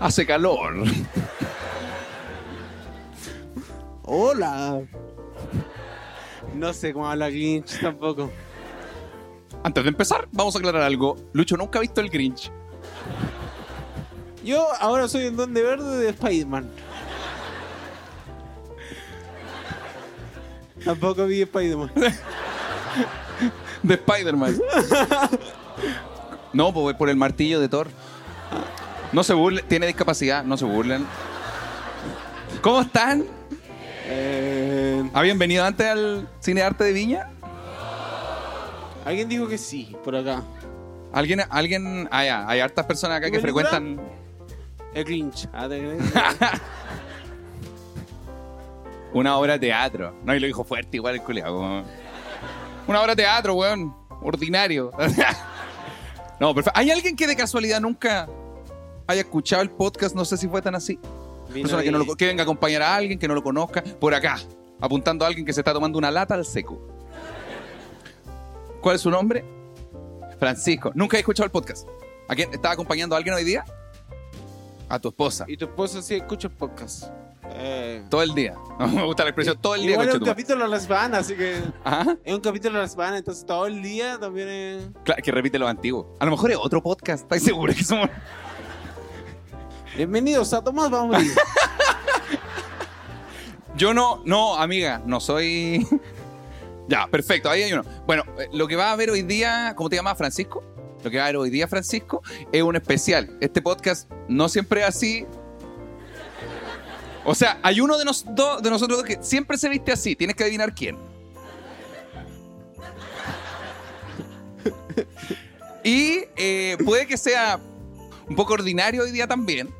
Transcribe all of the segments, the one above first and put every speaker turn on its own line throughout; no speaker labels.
Hace calor.
Hola. No sé cómo habla Grinch tampoco.
Antes de empezar, vamos a aclarar algo. Lucho nunca ha visto el Grinch.
Yo ahora soy el Duende Verde de Spider-Man. Tampoco vi Spider-Man.
De Spider-Man. No, por, por el martillo de Thor. No se burlen. Tiene discapacidad, no se burlen. ¿Cómo están?
Eh,
¿Habían venido antes al Cine Arte de Viña?
Alguien dijo que sí, por acá.
¿Alguien? alguien ah, ya, hay hartas personas acá
¿Tu
que
película?
frecuentan...
El Grinch. Ah, te-
Una obra de teatro. No, y lo dijo fuerte igual el culiao. como- Una obra de teatro, weón. Ordinario. no, perfecto. ¿Hay alguien que de casualidad nunca haya escuchado el podcast? No sé si fue tan así.
Vino
Persona que, no lo-
de-
que venga a acompañar a alguien que no lo conozca. Por acá. Apuntando a alguien que se está tomando una lata al seco. ¿Cuál es su nombre? Francisco. ¿Nunca he escuchado el podcast? ¿A quién? ¿Estás acompañando a alguien hoy día? A tu esposa.
Y tu esposa sí escucha el podcast. Eh,
Todo el día. me gusta la expresión. Todo el día.
Igual es un
conchetumare.
capítulo a la semana, así que.
Ajá.
Es un capítulo a la semana, entonces todo el día también es.
Claro, que repite lo antiguo. A lo mejor es otro podcast, ¿estás seguro que somos?
Bienvenidos a Tomás va a morir.
Yo no, no, amiga, no soy. ya, perfecto, ahí hay uno. Bueno, eh, lo que va a haber hoy día, ¿cómo te llamas, Francisco? Lo que va a haber hoy día, Francisco, es un especial. Este podcast no siempre es así. O sea, hay uno de, nos, dos- de nosotros dos que siempre se viste así. Tienes que adivinar quién. Y eh, puede que sea un poco ordinario hoy día también.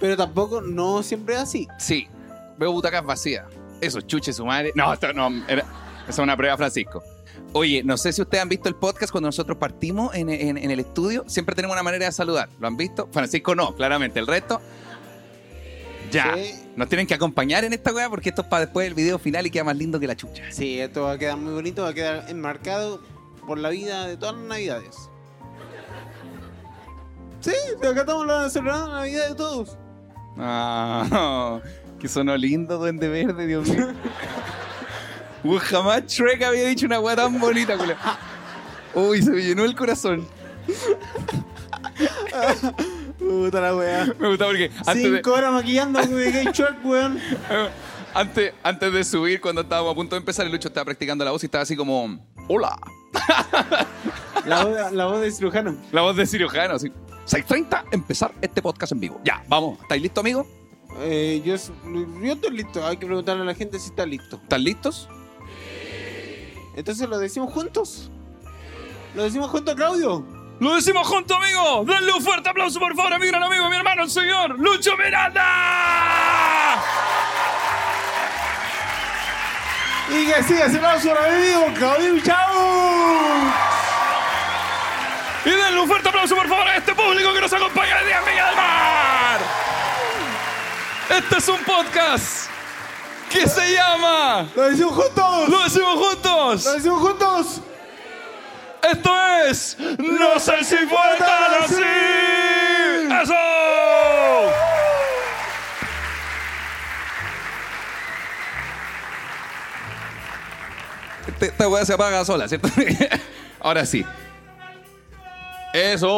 Pero tampoco, no siempre es así.
Sí, veo butacas vacías. Eso, chuche su madre. No, esto no, era- esa es una prueba, Francisco. Oye, no sé si ustedes han visto el podcast cuando nosotros partimos en, en- en el estudio. Siempre tenemos una manera de saludar. ¿Lo han visto? Francisco no, claramente. El resto. Ya.
Sí.
Nos tienen que acompañar en esta weá porque esto es para después del video final y queda más lindo que la chucha.
Sí, esto va a quedar muy bonito, va a quedar enmarcado por la vida de todas las navidades. Sí, de acá estamos la- celebrando la Navidad de todos.
Ah, que sonó lindo, Duende Verde, Dios mío. Uy, jamás Shrek había dicho una weá tan bonita, culo. Uy, se me llenó el corazón.
Puta la weá.
Me gusta porque antes de,
Cinco horas maquillando de Gay Shark, weón.
antes, antes de subir, cuando estábamos a punto de empezar, el Lucho estaba practicando la voz y estaba así como, hola,
La voz, la voz de cirujano.
la voz de cirujano, así. 6.30, empezar este podcast en vivo. Ya, vamos. ¿Estáis listos, amigos?
Eh, yo, yo estoy listo. Hay que preguntarle a la gente si está listo.
¿Están listos?
Entonces lo decimos juntos. Lo decimos juntos, Claudio.
¡Lo decimos juntos, amigos! ¡Denle un fuerte aplauso, por favor, a mi gran amigo, mi hermano, el señor Lucho Miranda!
Y que siga cerrado su revivo, Claudio. ¡Chao!
Y denle un fuerte aplauso, por favor, a este público que nos acompaña de 10 millas del mar. Este es un podcast que se llama...
Lo decimos juntos.
¡Lo decimos juntos!
Lo decimos juntos.
Esto es No sé si fue tan así. ¡Eso! Esta weá se apaga sola, ¿cierto? Ahora sí. ¡Eso!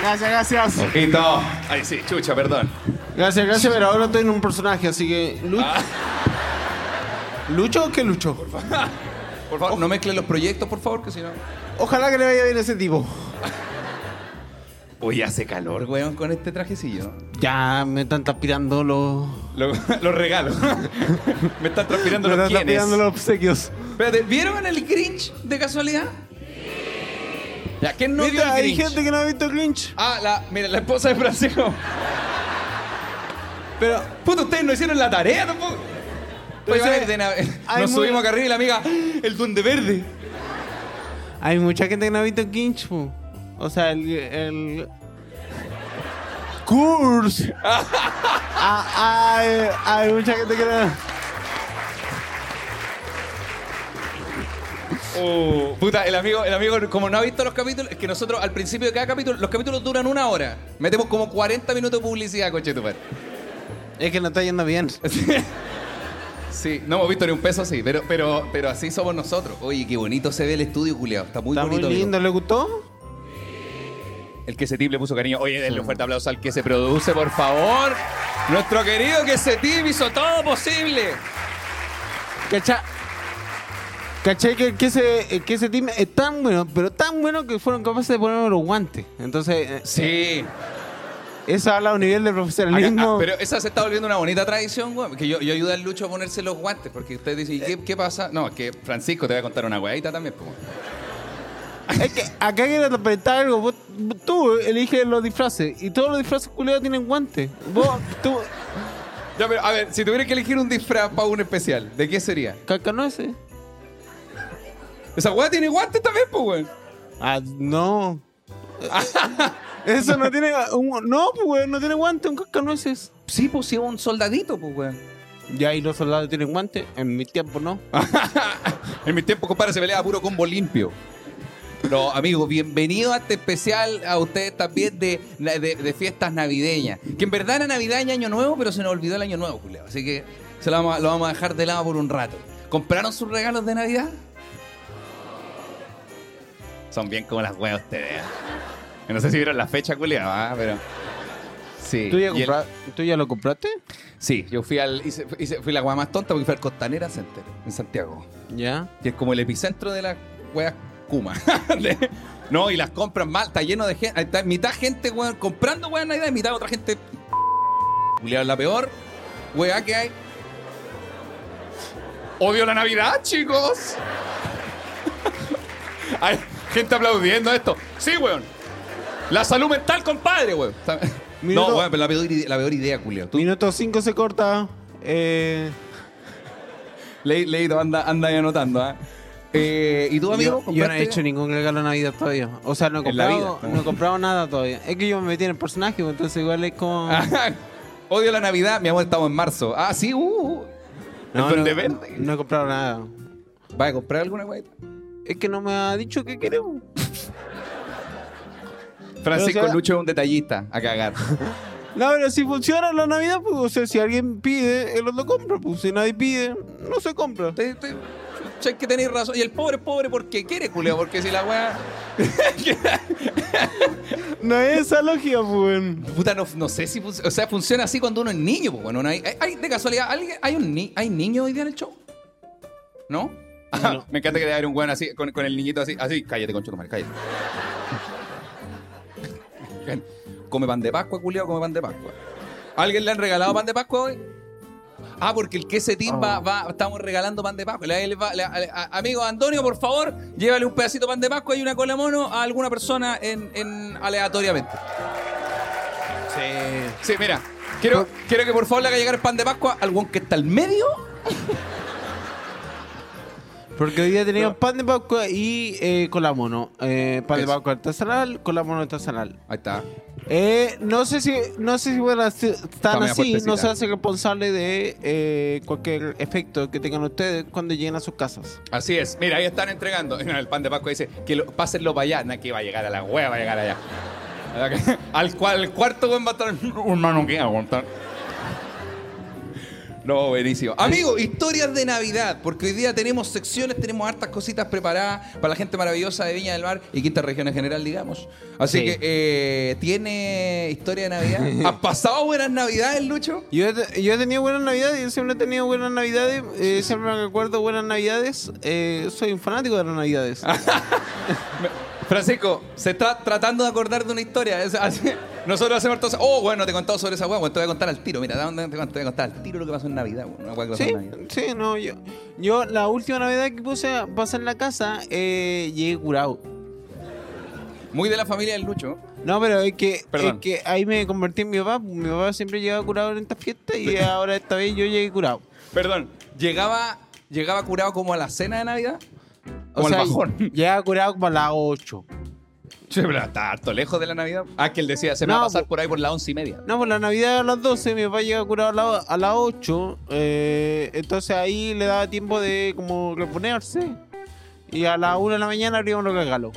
Gracias, gracias.
Ojito. Ay, sí, chucha, perdón.
Gracias, gracias, pero ahora estoy en un personaje, así que. Lucho.
Ah.
¿Lucho o qué Lucho?
Por favor, no mezclen los proyectos, por favor, que si no.
Ojalá que le vaya bien a ese tipo.
Uy, hace calor, weón, con este trajecillo.
Ya me están transpirando los.
Lo- los regalos. Me están transpirando
me
los quienes.
están transpirando los obsequios.
Espérate, ¿vieron el Grinch de casualidad? ¿Ya quién no vio
Mira,
el
hay
Grinch?
gente que no ha visto Grinch.
Ah, la, mira, la esposa de Francisco.
Pero
Puta, ustedes no hicieron la tarea tampoco. Pues,
Entonces,
a ver, de nave-
hay
nos
muy-
subimos acá arriba y la amiga, el duende verde.
hay mucha gente que no ha visto Grinch, po. O sea, el. el... Curse. Ah, hay, hay mucha gente que no. Oh.
Puta, el amigo, el amigo, como no ha visto los capítulos, es que nosotros al principio de cada capítulo, los capítulos duran una hora. Metemos como 40 minutos de publicidad, conchetumar.
Es que no está yendo bien.
Sí, no hemos visto ni un peso así, pero, pero, pero así somos nosotros. Oye, qué bonito se ve el estudio, culiado. Está muy
está
bonito.
muy
amigo.
lindo, ¿le gustó?
El que se tip le puso cariño. Oye, denle un fuerte aplauso al que se produce, por favor. Nuestro querido que se tip hizo todo posible.
Cacha. Caché que, que ese, eh, que ese team es tan bueno, pero tan bueno que fueron capaces de ponerme los guantes. Entonces, eh,
Sí.
eso habla de un nivel de
Acá-
profesionalismo.
ah, pero esa se está volviendo una bonita tradición, güey. Que yo, yo ayudo al Lucho a ponerse los guantes, porque usted dice, ¿y qué, qué pasa? No, es que Francisco te va a contar una guayita también, pues. güey.
Es que acá quiero apretar algo. Vos- tú eliges los disfraces y todos los disfraces culiados tienen guantes. Vos, tú,
Ya, pero a ver, si tuvieras que elegir un disfraz para un especial, ¿de qué sería?
cascanueces.
Esa guay tiene guantes también, pues, güey.
Ah, no. Eso no tiene. Un, no, pues, weón, no tiene guante, un cascanueces.
Sí, pues, sí, un soldadito, pues, güey.
Ya, y los soldados tienen guantes. En mi tiempo no.
Ah, En mi tiempo, compadre, se peleaba puro combo limpio. Pero, amigos, bienvenido a este especial a ustedes también de, de- de fiestas navideñas. Que en verdad era Navidad y Año Nuevo, pero se nos olvidó el Año Nuevo, Julio. Así que se lo vamos, a- lo vamos a dejar de lado por un rato. ¿Compraron sus regalos de Navidad? Son bien como las huevas ustedes. ¿eh? No sé si vieron la fecha, Julio, ¿ah? pero... Sí.
¿Tú ya,
Y el-
compra- ¿Tú ya lo compraste?
Sí, yo fui al... hice- hice- fui la hueá más tonta porque fui al Costanera Center en Santiago
Ya.
que es como el epicentro de la wea Kuma. De- no, y las compran mal, está lleno de gente, está mitad gente weón, comprando weón Navidad y mitad otra gente culiao, la peor wea que hay. Odio la Navidad, chicos. hay gente aplaudiendo esto. Sí, weón. La salud mental, compadre, weón.
Minuto-
No, weón, pero la peor, ide- la peor idea, culiao. Tú-
Minuto 5 se corta. Eh,
Le- Leito, anda, anda ahí anotando, ¿ah? Eh, ¿Y tú, amigo?
yo, yo no he
compraste?
hecho ningún regalo de Navidad todavía. O sea, no he
En la
comprado,
vida.
no he comprado nada todavía. Es que yo me metí en el personaje, pues, entonces igual es como.
Ajá. Odio la Navidad, mi amor, estamos en marzo. Ah, sí, uh, uh. el
no, no,
Duende Verde.
no he comprado nada.
¿Vas a comprar alguna guayita?
Es que no me ha dicho que queremos.
Francisco
Pero, o sea-
Lucho es un detallista, a cagar.
No, pero si funciona la Navidad, pues, o sea, si alguien pide, el otro compra, pues, si nadie pide, no se compra.
Te- te- che, que tenéis razón. Y el pobre es pobre porque quiere, culeo, porque si la weá.
No es esa lógica, pues.
Puta, no, no sé si. func- O sea, funciona así cuando uno es niño, pues bueno. no hay, hay- hay- de casualidad, ¿alguien- ¿hay, un ni- ¿hay niño hoy día en el show? ¿No? Ah,
No.
Me encanta que le haga un weón así, con, con el niñito así, así. Cállate, concho, tu madre, cállate. come pan de Pascua, culiao, come pan de Pascua. ¿Alguien le han regalado pan de Pascua hoy? Ah, porque el que se timba
Oh.
va, estamos regalando pan de Pascua. Le- le va- le- a- a- amigo Antonio, por favor, llévale un pedacito de pan de Pascua y una cola mono a alguna persona en, en- aleatoriamente.
Sí.
Sí, mira, quiero, quiero que por favor le haga llegar el pan de Pascua al guan que está al medio.
Porque hoy día teníamos pan de Pascua y eh, cola mono. Eh, pan
Eso.
de Pascua artesanal, cola mono artesanal.
Ahí está.
Eh, no sé si no sé si van a ser tan
Está media
así,
fuertecita.
no se hace responsable de eh, cualquier efecto que tengan ustedes cuando lleguen a sus casas.
Así es. Mira, ahí están entregando. El pan de Pascua dice que lo, pásenlo para allá. Nah, que va a llegar a la hueá, va a llegar allá. Al, cua- al cuarto buen va a estar un mano que aguantar. No, buenísimo. Amigo, historias de Navidad, porque hoy día tenemos secciones, tenemos hartas cositas preparadas para la gente maravillosa de Viña del Mar y Quinta Región en general, digamos. Así
Sí.
que, eh, ¿tiene historia de Navidad? ¿Has pasado buenas Navidades, Lucho?
Yo he, te- yo he tenido buenas navidades, yo siempre he tenido buenas navidades, eh, siempre me recuerdo buenas navidades, eh, soy un fanático de las navidades.
Ah, Francisco, se está tratando de acordar de una historia. Es así. nosotros hacemos entonces, oh, bueno, te he contado sobre esa hueá, bueno, te voy a contar al tiro. Mira, te voy a- te voy a contar al tiro lo que pasó en Navidad. bueno, Una hueá que pasó
Sí,
en Navidad.
sí, no, yo, yo la última navidad que puse a pasar en la casa, eh, llegué curado.
Muy de la familia del Lucho.
No, pero es que, es
Perdón.
que ahí me convertí en mi papá, mi papá siempre llegaba curado en estas fiestas y ahora esta vez yo llegué curado.
Perdón, llegaba, llegaba curado como a la cena de Navidad. O, al bajón.
Llegaba curado como a las 8.
Che, pero está harto lejos de la Navidad. Ah, que él decía, se me va a
No,
pasar
po-
por ahí por las once y media.
No, pues la Navidad a las 12, mi papá llega curado a, la- a las 8, eh, entonces ahí le daba tiempo de como reponerse. Y a las 1 de la mañana abrimos los regalos.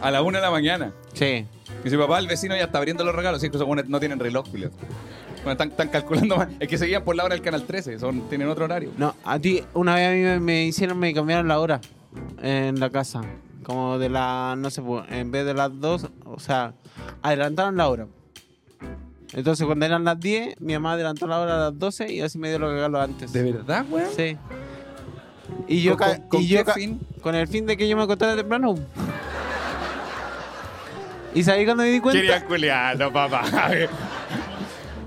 A la una de la mañana.
Sí.
Y su papá, el vecino, ya está abriendo los regalos. Sí, que esos buenos no tienen reloj, culiao. Bueno, están, están calculando más. Es que seguían por la hora del canal 13. Son, tienen otro horario.
No, a ti, una vez a mí me, me hicieron, me cambiaron la hora en la casa. Como de la, no sé, pues, en vez de las 2, o sea, adelantaron la hora. Entonces cuando eran las 10, mi mamá adelantó la hora a las 12 y así me dio los regalos antes.
¿De verdad, weón?
Sí. Y yo,
¿Con-
ca-
con
y
qué
yo ca-
fin?
Con el fin de que yo me acostara temprano. y sabí cuando me di cuenta.
Querían culiarlo, papá.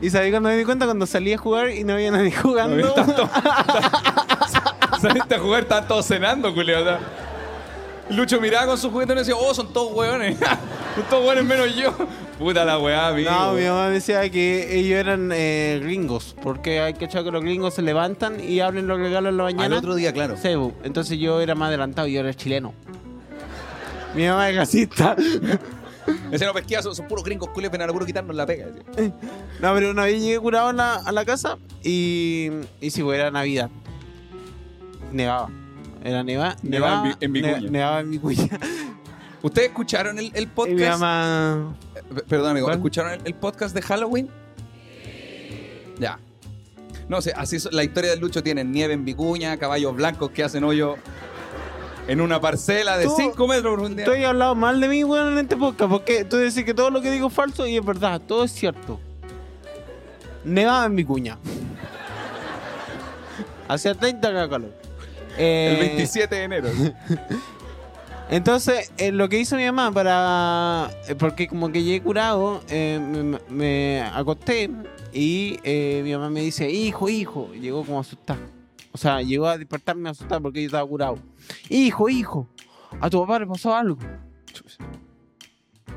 Y sabí cuando me di cuenta cuando salí a jugar y no había nadie jugando.
No, están todos- Saliste a jugar, estaban todos cenando, culiao. o sea. Lucho miraba con sus juguetes y decía, oh, son todos hueones. son todos hueones menos yo. Puta la weá, amigo.
No, mi mamá decía que ellos eran eh, gringos, porque hay que echar que los gringos se levantan y abren los regalos en la mañana.
Al otro día, claro.
Sí, bu. entonces yo era más adelantado, yo era chileno. Mi mamá es gasista.
Ese no pesquía, son, son puros gringos culios, pero a puro quitarnos la pega. decía.
No, pero una vez llegué curado a la, a la casa y, y si fuera Navidad, nevaba. Era neva,
Nevaba
nevaba,
en Vi- en Vicuña.
ne- nevaba en Vicuña.
¿Ustedes escucharon el, el
Y mi
podcast?
mamá...
P- Perdón, amigo,
¿Cuál?
¿escucharon el, el podcast de Halloween? Ya. No sé, así es- la historia del Lucho tiene nieve en vicuña, caballos blancos que hacen hoyo en una parcela de
Tú-
5 metros por un día.
Tú has hablado mal de mí, weón, en este podcast, porque tú decís que todo lo que digo es falso y es verdad, todo es cierto. Nevaba en mi cuña. Hacía 30 grados calor. Eh,
El 27 de enero.
Entonces, eh, lo que hizo mi mamá para... eh, Porque como que llegué curado, eh, me, me acosté y eh, mi mamá me dice, hijo, hijo. Y Llegó como asustada. O sea, llegó a despertarme asustada porque yo estaba curado. Hijo, hijo, a tu papá le pasó algo.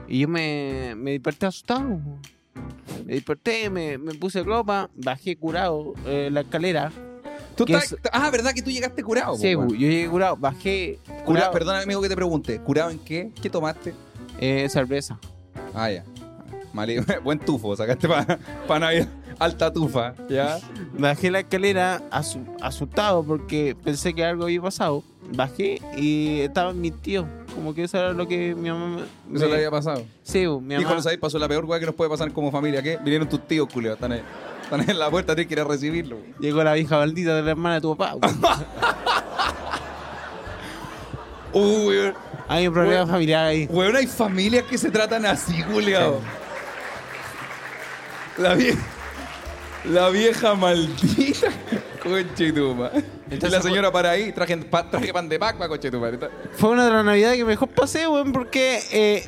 Y yo me, me desperté asustado. Me desperté, me, me puse ropa, bajé curado eh, la escalera.
Tú
¿Qué
estás- Ah, ¿verdad que tú llegaste curado?
Sí,
po, weón?
yo llegué curado, bajé curado.
Cura- Oh, Perdón, amigo, que te pregunte. ¿Curado en qué? ¿Qué tomaste?
Eh, cerveza.
Ah, ya. Mali- Buen tufo, sacaste para pa Navidad. Alta tufa, ¿ya?
Bajé la escalera asu- asustado porque pensé que algo había pasado. Bajé y estaban mis tíos. Como que eso era lo que mi mamá me...
Eso le había pasado.
Sí, bu, mi
Y cuando
mamá...
sabéis pasó la peor weá que nos puede pasar como familia, que vinieron tus tíos, culio, están ahí. Están ahí en la puerta, tienes que ir a recibirlo. weón.
Llegó la vieja maldita de la hermana de tu papá. pues. bu.
Uh, weón.
Hay un problema
Bueno.
familiar ahí.
Weón, hay familias que se tratan así, culio. La vieja. La vieja maldita. Conchetuma.
Entonces,
la señora para ahí, traje, pa- traje pan de Pacma, conchetuma.
Fue una de las navidades que mejor pasé, weón, porque. eh,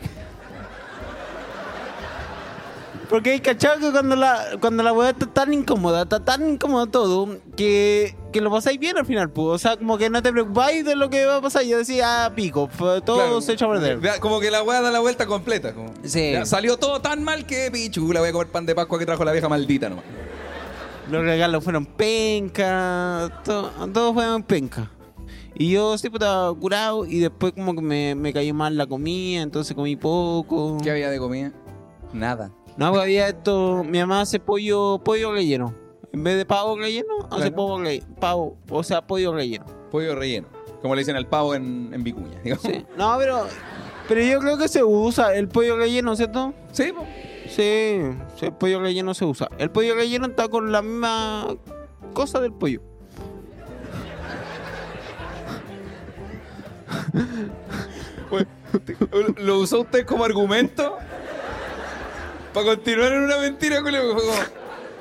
porque hay cachado que cuando la, cuando la weá está tan incómoda, está tan incómodo todo, que, que lo pasáis bien al final, pues. O sea, como que no te preocupáis de lo que va a pasar. Yo decía, ah, pico, fue- todo
Claro,
se echa a perder.
ya, Como que la weá da la vuelta completa. como.
Sí.
Ya, salió todo tan mal que pichu, la voy a comer pan de Pascua que trajo la vieja maldita nomás.
Los regalos fueron penca, todo, todo fue penca. Y yo siempre estaba curado y después como que me, me cayó mal la comida, entonces comí poco.
¿Qué había de comida? Nada.
No, pues había esto. Mi mamá hace pollo, pollo relleno. En vez de pavo relleno, hace
Claro.
pavo relleno. Pavo, o sea, pollo relleno.
Pollo relleno. Como le dicen al pavo en, en Vicuña. digamos.
Sí. No, pero. Pero yo creo que se usa el pollo relleno, ¿cierto?
Sí, po.
Sí, sí, el pollo relleno se usa. El pollo relleno está con la misma cosa del pollo.
Bueno, te- ¿Lo usó usted como argumento? Para continuar en una mentira, culio, fue como,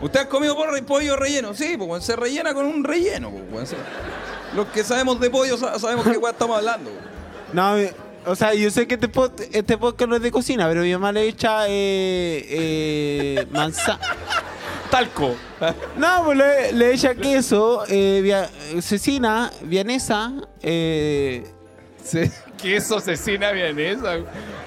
¿Usted ha comido porra y pollo relleno? Sí, pues se rellena con un relleno. po, weón, sí. Los que sabemos de pollo sa- sabemos qué weá estamos hablando. po.
No, mi- o sea, yo sé que este, pod- este podcast no es de cocina, pero mi mamá le echa eh, eh, manzana.
Talco.
No, pues le, le echa queso, eh, via- cecina, vianesa, eh,
Queso asesina vienesa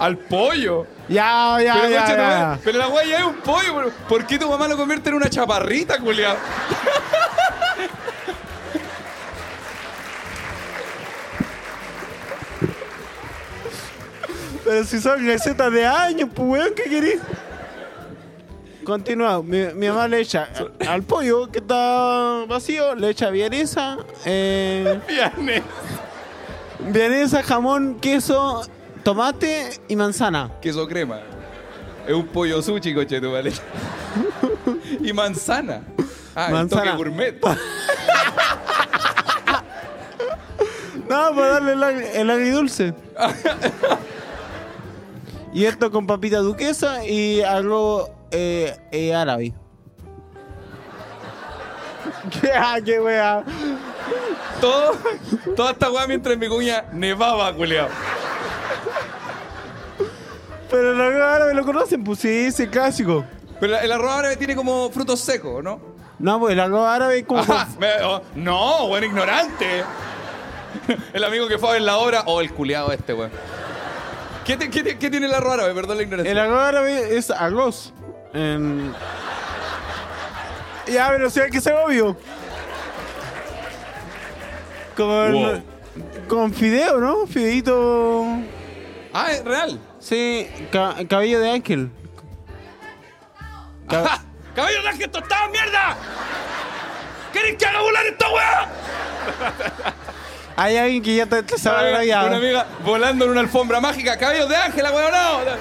al pollo.
Ya, ya,
Pero,
ya,
concha tu
ya.
madre, pero la guaya es un pollo. pero ¿Por qué tu mamá lo convierte en una chaparrita, culiado?
Pero si son recetas de años, pues weón, ¿qué querés? Continúa, mi, mi mamá le echa al pollo que está vacío, le echa vienesa, eh,
Vianesa.
Vienesa, jamón, queso, tomate y manzana.
Queso crema. Es un pollo sushi, coche, tú, ¿vale? y manzana. Ah,
Manzana.
el toque gourmet.
No, para darle el, agri- el agridulce. y esto con papita duquesa y algo eh, eh, árabe. ¿Qué, ah, qué wea?
Todo, toda esta weá mientras mi cuña nevaba, culiao.
Pero los árabes lo conocen, pues sí, es el clásico.
Pero el arroz árabe tiene como frutos secos, ¿no?
No, pues el arroz árabe es como...
Ajá, me- oh, no, buen ignorante. El amigo que fue a ver la obra. Oh, el culiado este, weón. ¿Qué, te- qué te- qué tiene el arroz árabe? Perdón la ignorancia.
El arroz árabe es arroz. Em, Ya, pero si hay que ser obvio. Con,
Wow.
con fideo, ¿no? Fideito.
Ah, es real.
Sí, ca- cabello de ángel. Ca-
¡Ja! ¡Caballo de ángel tostado, mierda! ¿Queréis que haga volar esta weá?
Hay alguien que ya te, te sabe la
Una
llave.
amiga volando en una alfombra mágica. ¡Caballo de ángel, weón! No.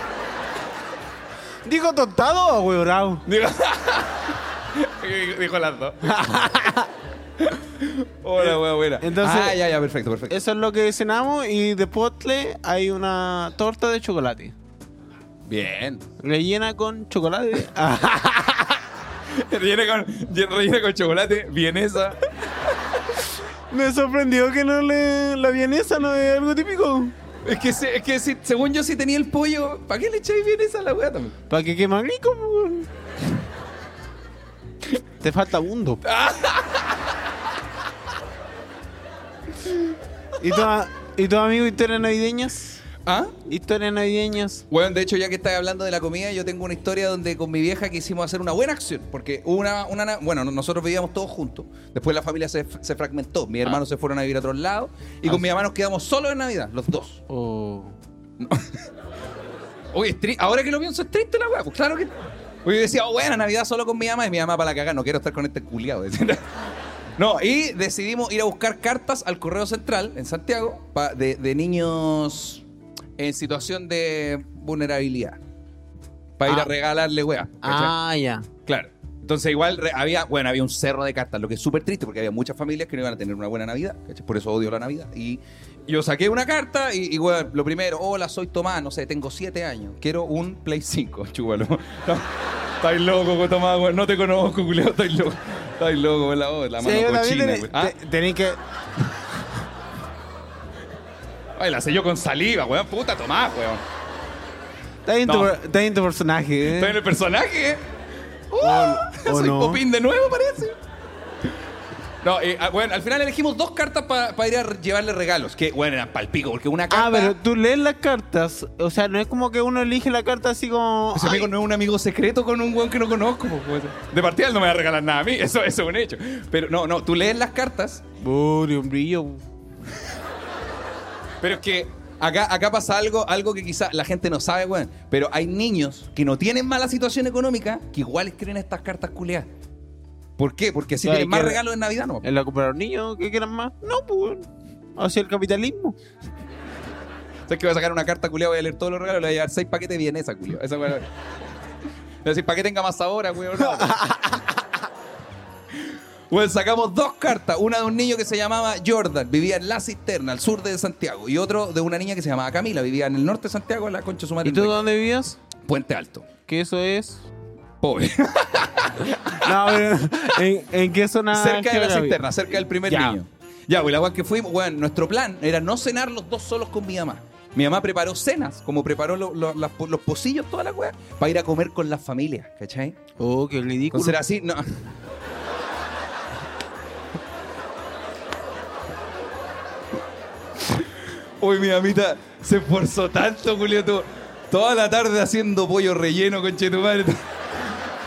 ¿Digo tostado o huevorao?
Digo, dijo las dos. Hola, weón, buena.
Entonces-
ah, ya, ya, perfecto, perfecto.
Eso es lo que cenamos y de postre hay una torta de chocolate.
Bien.
Rellena con chocolate. Ah,
Rellena con, rellena con chocolate, vienesa.
me sorprendió que no le la vienesa no es algo típico.
Es que, se- es que si- según yo, si tenía el pollo, ¿para qué le echáis vienesa a la weá también?
Para que quema rico, po, weón. Te falta mundo. ¿Y tus y tu amigos historias navideñas?
¿Ah?
Historias navideñas.
Bueno, de hecho, ya que estás hablando de la comida, yo tengo una historia donde con mi vieja quisimos hacer una buena acción. Porque hubo una, una na- bueno, no- nosotros vivíamos todos juntos. Después la familia se, se fragmentó. Mis hermanos se fueron a vivir a otros lados. Y
Ah,
con
sí.
mi mamá nos quedamos solos en Navidad, los dos.
O
Oye, es tri- ahora que lo pienso, es triste la weá. Pues claro que. Oye, yo decía, oh, bueno, Navidad solo con mi mamá y mi mamá para la cagada, no quiero estar con este culiado. No, y decidimos ir a buscar cartas al correo central en Santiago pa- de, de niños en situación de vulnerabilidad. Para ir
Ah.
a regalarle weá. ¿cachai?
Ah, ya.
Claro. Entonces, igual re- había, bueno, había un cerro de cartas, lo que es súper triste porque había muchas familias que no iban a tener una buena Navidad. ¿cachai? Por eso odio la Navidad. Y yo saqué una carta y, y, bueno, lo primero, hola, soy Tomás, no sé, tengo siete años, quiero un Play 5. Chúbalo. Estáis loco, Tomás, weón, no te conozco, culiao, estáis loco. Estáis loco, weón, la, oh, la
Sí,
mano
yo también
cochina,
tené-
weón. Ah,
te- tenéis que.
Ay, la selló con saliva, weón, puta Tomás, weón.
Está en, tu,
No.
per- está en tu personaje,
Estoy en
¿eh?
el personaje. ¿eh? ¡Uh!
o
soy
no.
Popín de nuevo, parece. No, eh, ah, bueno, al final elegimos dos cartas para ir a re- llevarle regalos. Que, bueno, eran palpico, porque una carta.
Ah, pero tú lees las cartas. O sea, no es como que uno elige la carta así como.
Ese amigo
"Ay,
no es un amigo secreto con un weón que no conozco. po, weón. De partida él no me va a regalar nada a mí, eso, eso es un hecho. Pero no, no, tú lees las cartas,
Buri, un brillo.
pero es que acá, acá pasa algo, algo que quizá la gente no sabe, weón. Pero hay niños que no tienen mala situación económica que igual escriben estas cartas culeadas. ¿Por qué? Porque así
Claro,
tienen
que-
más regalos en Navidad, ¿no?
¿En la compraron niños? ¿Qué quieran más? No, pues. Hacia el capitalismo.
¿Sabes que voy a sacar una carta, culiao? Voy a leer todos los regalos, le voy a llevar seis paquetes de vienesa, culiao. Esa weá. Le voy a decir, para que tenga más sabor, a weón. No, weón. Weón, sacamos dos cartas. Una de un niño que se llamaba Jordan, vivía en La Cisterna, al sur de Santiago. Y otro de una niña que se llamaba Camila, vivía en el norte de Santiago, en la concha de su madre.
¿Y tú
en Reina.
dónde vivías?
Puente Alto.
Que eso es.
Pobre.
No, pero. ¿En, en qué zona?
cerca de la
geográfica?
cisterna, cerca del primer
Ya.
niño. Ya, güey, la weá que fuimos, weón, nuestro plan era no cenar los dos solos con mi mamá. Mi mamá preparó cenas, como preparó lo- lo- las po- los pocillos, toda la weá, para ir a comer con las familias, ¿cachai?
Oh, qué ridículo.
Entonces era así, no. Uy, mi mamita se esforzó tanto, Julio, tú. Toda la tarde haciendo pollo relleno con chetumare,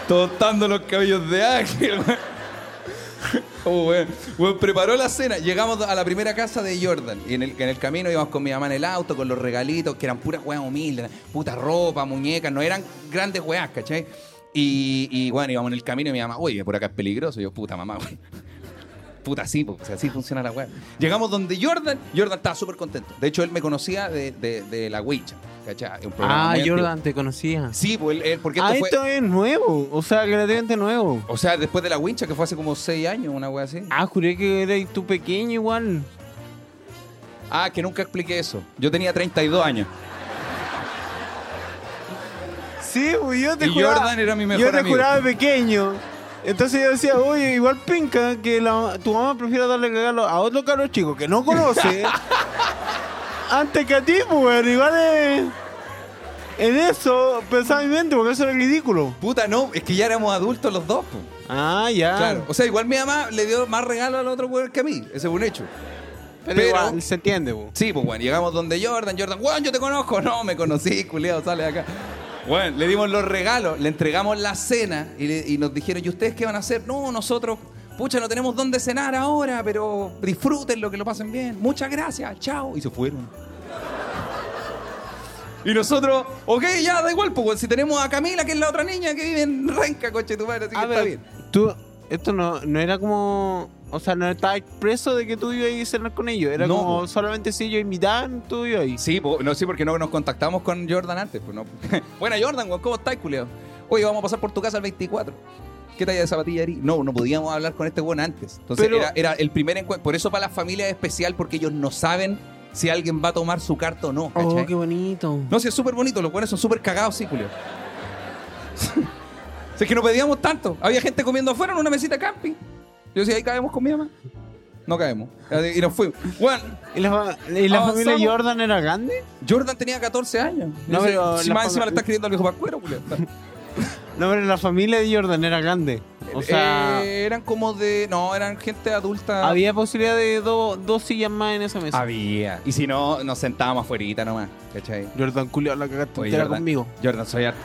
tostando los cabellos de ángel, weón. Oh, weón. Weón, preparó la cena. Llegamos a la primera casa de Jordan. Y en el, en el camino íbamos con mi mamá en el auto, con los regalitos, que eran puras weas humildes. Puta ropa, muñecas. No eran grandes weas, ¿cachai? Y, y, bueno, íbamos en el camino y mi mamá, oye, por acá es peligroso. Y yo, puta mamá, weón. Puta, sí, po, o sea, así funciona la web. Llegamos donde Jordan, Jordan estaba súper contento. De hecho, él me conocía de, de- de la Ouija, ¿cachai? Un programa
Ah,
muy antiguo.
Jordan, te conocía.
Sí, pues, él- él- porque esto
Ah,
fue...
esto es nuevo. O sea, relativamente nuevo.
O sea, después de la wincha, que fue hace como seis años, una wea así.
Ah, juré que eras tú pequeño igual.
Ah, que nunca expliqué eso. Yo tenía 32 años.
Sí, pues yo te
Y
juraba.
Jordan era mi mejor
yo te
amigo.
juraba pequeño. Entonces yo decía, oye, igual pinca que la- tu mamá prefiera darle regalo a otro caro chico que no conoce. antes que a ti, pues, weón. igual es... En eso pensaba mi mente, porque eso era ridículo.
Puta, no, es que ya éramos adultos los dos, pues.
Ah, ya.
Claro. O sea, igual mi mamá le dio más regalo al otro weón que a mí. Ese es un hecho.
Pero,
Pero-
igual se entiende, pues.
Sí, pues bueno, llegamos donde Jordan, Jordan, weón, yo te conozco. No, me conocí, culiado, sale de acá. Bueno, le dimos los regalos, le entregamos la cena y, le- y nos dijeron, ¿y ustedes qué van a hacer? No, nosotros, pucha, no tenemos dónde cenar ahora, pero disfruten lo que lo pasen bien. Muchas gracias, chao. Y se fueron. Y nosotros, ok, ya, da igual, pues weón, si tenemos a Camila, que es la otra niña que vive en Renca, coche tu madre, así que
A
está
ver,
bien.
tú, esto no, no era como, o sea, no estaba expreso de que tú ibas a cenar con ellos, era
No, pues.
como
po.
solamente si ellos invitaban, tú ibas ahí.
Sí, po- no, sí, porque no nos contactamos con Jordan antes. Pues no. Buena, Jordan, weón, ¿cómo estás, culiao? Oye, vamos a pasar por tu casa el 24. ¿Qué talla de zapatilla eres? No, no podíamos hablar con este weón antes. Entonces
Pero-
era, era el primer encuentro. Por eso para las familias es especial, porque ellos no saben si alguien va a tomar su carta o no. ¿cachai?
Oh, bonito.
No, si es súper bonito, los buenos son súper cagados, sí, culiao. Si es que no pedíamos tanto. Había gente comiendo afuera en una mesita camping. Yo decía, ahí cabemos con mi mamá. No cabemos. Y nos fuimos. Bueno,
¿Y la, fa- y la
Avanzamos.
familia Jordan era grande?
Jordan tenía 14 años.
No,
No,
pero
si
la
más
fama-
encima le estás creyendo al viejo pascuero, culiao.
No, pero la familia de Jordan era grande. O sea,
Eh, ah. eran como de. No, eran gente adulta.
había posibilidad de do- dos sillas más en esa
Ah.
mesa.
Había. Y si no, nos sentábamos afuera nomás. ¿Cachai?
Jordan Julio, la cagaste
Oye,
entera
Jordan.
conmigo.
Jordan, soy harto.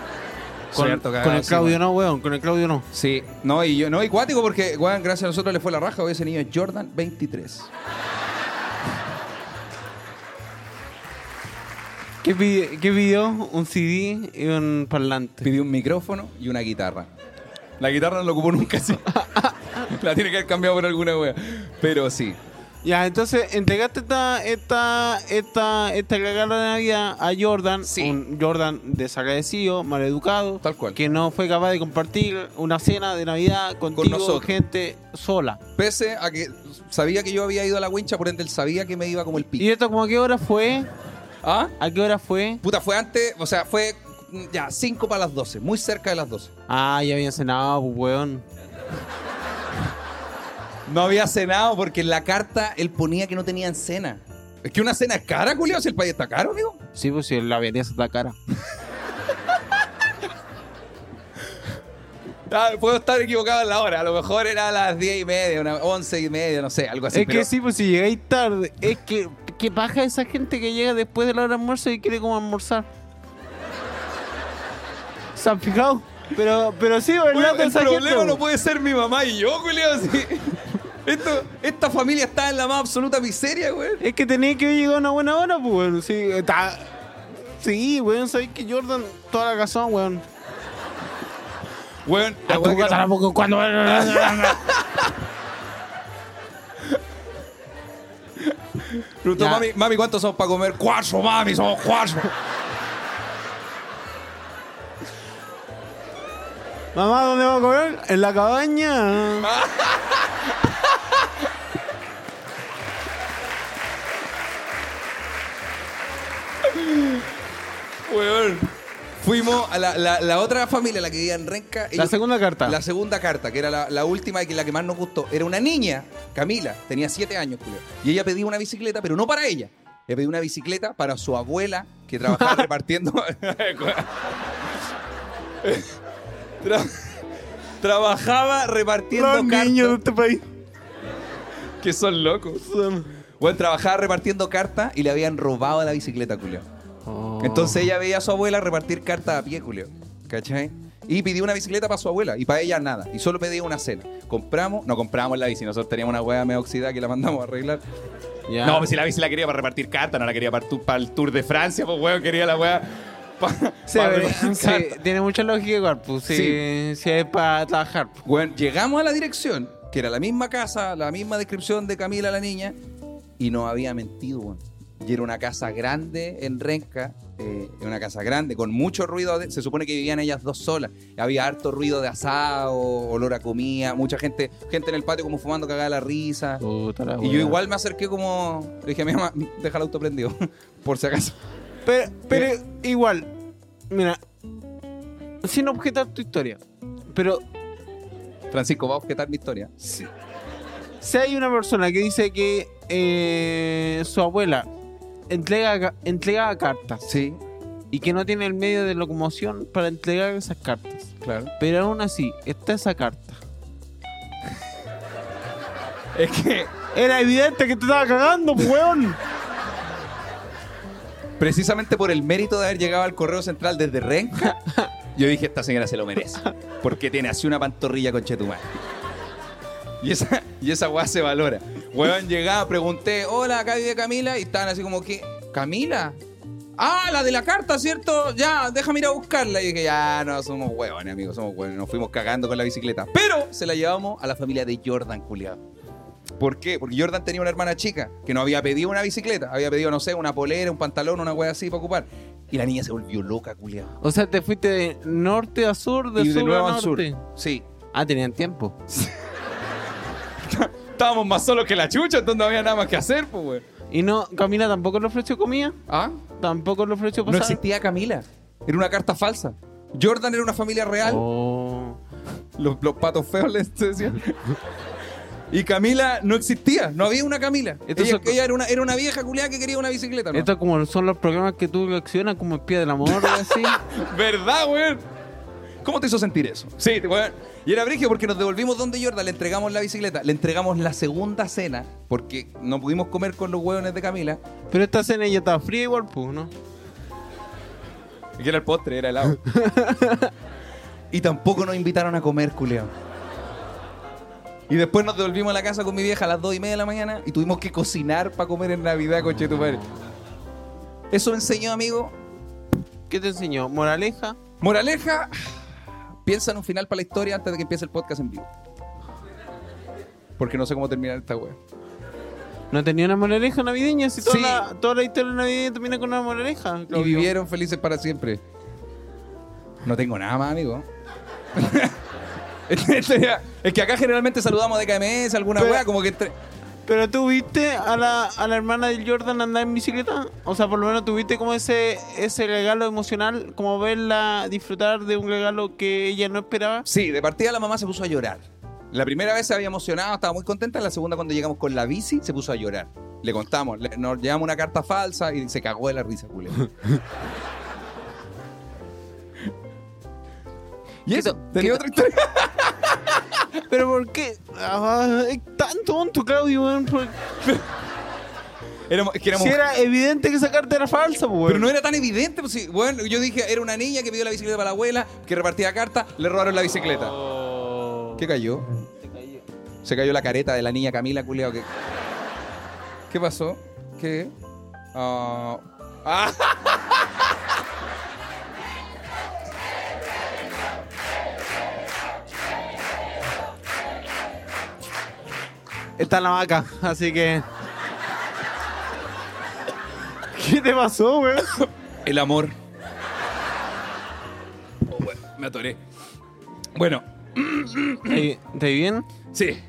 soy harto cagado,
con el
sí,
Claudio
weón.
no, weón, con el Claudio no.
Sí, no, y yo, no, y cuático porque, weón, gracias a nosotros le fue la raja. Hoy ese niño es Jordan 23.
¿Qué pidió? ¿Qué pidió? Un CD y un parlante.
Pidió un micrófono y una guitarra. La guitarra no la ocupó nunca, sí. la tiene que haber cambiado por alguna wea. Pero sí.
Ya, entonces entregaste esta, esta, esta, esta regalo de Navidad a Jordan,
Sí.
un Jordan desagradecido, maleducado,
Tal cual.
que no fue capaz de compartir una cena de Navidad contigo,
nosotros.
gente sola.
Pese a que sabía que yo había ido a la wincha, por ende él sabía que me iba como el
¿Y
pico.
esto como a qué hora fue?
¿Ah?
¿A qué hora fue?
Puta, fue antes, o sea, fue mm, ya 5 para las 12, muy cerca de las 12.
Ah, ya habían cenado, pues, weón.
No había cenado porque en la carta él ponía que no tenían cena. Es que una cena es cara, Julio, si el país está caro, amigo.
Sí, pues si la venía está cara.
Ah, puedo estar equivocado en la hora, a lo mejor era a las 10 y media, una 11 y media, no sé, algo así.
es
pero-
que sí, pues si llegáis tarde, es que qué paja esa gente que llega después de la hora de almuerzo y quiere como almorzar. ¿Se han fijado? Pero, pero sí, ¿verdad?
Bueno, el
Esa gente,
problema
pues.
no puede ser mi mamá y yo, Julio. sí. Esto- esta familia está en la más absoluta miseria, güey.
Es que tenía que haber llegado a una buena hora, pues, weón. Sí, está... sí weón, sabéis que Jordan, toda la razón, weón.
Güey, la
A
güey
tu
que
gata
no-
tampoco cuando...
Preguntó,
Ya.
mami, mami, ¿cuántos son para comer? Cuatro, mami, somos cuatro.
Mamá, ¿dónde vamos a comer? En la cabaña.
Weón. Fuimos a la, la- la otra familia, la que vivía en Renca.
La
ellos-
segunda carta.
La segunda carta, que era la, la última y que la que más nos gustó. Era una niña, Camila, tenía siete años, Julio. Y ella pedía una bicicleta, pero no para ella. Ella pedía una bicicleta para su abuela, que trabajaba repartiendo. Tra- trabajaba repartiendo
Los
cartas.
niños de este país.
Que son locos.
son-
Bueno, trabajaba repartiendo cartas y le habían robado la bicicleta, Julio. Oh, Entonces ella veía a su abuela repartir cartas a pie, Julio. ¿Cachai? Y pidió una bicicleta para su abuela y para ella nada. Y solo pedía una cena. Compramos, no compramos la bici, nosotros teníamos una hueá medio oxidada que la mandamos a arreglar.
Ya.
No, pues si la bici la quería para repartir cartas, no la quería para, tu- para el Tour de Francia, pues weón, quería la hueá para,
Sí,
para
pero-
repartir
sí,
cartas.
tiene mucha lógica igual, pues si,
Sí.
si es para trabajar. pues.
Bueno, llegamos a la dirección que era la misma casa, la misma descripción de Camila la niña, y no había mentido, weón. Y era una casa grande en Renca, eh, una casa grande, con mucho ruido. de- se supone que vivían ellas dos solas. Había harto ruido de asado, olor a comida, mucha gente, gente en el patio como fumando cagada la risa.
Puta Oh, la
Y yo
wea.
igual me acerqué como. Le dije a mi mamá, deja el auto prendido, por si acaso.
Pero, pero igual, mira, sin objetar tu historia, pero
Francisco, va a objetar mi historia.
si, si hay una persona que dice que eh, su abuela entrega, ca- entregaba cartas
Sí,
y que no tiene el medio de locomoción para entregar esas cartas,
claro.
pero aún así está esa carta.
Es que
Era evidente que te estaba cagando, pues, weón.
precisamente por el mérito de haber llegado al correo central desde Renca, yo dije, esta señora se lo merece. Porque tiene así una pantorrilla con Chetumal. Y esa, y esa weá se valora. Weón, llegaba, pregunté, hola, acá vive Camila. Y estaban así como que, ¿Camila? Ah, la de la carta, ¿cierto? Ya, déjame ir a buscarla. Y dije, ya, no, somos huevones, amigos, somos huevones. Nos fuimos cagando con la bicicleta. Pero se la llevamos a la familia de Jordan, culiado. ¿Por qué? Porque Jordan tenía una hermana chica que no había pedido una bicicleta, había pedido, no sé, una polera, un pantalón, una wea así para ocupar. Y la niña se volvió loca, culiado.
O sea, te fuiste de norte a sur, de
Y
sur
de nuevo
a
al sur.
norte.
Sí.
Ah, tenían tiempo.
Estábamos más solos que la chucha, entonces no había nada más que hacer, pues, weón.
Y no, Camila tampoco le ofreció comida,
¿Ah?
tampoco le ofreció
No
pasar.
existía Camila. Era una carta falsa. Jordan era una familia real.
Oh.
Los, los patos feos les decían. Y Camila no existía, no había una Camila.
Entonces-
ella ella era, una, era una vieja culiada que quería una bicicleta. ¿no?
Estos como son los programas que tú reaccionas como espía del amor o así.
¿Verdad, weón? ¿Cómo te hizo sentir eso? Sí, te- weón. Y era brigio porque nos devolvimos donde Jordan, le entregamos la bicicleta, le entregamos la segunda cena, porque no pudimos comer con los hueones de Camila.
Pero esta cena ya estaba fría igual, pues, ¿no?
Y que era el postre, era helado. y tampoco nos invitaron a comer, culeón. Y después nos devolvimos a la casa con mi vieja a las 2 y media de la mañana y tuvimos que cocinar para comer en Navidad, coche tu madre. Eso me enseñó, amigo.
¿Qué te enseñó? ¿Moraleja?
Moraleja, piensa en un final para la historia antes de que empiece el podcast en vivo. Porque no sé cómo terminar esta wea.
¿No tenía una moraleja navideña? Si toda,
Sí.
la, toda la historia navideña termina con una moraleja.
Y
Claudio.
vivieron felices para siempre. No tengo nada más, amigo. Este es que acá generalmente saludamos de KMS, alguna
Pero-
wea, como que... entre-
¿Pero tú viste a la, a la hermana del Jordan andar en bicicleta? O sea, por lo menos tuviste como ese, ese regalo emocional, como verla disfrutar de un regalo que ella no esperaba.
Sí, de partida la mamá se puso a llorar. La primera vez se había emocionado, estaba muy contenta. La segunda, cuando llegamos con la bici, se puso a llorar. Le contamos, le- nos llevamos una carta falsa y se cagó de la risa, culé. y
¿Qué
eso,
to- qué
tenía
to-
otra historia.
¿Pero por qué? Ah, es tan tonto, Claudio, weón. por-
Éramos- es que éramos-
Si era evidente que esa carta era falsa, pues, weón.
Pero no era tan evidente. pues, sí, bueno, yo dije, era una niña que pidió la bicicleta para la abuela, que repartía cartas, le robaron la bicicleta. ¿Qué cayó? Oh. Se cayó la careta de la niña Camila, culiao. Que... ¿Qué pasó? ¿Qué? Ah. ¡Ah!
Está en la vaca, así que. ¿Qué te pasó, weón?
El amor. Oh, bueno, me atoré. Bueno,
¿Estás bien?
sí.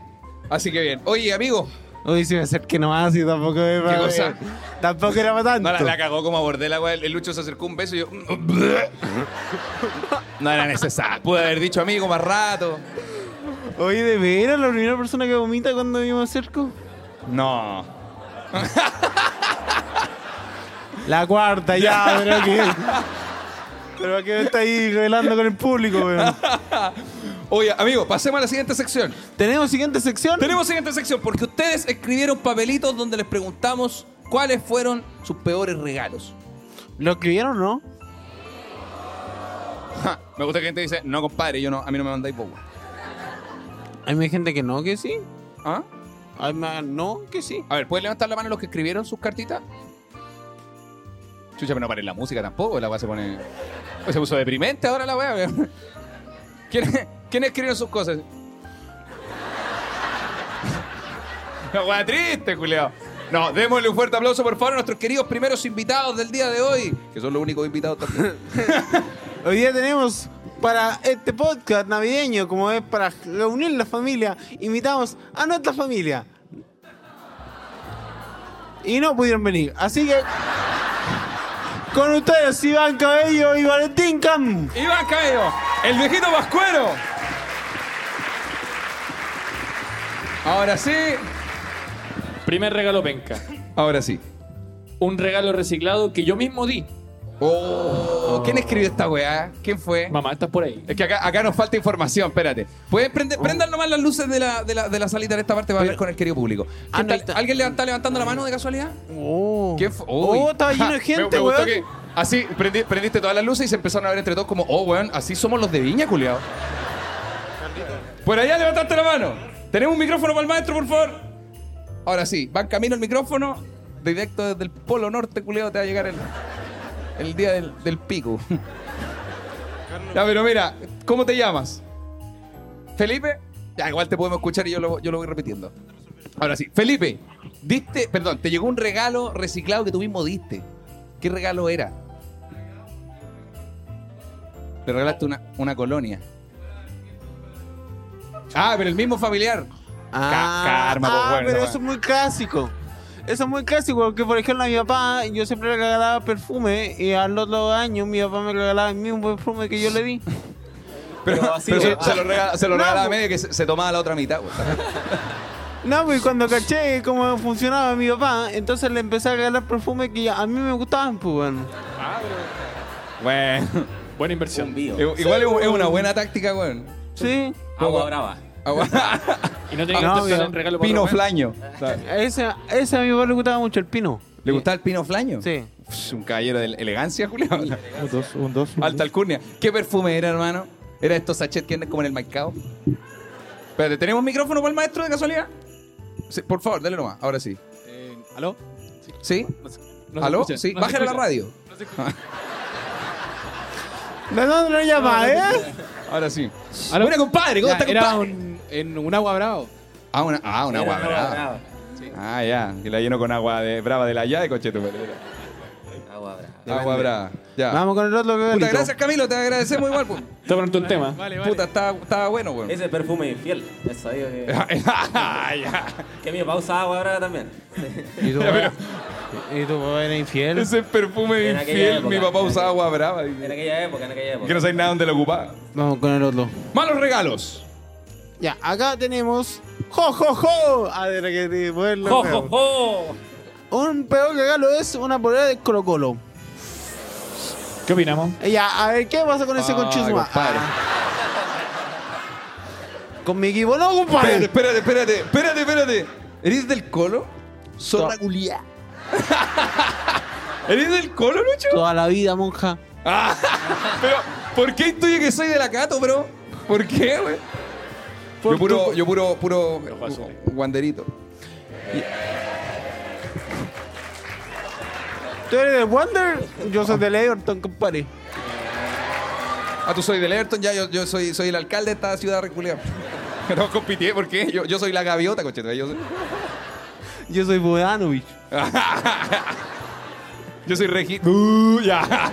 Así que bien. Oye, amigo.
Uy, si me acerqué nomás y tampoco era para-
cosa?
Tampoco era para tanto.
No, la, la cagó como abordé la weá. El, el Lucho se acercó un beso y yo. No era necesario. Pude haber dicho amigo más rato.
Oye, de veras, la primera persona que vomita cuando yo me acerco.
No.
La cuarta, ya, pero que. Pero que me está ahí revelando con el público, weón.
Oye, amigo, pasemos a la siguiente sección.
¿Tenemos siguiente sección?
Tenemos siguiente sección porque ustedes escribieron papelitos donde les preguntamos cuáles fueron sus peores regalos.
¿Lo escribieron o no?
Ja, me gusta que gente dice, no, compadre, yo no, a mí no me mandáis bobo.
Hay gente que no, que sí.
¿Ah?
Hay más no, que sí.
A ver, ¿pueden levantar la mano los que escribieron sus cartitas? Chucha, pero no paren la música tampoco, la weá se pone. Pues se puso deprimente ahora la weá. weón. ¿Quién- ¿Quiénes escribieron sus cosas? Una hueá triste, Julio. No, démosle un fuerte aplauso, por favor, a nuestros queridos primeros invitados del día de hoy, que son los únicos invitados también.
Hoy día tenemos para este podcast navideño, como es para reunir la familia, invitamos a nuestra familia. Y no pudieron venir. Así que con ustedes Iván Cabello y Valentín Cam.
Iván Caello, el viejito vascuero. Ahora sí,
Primer regalo penca.
ahora sí.
Un regalo reciclado que yo mismo di.
Oh, ¿Quién escribió esta weá? ¿Quién fue?
Mamá, estás por ahí.
Es que acá, acá nos falta información, espérate. Pueden
Oh.
prender, prendan nomás las luces de la, de la, de la salita en esta parte para hablar con el querido público. ¿Quién
Ah, no,
tal-
está-
¿Alguien le- está levantando la mano de casualidad?
Oh.
¿Quién fue? Uy.
Oh, estaba lleno
Ja,
de gente,
me, me gustó
weón.
que así prendi- prendiste todas las luces y se empezaron a ver entre todos como, oh, weón, así somos los de Viña, culiao. Por allá levantaste la mano. Tenemos un micrófono para el maestro, por favor. Ahora sí, va en camino el micrófono. Directo desde el polo norte, culiao, te va a llegar el, el día del, del pico. ya, pero mira, ¿cómo te llamas? Felipe. Ya, igual te podemos escuchar y yo lo, yo lo voy repitiendo. Ahora sí, Felipe, diste, perdón, te llegó un regalo reciclado que tú mismo diste. ¿Qué regalo era? Le regalaste una, una colonia. Ah, pero el mismo familiar. Ca- karma, pues,
ah,
bueno,
pero
bueno.
eso es muy clásico. Eso es muy clásico, porque por ejemplo a mi papá yo siempre le regalaba perfume y a los dos años mi papá me regalaba el mismo perfume que yo le di.
Pero,
así
pero
es.
se, se lo regala, se lo
No,
regalaba a
pues.
medio que se, se tomaba la otra mitad. güey.
No, pues cuando caché cómo funcionaba mi papá, entonces le empecé a regalar perfume que a mí me gustaban, pues bueno.
Bueno,
Buena inversión.
i- igual es, es una buena táctica, güey.
Sí,
Agua brava.
Agua-
Y no tenía
Ah,
que
no,
hacer
mira.
un regalo para
pino
otro, ¿eh?
flaño.
ese, ese a mi papá le gustaba mucho, el pino.
¿Le gustaba el pino flaño?
Sí.
Psh, Un caballero de elegancia, Julián.
Un dos, un dos. un
Alta
dos.
alcurnia. ¿Qué perfume era, hermano? ¿Era estos sachets que andan como en el mercado? Espérate, ¿tenemos micrófono para el maestro de casualidad? Sí, por favor, dale nomás, ahora sí.
Eh, ¿Aló?
¿Sí?
No se- no se
¿Aló?
escucha,
sí,
no se
bájale la
escucha.
radio.
No se escucha.
¿De dónde lo llama, eh?
Ahora sí.
¿Aló?
Buena, compadre, ¿cómo
Ya,
está,
Era
compadre?
un, en un agua bravo.
Ah, una, ah, una
Era
agua
una
brava. Ah, ya, que la lleno con agua de brava de la ya de cochetumbre.
Agua brava.
Agua brava. Ya.
Vamos con el otro regalito.
Puta, gracias, Camilo, te agradecemos igual. pues.
Te pronto un tema.
Vale, vale.
Puta, estaba, estaba bueno, weón.
Ese perfume infiel. Es sabido que,
Ya.
que mi papá usaba agua brava también.
¿Y tu papá, y tu papá era infiel?
Ese perfume
En aquella
infiel,
época,
mi papá
en
usaba
aquella-
agua brava. dice.
En aquella época, en aquella época.
Que no sabéis nada dónde lo ocupaba.
Vamos con el otro.
Malos regalos.
Ya, acá tenemos. ¡Jo, jo, jo! A ver, que te- poderlo-
¡Jo, jo, jo!
Un peor regalo es una polera de Colo Colo. Eh,
¿Qué opinamos?
Ya, a ver, ¿qué pasa con ese
Ay,
conchuzuma?
compadre.
Con mi equipo, no,
Espérate,
compadre.
espérate, espérate, espérate, espérate. ¿Eres del colo? Zorra
No.
culiá. ¿Eres del colo, Lucho?
Toda la vida, monja.
Ah, pero, ¿por qué intuye que soy de la Cato, bro? ¿Por qué, güey? Yo puro, yo puro, puro
azules.
guanderito.
¿Tú eres de Wander? Yo soy del Everton, compadre.
Ah, tú soy del Everton, ya, yo, yo soy, soy el alcalde de esta ciudad reculeada. No compitié, ¿por qué? Yo, yo soy la gaviota, cocheta. Yo soy,
Yo soy Budanovic.
yo soy regi... Uh, ya.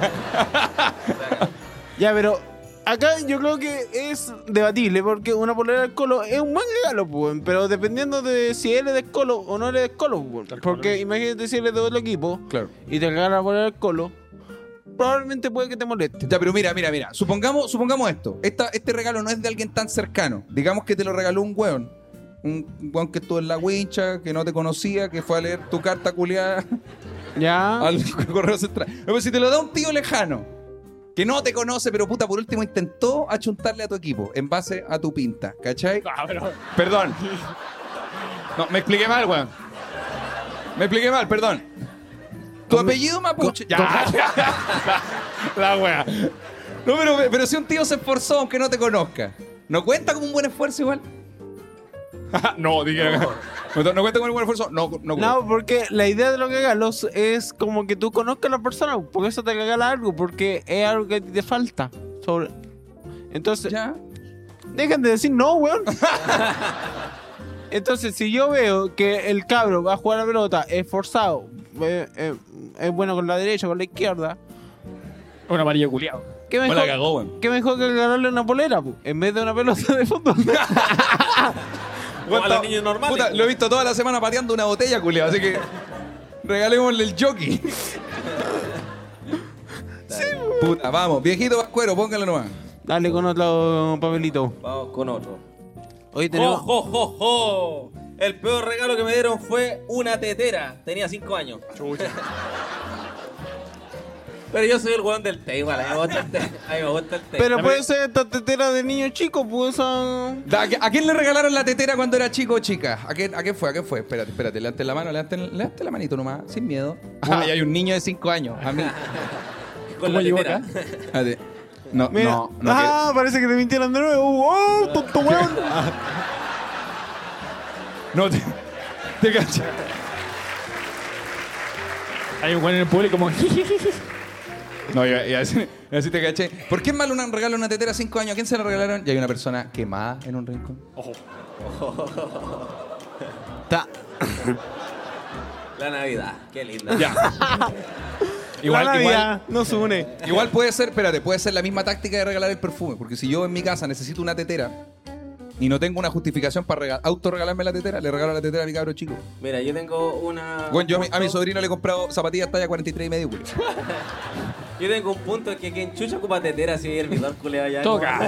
Ya, pero acá yo creo que es debatible porque una polera del Colo es un buen regalo, pues, pero dependiendo de si eres del Colo o no eres del Colo, pues, porque imagínate si eres de otro equipo
Claro.
y te regalan la polera del Colo, probablemente puede que te moleste.
Ya, pero mira, mira, mira. Supongamos, supongamos esto. Esta, este regalo no es de alguien tan cercano. Digamos que te lo regaló un weón. Un un weón que estuvo en la wincha, que no te conocía, que fue a leer tu carta culiada
Ya.
al correo central. No, Pero si te lo da un tío lejano, que no te conoce, pero puta, por último intentó achuntarle a tu equipo en base a tu pinta, ¿cachai? Perdón. No, me expliqué mal, weón. Me expliqué mal, perdón. Tu apellido mapuche. Ya,
La wea.
No, pero, pero si un tío se esforzó aunque no te conozca, ¿no cuenta como un buen esfuerzo igual?
no, diga.
¿No, no cuenta como un buen esfuerzo? No, no cuenta.
No, porque la idea de los regalos es como que tú conozcas a la persona, porque eso te regala algo, porque es algo que a ti te falta. Sobre... Entonces,
Ya.
dejen de decir no, weón. Entonces, si yo veo que el cabro va a jugar a la pelota, es forzado, eh, eh, es bueno con la derecha, con la izquierda,
Un amarillo culiado.
¿qué mejor,
Pues la cagó, weón.
qué mejor que ganarle una polera, pu, en vez de una pelota de fútbol?
Como a los niños normales.
Puta, lo he visto toda la semana pateando una botella, culiao. Así que regalémosle el jockey.
pues.
Puta, vamos. Viejito vascuero, póngalo nomás.
Dale con otro papelito.
Vamos con otro.
Hoy
¡Jo,
tenemos...
jo, jo, jo! El peor regalo que me dieron fue una tetera. Tenía 5 años. Pero yo soy el weón del té, igual. A mí me gusta el té. A mí me gusta el té.
Pero
La
puede
pe-
ser esta tetera de niño chico, pues esa...
Da, ¿A quién le regalaron la tetera cuando era chico o chica? ¿A quién, a quién fue? ¿A quién fue? Espérate, espérate. Levanten la mano, levanten, levanten la manito nomás, sin miedo. Ay, hay un niño de 5 años. A mí.
con la
llegó
tetera.
Espérate. No,
Mira.
no, no.
ah, parece que te mintieron de nuevo. ¡Oh, tonto weón!
quiero- no te, te cacho.
Hay un buen en el público como.
No, yo, yo así, yo así te caché. ¿Por qué es malo un regalo una tetera a 5 años? ¿A quién se la regalaron? Y hay una persona quemada en un rincón.
Ta-
La Navidad. Qué linda.
Igual,
la
igual,
Navidad nos une.
Igual puede ser, espérate, puede ser la misma táctica de regalar el perfume. Porque si yo en mi casa necesito una tetera y no tengo una justificación para rega- autorregalarme la tetera, le regalo la tetera a mi cabro chico.
Mira, yo tengo una.
Bueno, yo a mi, a mi
punto-
sobrino le he comprado zapatillas talla 43 y medio, culo.
Yo tengo un punto que quien chucha ocupa tetera si el vidor culea ya.
Toca.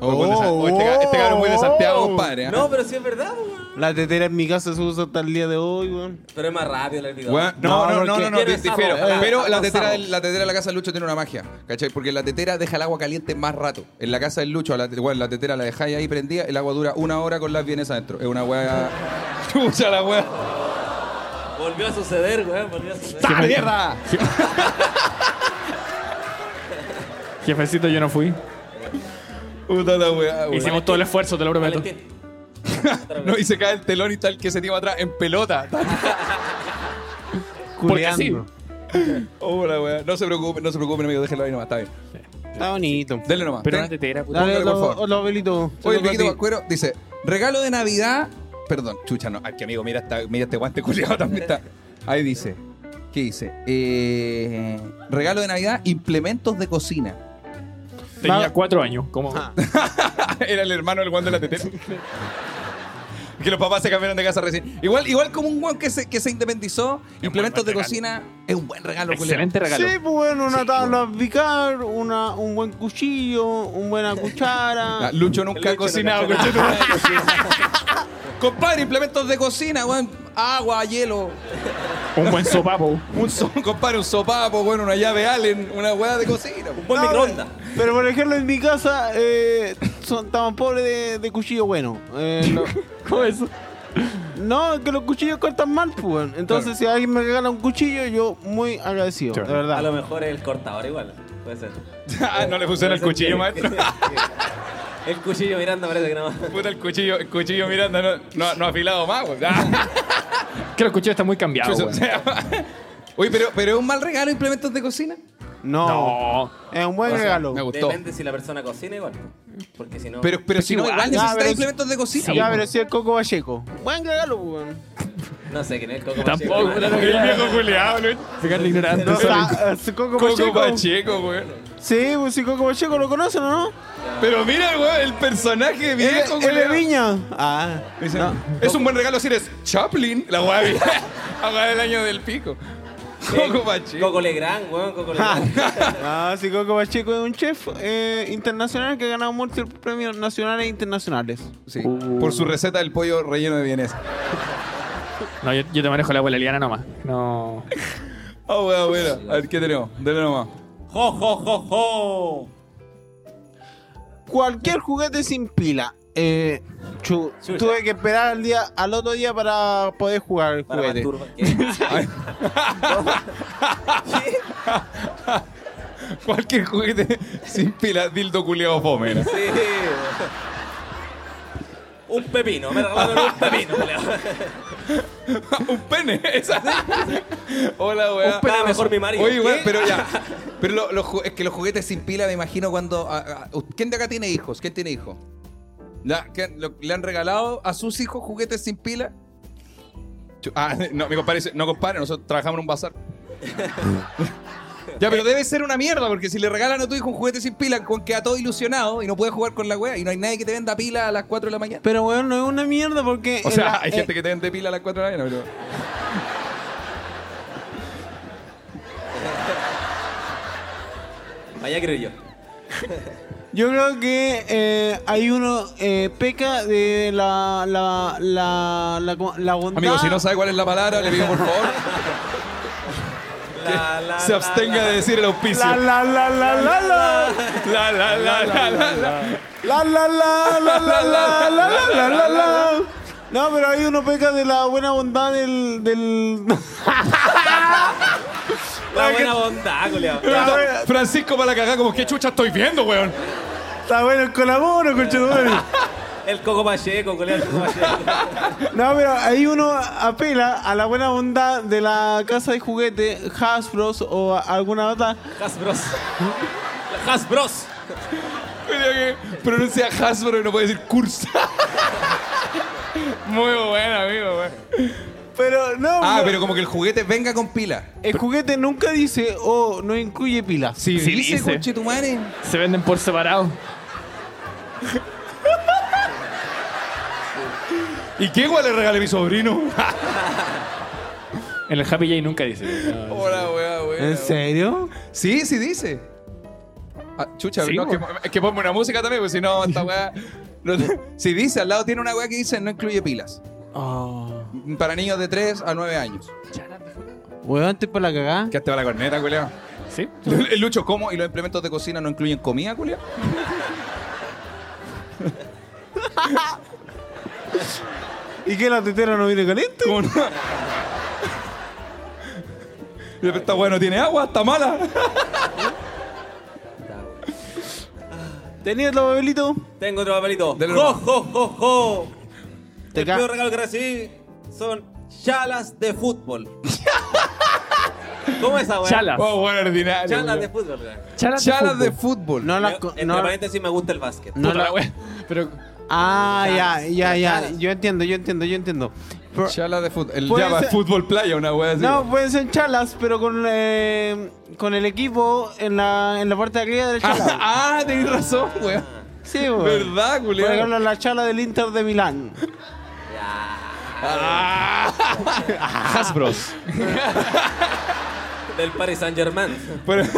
Oh, buen desa- oh, este, ca- este cabrón muy de Santiago, compadre. ¿eh?
No, pero sí es verdad, weón.
La tetera en mi casa se usa hasta el día de hoy, weón.
Pero es más rápido el vidor.
Bueno, no, no, no,
No,
no,
porque-
no,
Tiene
te- difiero.
sabor,
Pero
ah,
la
con
tetera,
sabor.
del- la tetera de la casa de Lucho tiene una magia, ¿cachai? Porque la tetera deja el agua caliente más rato. En la casa del Lucho, la, te- bueno, la tetera la dejáis ahí prendida, el agua dura una hora con las vienes adentro. Es una weá. Chucha la weá.
Volvió a suceder, weón. Volvió a suceder.
¡Ah, mierda!
Jefecito, yo no fui.
Puta la weá, weón.
Hicimos todo el esfuerzo, te lo prometo.
Valentín.
No, y se cae el telón y tal que se tío atrás en pelota.
Porque sí.
Culeando.
Oh, la weá. No se preocupen, no se preocupen, amigo, déjenlo ahí nomás, está bien.
Está bonito.
Denle nomás.
Pero
Ten-
una tetera, puta.
Dale
Póngale, por
otro,
favor.
otro papelito. Te
Oye, el
toca a
viejito
ti.
Pascuero dice: regalo de Navidad. Perdón, chucha, no. Ay, que amigo, mira, esta- mira este guante culiado también está. Ahí dice: ¿Qué dice? Eh, regalo de Navidad, implementos de cocina.
Tenía cuatro años. Como.
Ah.
Era el hermano del guante de la tetera. Que los papás se cambiaron de casa recién. Igual, igual como un guan que se, que se independizó,
buen-
implementos de
buen regalo.
cocina es un buen regalo, culiao.
Excelente regalo.
Sí, pues bueno, una tabla picar, una, un buen cuchillo, una buena cuchara.
Ah, Lucho nunca ha
Lucho no
cocinado,
cachó
coche tu madre. Compadre, implementos de cocina, weón. Agua, hielo.
Un buen sopapo.
Un so- compadre, un sopapo, weón, una llave Allen, una weá de cocina.
Un buen
No,
microondas.
Pero por ejemplo, en mi casa eh, son, estaban pobres de, de cuchillo bueno. Eh, lo-
¿Cómo eso?
No, que los cuchillos cortan mal, pues. weón. Entonces, si alguien me regala un cuchillo, yo muy agradecido,
Sure.
de
A
verdad.
lo mejor el cortador igual. Puede ser.
Ah, no le pusieron el cuchillo, maestro.
El cuchillo mirando parece que no.
Puta, el cuchillo, el cuchillo Miranda no, no, no ha afilado más, weón. Ah,
Que los cuchillos están muy cambiados.
chuzo, o
weón.
sea, Uy, pero, pero es un mal regalo implementos de cocina.
No,
No.
es un buen
O sea,
regalo.
Me gustó.
Depende si la persona cocina igual. Porque si no.
Pero, pero si no,
igual,
igual
ya,
necesitas
pero-
implementos de cocina.
Ya,
weón.
pero si el Coco Valleco. Buen regalo, pues. weón.
No sé quién es el coco
Tampoco.
Pacheco.
El viejo culiado, Ficar ignorante.
No,
sorry.
sa- eh, Coco
Coco
Valleco.
Pacheco, weón.
Sí, pues si Coco Valleco lo conocen, ¿o no?
Pero mira, weón, el personaje
Él
viejo,
él es
culiao.
Viña. Ah,
Dice,
no.
Es un buen regalo si eres Chaplin, la weá bien. Agua del año del pico. Coco Pacheco.
Coco Legrand, weón. Coco Legrand.
Ah, sí, Coco Pacheco es un chef eh, internacional que ha ganado múltiples premios nacionales e internacionales.
Sí,
Uh.
por su receta del pollo relleno de vienesa.
No, yo, yo te manejo la abuela Eliana nomás. No.
Ah, weá, bueno. A ver, ¿qué tenemos? Dale nomás.
¡Jo, jo, jo, jo!
Cualquier juguete sin pila. Eh, chu-
Chucha.
tuve que esperar al día, al otro día para poder jugar el
Para
juguete.
masturbar. ¿Qué?
Cualquier juguete sin pila, dildo culiado fome. ¿no?
Sí. Un pepino, me regalaron un pepino. culiao.
un pene. Esa. Hola, weá. Ah,
Un pene Estaba mejor mi marido.
Oye, weá,
¿Qué?
pero ya. Pero lo- lo ju- es que los juguetes sin pila, me imagino cuando. a- a- ¿Quién de acá tiene hijos? ¿Quién tiene hijos? La- que han- lo- ¿Le han regalado a sus hijos juguetes sin pila? Chu- Ah, no, mi compadre dice, no compadre, nosotros trabajamos en un bazar. ya, pero debe ser una mierda, porque si le regalan a tu hijo un juguete sin pila, Juan queda todo ilusionado y no puede jugar con la wea y no hay nadie que te venda pila a las 4 de la mañana.
Pero, weón, no es una mierda porque.
O
en
sea,
la-
hay
eh,
gente que te vende pila a las 4 de la mañana, pero...
Allá creo yo.
Yo creo que eh, hay uno eh, peca de la, la, la, la, la bondad.
Amigo, si no sabe cuál es la palabra, le pido por favor
La, la,
se
la,
abstenga
la.
de decir el auspicio.
La la la la la la.
La, la, la, la, la, la.
La la la la la la la la la la la. No, pero ahí uno peca de la buena bondad del. del...
La buena bondad, culiao.
Pero,
La wea-
Francisco para la cagada, como qué chucha estoy viendo, weón.
Está bueno el colaboro, conchetumare.
El coco pacheco, culiao, el coco pacheco.
No, pero ahí uno apela a la buena bondad de la casa de juguete Hasbro o a- alguna otra.
Hasbros. La Hasbros.
Mira que pronuncia Hasbro y no puede decir cursa. Muy bueno, amigo, weón.
Pero no.
Ah,
no.
pero como que el juguete venga con pila.
El juguete nunca dice o no incluye pilas.
Sí,
Si
dice.
dice, conche tu madre.
Se venden por separado.
¿Y qué igual le regalé a mi sobrino?
En el Happy J nunca dice. No,
Hola, weón,
¿En serio?
Sí, sí dice. Ah, chucha,
Sí,
no, que,
po.
es que ponme una música también, porque si no, esta weá. no te- si dice, al lado tiene una weá que dice no incluye pilas. Ah. Para niños de 3 a 9 años.
Weón, antes para la cagada.
¿Qué te va la corneta, culiao?
¿Sí?
El Lucho, ¿cómo? ¿Y los implementos de cocina no incluyen comida, culiao?
¿Y que la tetera no viene caliente?
¿Cómo no? Y de Esta weá no tiene agua, está mala.
¿Tenías los papelitos?
Tengo otro papelito.
Dale
¡Jo,
nomás.
jo, jo, jo!
Te
el
ca-
peor regalo que recibí son chalas de fútbol. ¿Cómo es esa weá?
Chalas.
Oh, bueno, ordinario.
Chalas de
culiao.
fútbol, weá.
Chalas
Chalas de
fútbol.
fútbol.
No las.
Me-
co-
Entre
No,
paréntesis, me gusta el básquet.
no
Puta la
la-
wea. Pero
Ah, ya, ya, ya.
Chalas.
Yo entiendo, yo entiendo, yo entiendo. Pero-
Chalas de fútbol. El
Puede
Java
ser-
Fútbol Playa, una weá así.
no, pueden ser chalas, pero con, eh, con el equipo en la, en la parte de arriba del chala.
Ah, ah, tenés razón, weón.
Sí, weón.
¿Verdad,
Por ejemplo,
culiao?
la chala del Inter de Milán.
Hasbros.
Del Paris Saint Germain.
Pero-
Del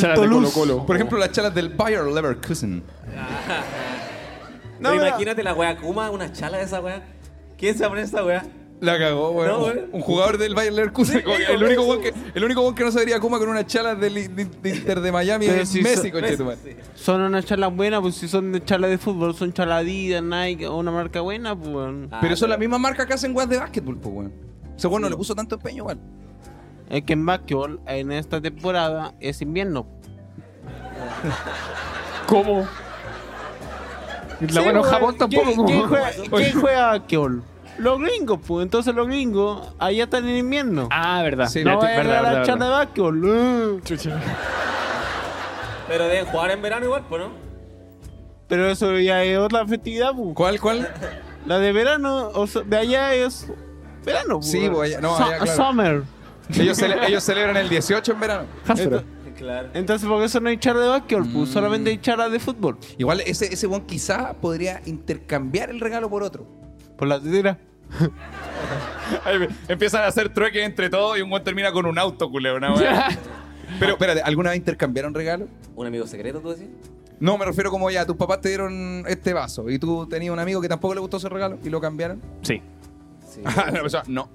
Chalas de
Toulouse.
Colo-Colo.
por ejemplo, las chalas del Bayer Leverkusen.
No,
Pero
pero-
imagínate la weá Kuma, una chala de esa weá. ¿Quién se va a poner esa weá?
La cagó, weón.
No,
Un-
weón.
un jugador del Bayern Leverkusen.
Sí,
como que
digo,
el, único
eso.
weón que, el único weón que no sabría Kuma con una chala del I- de, de Inter de Miami
Pero
es
si
Messi,
so-
conchetumare.
Sí.
Son unas charlas buenas, pues si son de charlas de fútbol, son charlas Adidas, Nike, o una marca buena, pues. weón.
Ah,
Pero son las mismas marcas que hacen weas de básquetbol, pues, weón. O sea, weón, no le puso tanto empeño, weón.
Es que en básquetbol, en esta temporada, es invierno.
¿Cómo? La buena en Japón tampoco.
¿Quién,
¿cómo?
juega,
Oye.
¿quién juega básquetbol? Los gringos, pues. Entonces los gringos, allá están en invierno.
Ah, verdad.
Sí,
no
verdad,
voy a
verdad,
regalar
verdad,
charla de
verdad.
básquetbol. eh.
Chucha.
Pero deben jugar en verano igual, pues, ¿no?
Pero eso ya es otra festividad, pues.
¿Cuál, cuál?
La de verano, o sea, de allá es verano, pues.
Sí,
weón.
pues, allá- no,
Su-
allá, claro.
Summer.
ellos, cele- ellos celebran el 18 en verano.
Hasbro.
Esto-
Claro.
entonces, ¿por qué eso no hay charla de básquetbol? Pues solamente
Mm.
hay charla de fútbol.
Igual ese, ese weón quizá podría intercambiar el regalo por otro.
Por la tetera.
empiezan a hacer trueques entre todos y un weón termina con un auto, culeo, una Pero espérate, ¿alguna vez intercambiaron regalo?
¿Un amigo secreto, tú decís?
No, me refiero como ya, tus papás te dieron este vaso y tú tenías un amigo que tampoco le gustó ese regalo y lo cambiaron.
Sí.
Sí.
Ah,
La persona, Ah, no.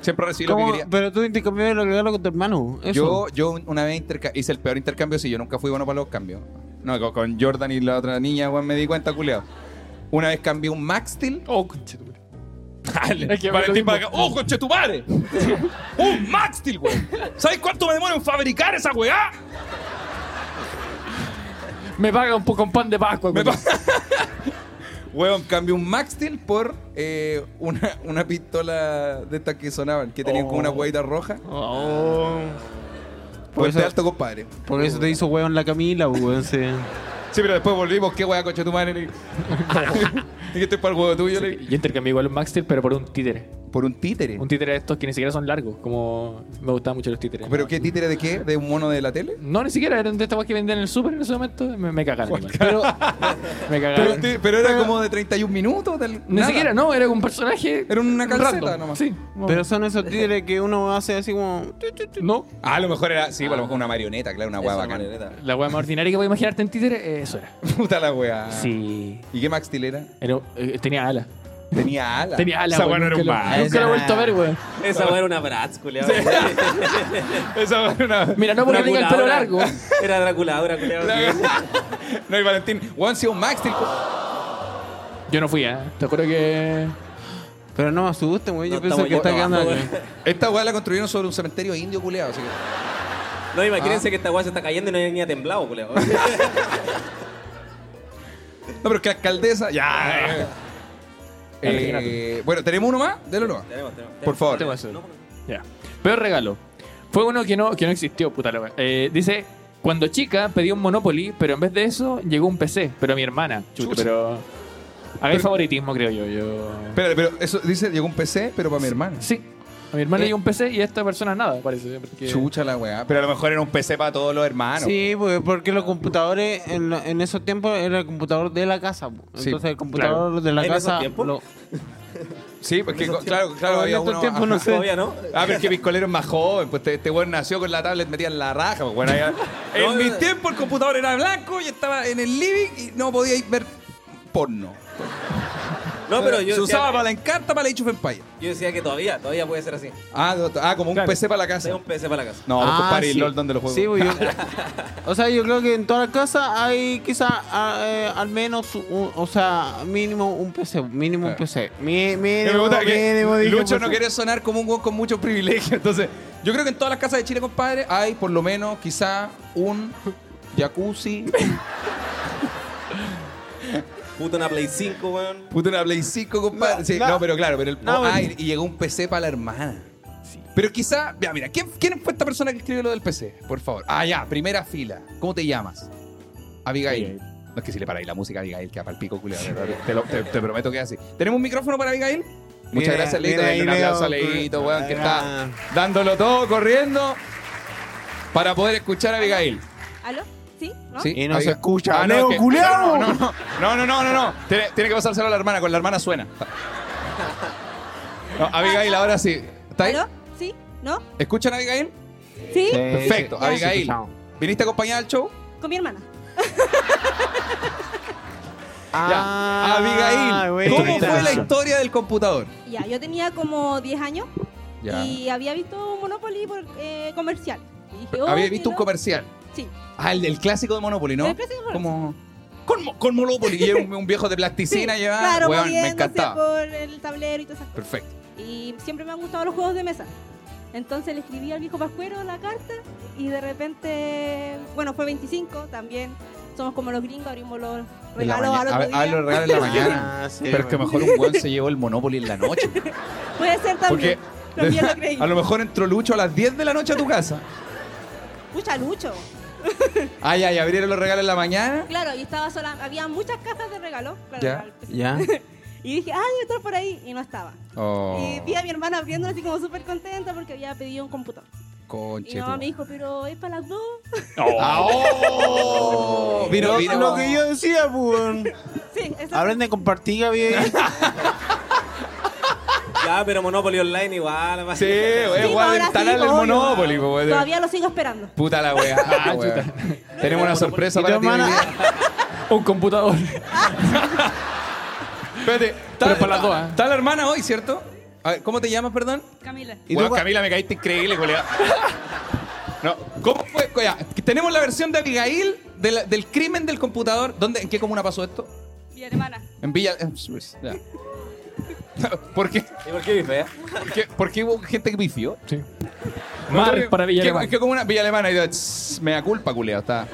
Siempre recibí lo que
¿Cómo?
quería.
Pero tú intercambiaste los regalos con tu hermano. Eso.
Yo, yo una vez interca- hice el peor intercambio, sí, yo nunca fui bueno para los cambios. No, con, con Jordan y la otra niña, weón, me di cuenta, culiado. Una vez cambié un Max Steel.
Oh, conchetumare.
Dale,
Es que
Valentín
me lo
para acá. ¡Oh, coche tu madre! ¡Un Max Steel, weón! ¿Sabes cuánto me demora en fabricar esa weá?
Me paga un poco con pan de Pascua.
Me
culiao.
pa- Weón, cambié un Max Steel por eh, una, una pistola de estas que sonaban, que tenían como una huevita roja.
Oh.
Por
Por
este
eso-
alto compadre.
Por eso te hizo weón la Camila, pues, weón. sí.
Sí, pero después volvimos, qué wea, coche tu madre. le- Y que estoy para el huevo tuyo. le-
Yo intercambié igual un Max Steel, pero por un títere.
Por un títere.
Un títere de estos que ni siquiera son largos. Como me gustaban mucho los títeres.
¿Pero qué títere de qué? ¿De un mono de la tele?
No, ni siquiera eran de estas weas que vendían en el súper en ese momento. Me, me cagaron. igual. Pero, me
Pero,
cagaron.
ti- pero era como de 31 minutos. del-
ni
nada.
siquiera, no, era un personaje.
Era una calceta
random.
nomás.
Sí.
Pero son esos títeres que uno hace así como.
No,
Ah, a lo mejor era, sí, a lo mejor una marioneta, claro, una wea
Esa
bacana.
marioneta.
la wea más ordinaria que voy a imaginarte en títere, eh, eso era.
Puta la wea.
Sí.
¿Y qué Max Steel era?
Era- eh, tenía alas.
Tenía alas.
Tenía alas.
Esa
weón,
wea no era un
nunca lo-
Max.
Nunca lo he vuelto a ver, weón.
Esa weá era una bratz, culiao.
Esa wea era una.
Mira, no porque tenga el pelo largo.
Era Draculadora, culiao.
no, y Valentín. Juan si un Max Steel.
Yo no fui, ¿eh? Te juro que.
Pero no me asusten, güey. Yo
No,
pienso
estamos
que está
yendo
quedando.
abajo,
acá.
güey.
Esta wea la construyeron sobre un cementerio indio culeado. Así que...
No,
Ah.
imagínense que esta weá se está cayendo y no hay ni a temblado, culiao.
No, pero es que la alcaldesa. Ya.
Ah.
eh. Eh, bueno, ¿tenemos uno más? Delo nomás.
Tenemos, tenemos.
Por favor.
Tengo eso.
No, por-
Ya. Peor regalo. Fue uno que no, que no existió, puta la wea. Eh, dice, cuando chica pedí un Monopoly, pero en vez de eso llegó un PC, pero a mi hermana. Chuta,
Chucha.
pero... Hagáis
Pero-
favoritismo, creo yo. yo...
Espérate, pero eso dice, llegó un PC, pero para mi hermana.
Sí. A mi hermana
Eh.
llegó un PC y a esta persona nada, parece. porque-
Chucha la weá. Pero a lo mejor era un PC para todos los hermanos.
Sí, porque, porque los computadores en, lo- en esos tiempos era el computador de la casa. po.
Sí,
Entonces el computador de la
¿En esos
casa.
tiempos?
lo-
Sí, porque co- claro, claro,
Ah,
había
en estos
uno.
tiempos no sé.
Todavía no.
Ah, pero es que Piscolero es más joven, pues este, este weón nació con la tablet metida en la raja. pues, bueno, allá-
No,
en
no,
mi
no.
tiempo el computador era blanco y estaba en el living y no podía ir ver porno.
No, pero yo
Se usaba
decía,
para la encarta, para la Age of Empires.
yo decía que todavía, todavía puede ser así.
Ah, do- ah, como un
Claro.
PC para la casa.
Tengo un PC para la casa.
No,
Ah,
compadre,
sí.
LOL donde lo juego.
Sí, pues, yo- o sea, yo creo que en todas las casas hay quizás ah, eh, al menos, un- o sea, mínimo un PC, mínimo un
Claro.
PC. Mi- mínimo,
Me gusta que
mínimo, dije,
Lucho
pues,
no quiere sonar como un weón con muchos privilegios. Entonces, yo creo que en todas las casas de Chile, compadre, hay por lo menos quizá un jacuzzi,
Puta una Play 5, weón.
puta una Play 5, compadre.
No,
Sí,
no.
no, pero claro, pero el
No,
ah,
pero-
y llegó un PC para la hermana. Pero quizá, ya, mira, ¿quién, ¿quién fue esta persona que escribió lo del PC? Por favor. Ah, ya, primera fila. ¿Cómo te llamas? Abigail.
Abigail.
No es que si le paráis la música a Abigail, que para el pico, culiao. Te, lo- te- te prometo que es así. ¿Tenemos un micrófono para Abigail? Muchas
Mira,
gracias, Leito.
mira
Denle Un
ahí,
aplauso a
Leo.
Leito, weón, que está
Ah.
dándolo todo, corriendo, para poder escuchar a Abigail.
¿Aló? ¿Sí? ¿No?
Sí,
Y no se
Abigail.
escucha,
es
Leo,
que-
culiao.
No, no, no, no, no, no, no, no. Tiene, tiene que pasárselo a la hermana, con la hermana suena. No, Abigail, ahora sí. ¿Está ahí?
Ah, ¿Aló? ¿Sí? ¿No?
¿Escuchan a Abigail?
¿Sí?
Sí,
Perfecto,
Eh, sí, sí,
Abigail.
escuchamos.
¿Viniste acompañada al show?
Con mi hermana.
Ah,
Abigail,
güey,
¿cómo
mira.
fue la historia del computador?
Ya, yo tenía como 10 años y había visto un Monopoly por, eh, comercial. Y dije, oh,
Había
qué
visto un
loco.
comercial.
Sí.
Ah, el del clásico de Monopoly, ¿no?
El clásico de
Como... Con, Mo- con Monopoly. Y era un, un viejo de plasticina
Sí,
llevaba.
claro,
Weón, me
moviéndose
encantaba.
por el tablero y todas esas cosas.
Perfecto.
Y siempre me han gustado los juegos de mesa. Entonces le escribí al viejo Pascuero la carta y de repente, bueno, fue 25 también. Somos como los gringos, abrimos los
En la
regalos
maña-
al
a
otro
ver, ah, los
día.
regalos en la mañana.
Ah, sí,
Pero es que
güey.
mejor un weón se llevó el Monopoly en la noche.
Puede ser
Porque
también. También lo creí.
a lo mejor entró Lucho a las 10 de la noche a tu casa.
Pucha, Lucho.
Ay, ay, abrieron los regalos en la mañana.
Claro, y estaba sola. Había muchas cajas de regalos. Claro,
Ya.
al principio.
Ya.
Y dije, ah, debe estar por ahí. Y no estaba.
Oh,
Y vi a mi hermana abriéndolo así como súper contenta porque había pedido un computador.
conche.
y mi mamá
tu-
me dijo, pero es para las dos.
Ah, oh. Vino,
Lo-
vino.
Lo que yo decía, pues.
sí, eso.
Hablan de compartir, Gabriel.
Ya, pero Monopoly Online igual.
Sí, eh,
Sí,
es weón,
ahora
instalar
sí,
el
obvio.
Monopoly, pues, po, weón.
Todavía lo sigo esperando.
Puta la weá. weá. Tenemos una sorpresa
¿Y tu
para ti. hoy
hermana?
día.
Un computador.
Espérate, está,
Pero para las dos, ¿eh?
está la hermana hoy, ¿cierto? A ver, ¿cómo te llamas, perdón?
Camila.
¿Y
Weón,
tú,
Camila, me caíste increíble, colega. No, ¿cómo fue? Oiga, tenemos la versión de Abigail de la- del crimen del computador. ¿Dónde, ¿En qué comuna pasó esto?
Mi hermana.
En Villa. en- ya. ¿Por qué?
¿Y por qué mi fea?
¿Por qué? por qué hubo gente que pifió?
Sí. Mar para Villa
¿Qué-
Alemana.
qué comuna? Villa Alemana. Y yo, tss, me da culpa, culeado. Está.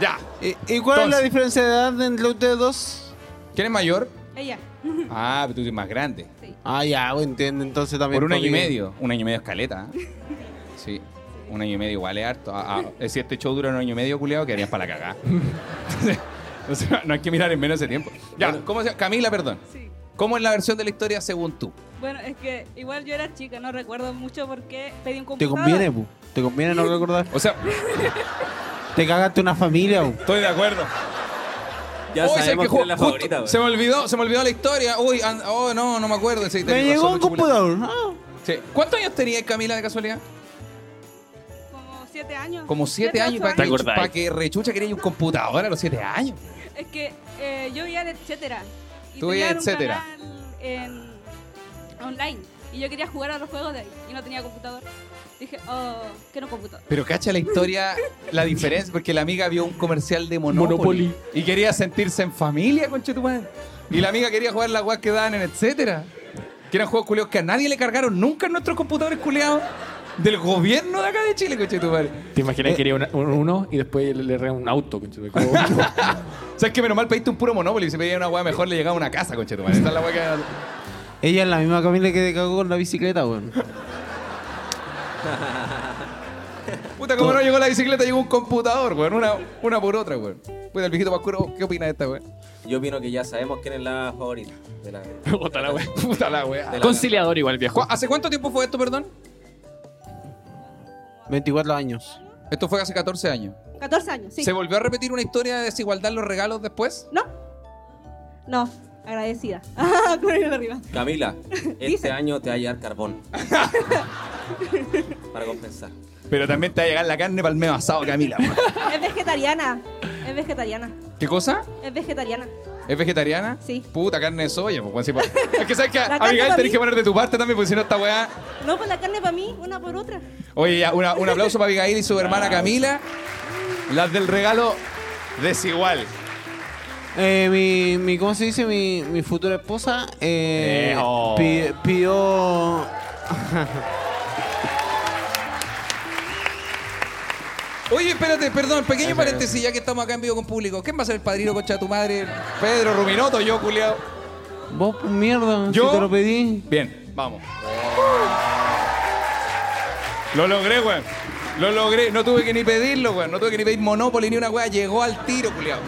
Ya.
¿Y, y cuál es la
Entonces-
diferencia de edad entre ustedes dos?
¿Quién es mayor?
Ella.
Ah, pero tú eres más grande.
Ah, ya, güey, entiendo. Entonces también.
Por un año y
podía-
medio. Un año y medio escaleta. ¿eh? Sí. un año y medio igual es harto. Ah, ah, si este show dura un año y medio, culiado, quedarías para la cagada. o sea, no hay que mirar en menos ese tiempo. Ya, ¿cómo se- Camila, perdón.
Sí.
¿Cómo es la versión de la historia según tú?
Bueno, es que igual yo era chica, no recuerdo mucho por qué pedí un
Te
computador.
conviene, pu. Te conviene no recordar.
O sea,
Te cagaste una familia, pu.
estoy de acuerdo.
Ya
Uy, ¿sabes
sabemos
qué?
cuál es la
Justo-
favorita,
se
weón.
me olvidó, se me olvidó la historia. Uy, and- oh, no, no me acuerdo. Sí,
Me
tenés
llegó
razón,
un
mucho culo.
computador. Ah.
Sí. ¿Cuántos años tenía Camila de casualidad?
Como siete años.
Como siete, años.
ocho
Para que,
años. ¿Te acordás?
pa' que rechucha quería un computador a los siete años.
Es que eh, yo veía de etcétera. Y
Tú veías
tenía un
Etcétera.
canal en online. Y yo quería jugar a los juegos de ahí. Y no tenía computador. Dije, oh, quiero un computador.
Pero cacha la historia, la diferencia, porque la amiga vio un comercial de Monopoly,
Monopoly.
y quería sentirse en familia, conchetumadre. Y la amiga quería jugar la guas que daban en etcétera. Que eran juegos culeados que a nadie le cargaron nunca en nuestros computadores culeados del gobierno de acá de Chile, conchetumadre.
¿Te imaginas
Eh,
que quería una- un- uno y después le, le rea un auto? concha de- como-
O sea, es que menos mal pediste un puro Monopoly. Si pedía una guas mejor, le llegaba una casa, conchetumadre. Esta es la guas que...
Ella es la misma Camila que te cagó con la bicicleta, weón.
Puta, como no llegó la bicicleta, llegó un computador, weón. Una, una por otra, weón. Puta, el viejito Pascuro, ¿qué opina de esta, weón?
Yo opino que ya sabemos quién es la favorita. De la...
Bota la wea.
Puta la weá.
De la-
Conciliador igual,
¿Cu-
viejo.
¿Hace cuánto tiempo fue esto, perdón?
24 años.
Esto fue hace 14 años.
14 años, sí.
¿Se volvió a repetir una historia de desigualdad en los regalos después?
¿No? No, agradecida. Ah, con el de arriba.
Camila, este
Dicen.
año te va a llegar carbón. Para compensar.
Pero también te va a llegar la carne para el medio asado, Camila.
Es vegetariana. Es vegetariana.
¿Qué cosa?
Es vegetariana.
¿Es vegetariana?
Sí.
Puta, carne de soya. Pues, weón, sí, pues. Es que sabes que,
La carne
amiga,
para
tenés
mí.
que poner de tu parte también, porque si no, esta weá.
No, pues la carne para mí, una por otra.
Oye, ya, una- un aplauso para Abigail y su hermana Camila. Las del regalo desigual.
Eh, mi, mi, ¿cómo se dice? Mi, mi futura esposa eh,
Ejo.
pi- pidió...
Oye, espérate, perdón, pequeño paréntesis, ya que estamos acá en vivo con público. ¿Quién va a ser el padrino, concha de tu madre? Pedro Rubinoto, yo, culiao.
Vos, pues, mierda,
¿Yo?
si te lo pedí.
Bien, vamos. Lo logré, weón. Lo logré. No tuve que ni pedirlo, weón. No tuve que ni pedir Monopoly ni una weá. Llegó al tiro, culiao.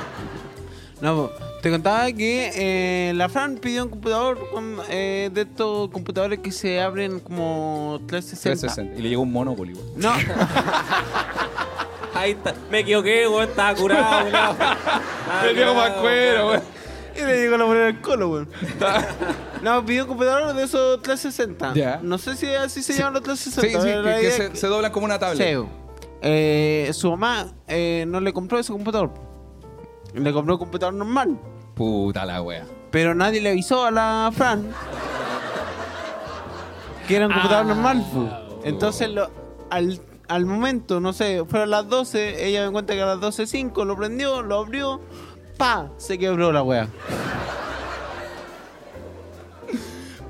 No, po. te contaba que eh, la Fran pidió un computador con, eh, de estos computadores que se abren como 360.
Y le llegó un Monopoly, weón.
No,
Ahí está. Me equivoqué, weón. Estaba curado, weón. Ah, Estaba
Le llegó
curado,
más cuero, weón.
y le llegó la moneda al colo, weón. No, pidió un computador de esos 360.
Ya.
No sé si así se llaman los
Sí,
360.
sí,
pero la
que, que
idea
se,
es
se doblan como una tabla.
Sí, bo. Eh, su mamá eh, no le compró ese computador. Le compró un computador normal.
Puta la weá.
Pero nadie le avisó a la Fran que era un computador
Ah.
normal. po. Entonces, lo- al, al momento, no sé, fueron las 12. Ella me cuenta que a las 12.05 lo prendió, lo abrió. ¡Pa! Se quebró la wea.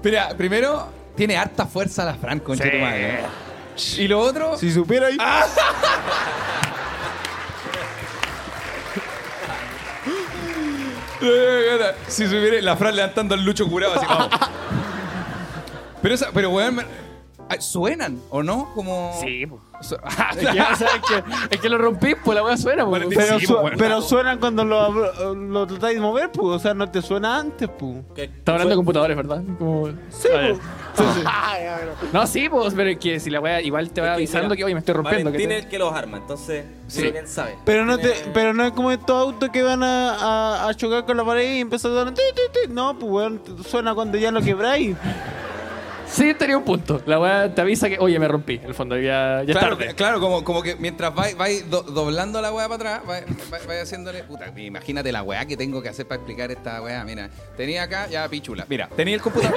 Mira, primero, tiene harta fuerza la Fran, concha de tu madre. ¿eh? Y lo otro. Ah.
supiera ahí.
Eh, Si subiera la Fran levantando al lucho curado, así vamos. Pero, esa, pero weón, me- ay, ¿suenan o no? Como.
Sí, po.
Su-
Es que, o sea, es que- es que lo rompí, pues la wea suena. po.
Bueno,
Pero,
Sí,
su-
bo, bueno.
pero suenan cuando lo, abro- lo tratáis de mover, pu. O sea, no te suena antes, pu.
Que-
Estaba hablando de computadores, ¿verdad? Como-
Sí,
A ver.
pu. Sí, sí.
No, sí, pues, pero es que si la wea igual te va
Es que,
avisando
mira,
que hoy me estoy rompiendo.
Valentín es
¿cachai?
el que los arma, entonces.
Sí.
uno quién sabe.
Pero no, te,
Tiene-
pero no es como estos autos que van a, a- a chocar con la pared y empiezan a sonar. "Ti, ti, ti". No, pues weón, suena cuando ya lo quebráis.
Sí, tenía un punto. La wea te avisa que, oye, me rompí. En el fondo, ya, ya es
claro,
tarde.
claro, como, como que mientras vais vais do- doblando la weá para atrás, vais vais- vais haciéndole. Puta, imagínate la weá que tengo que hacer para explicar esta weá. Mira, tenía acá ya pichula. Mira, tenía el computador.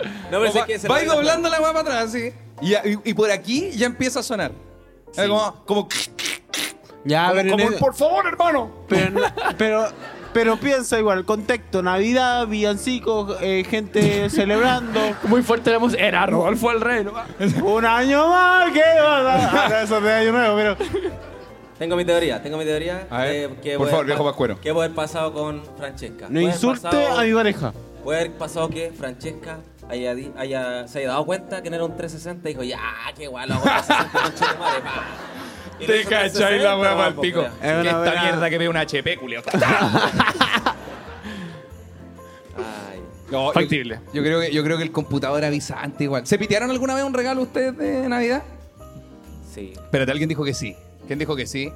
No, pero
Como
es que se
va- vais
lo-
doblando la weá para atrás, así. Y, y- y por aquí ya empieza a sonar. Es como, como,
Ya,
como-
pero,
como
en
el,
el-
por favor, hermano.
pero, no- pero, pero piensa igual, contexto, Navidad, villancicos, eh, gente celebrando.
Muy fuerte la música. Era Rodolfo el Rey, ¿no?
Un año más, que va a Ah, eso de año nuevo, pero.
Tengo mi teoría, tengo mi teoría.
A ver,
que- que
por
puede
favor,
haber
viejo
pa-
pascuero.
¿Qué puede haber pasado con Francesca?
No
Puede haber
insulte
pasado-
a mi pareja.
Puede haber pasado que Francesca haya, di- haya- se haya dado cuenta que no era un 360 y dijo, ya, qué guay, lo hago 360, conchetumare, pa". Y lo
Te
hizo
cachai la
360,
hueá pa'l
po,
pico.
culiao.
Es una
Esta
buena-
mierda que ve un HP, culio.
pues, Ay.
No, yo,
Factible.
yo creo que, yo creo que el computador avisa antes igual. ¿Se pitearon alguna vez un regalo ustedes de Navidad?
Sí.
Espérate, alguien dijo que sí. ¿Quién dijo que sí?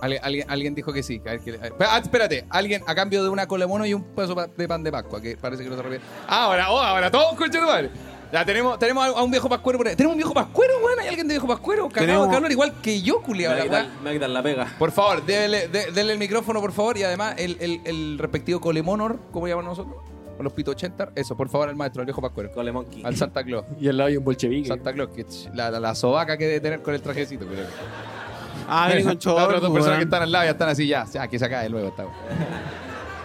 Alguien, alguien, alguien dijo que sí. A ver, que- a ver. Ah, espérate, alguien a cambio de una cola de mono y un peso pa- de pan de Pascua, que parece que no se refiere. Ahora, oh, ahora, todos concha de tu madre. Ya tenemos, tenemos a a un viejo pascuero por ahí. Tenemos un viejo pascuero, weón. Hay alguien de viejo pascuero, cagado de
Tenemos-
calor, igual que yo,
Me
culiao.
va, a
la
quitar,
weá.
me va a quitar la pega.
Por favor, déle, dé- dele el micrófono, por favor, y además el, el, el respectivo colemonor, como llamamos nosotros, con los pito ochenta. Eso, por favor, al maestro, al viejo pascuero.
Cole Monkey.
Al Santa Claus.
Y al lado hay un bolchevique.
Santa Claus, que ch- la, la, la sobaca que debe tener con el trajecito, creo.
Ah, viene con
Las
chorro.
otras dos personas que están al lado ya están así, ya, ya que se acabe luego. Está. bueno.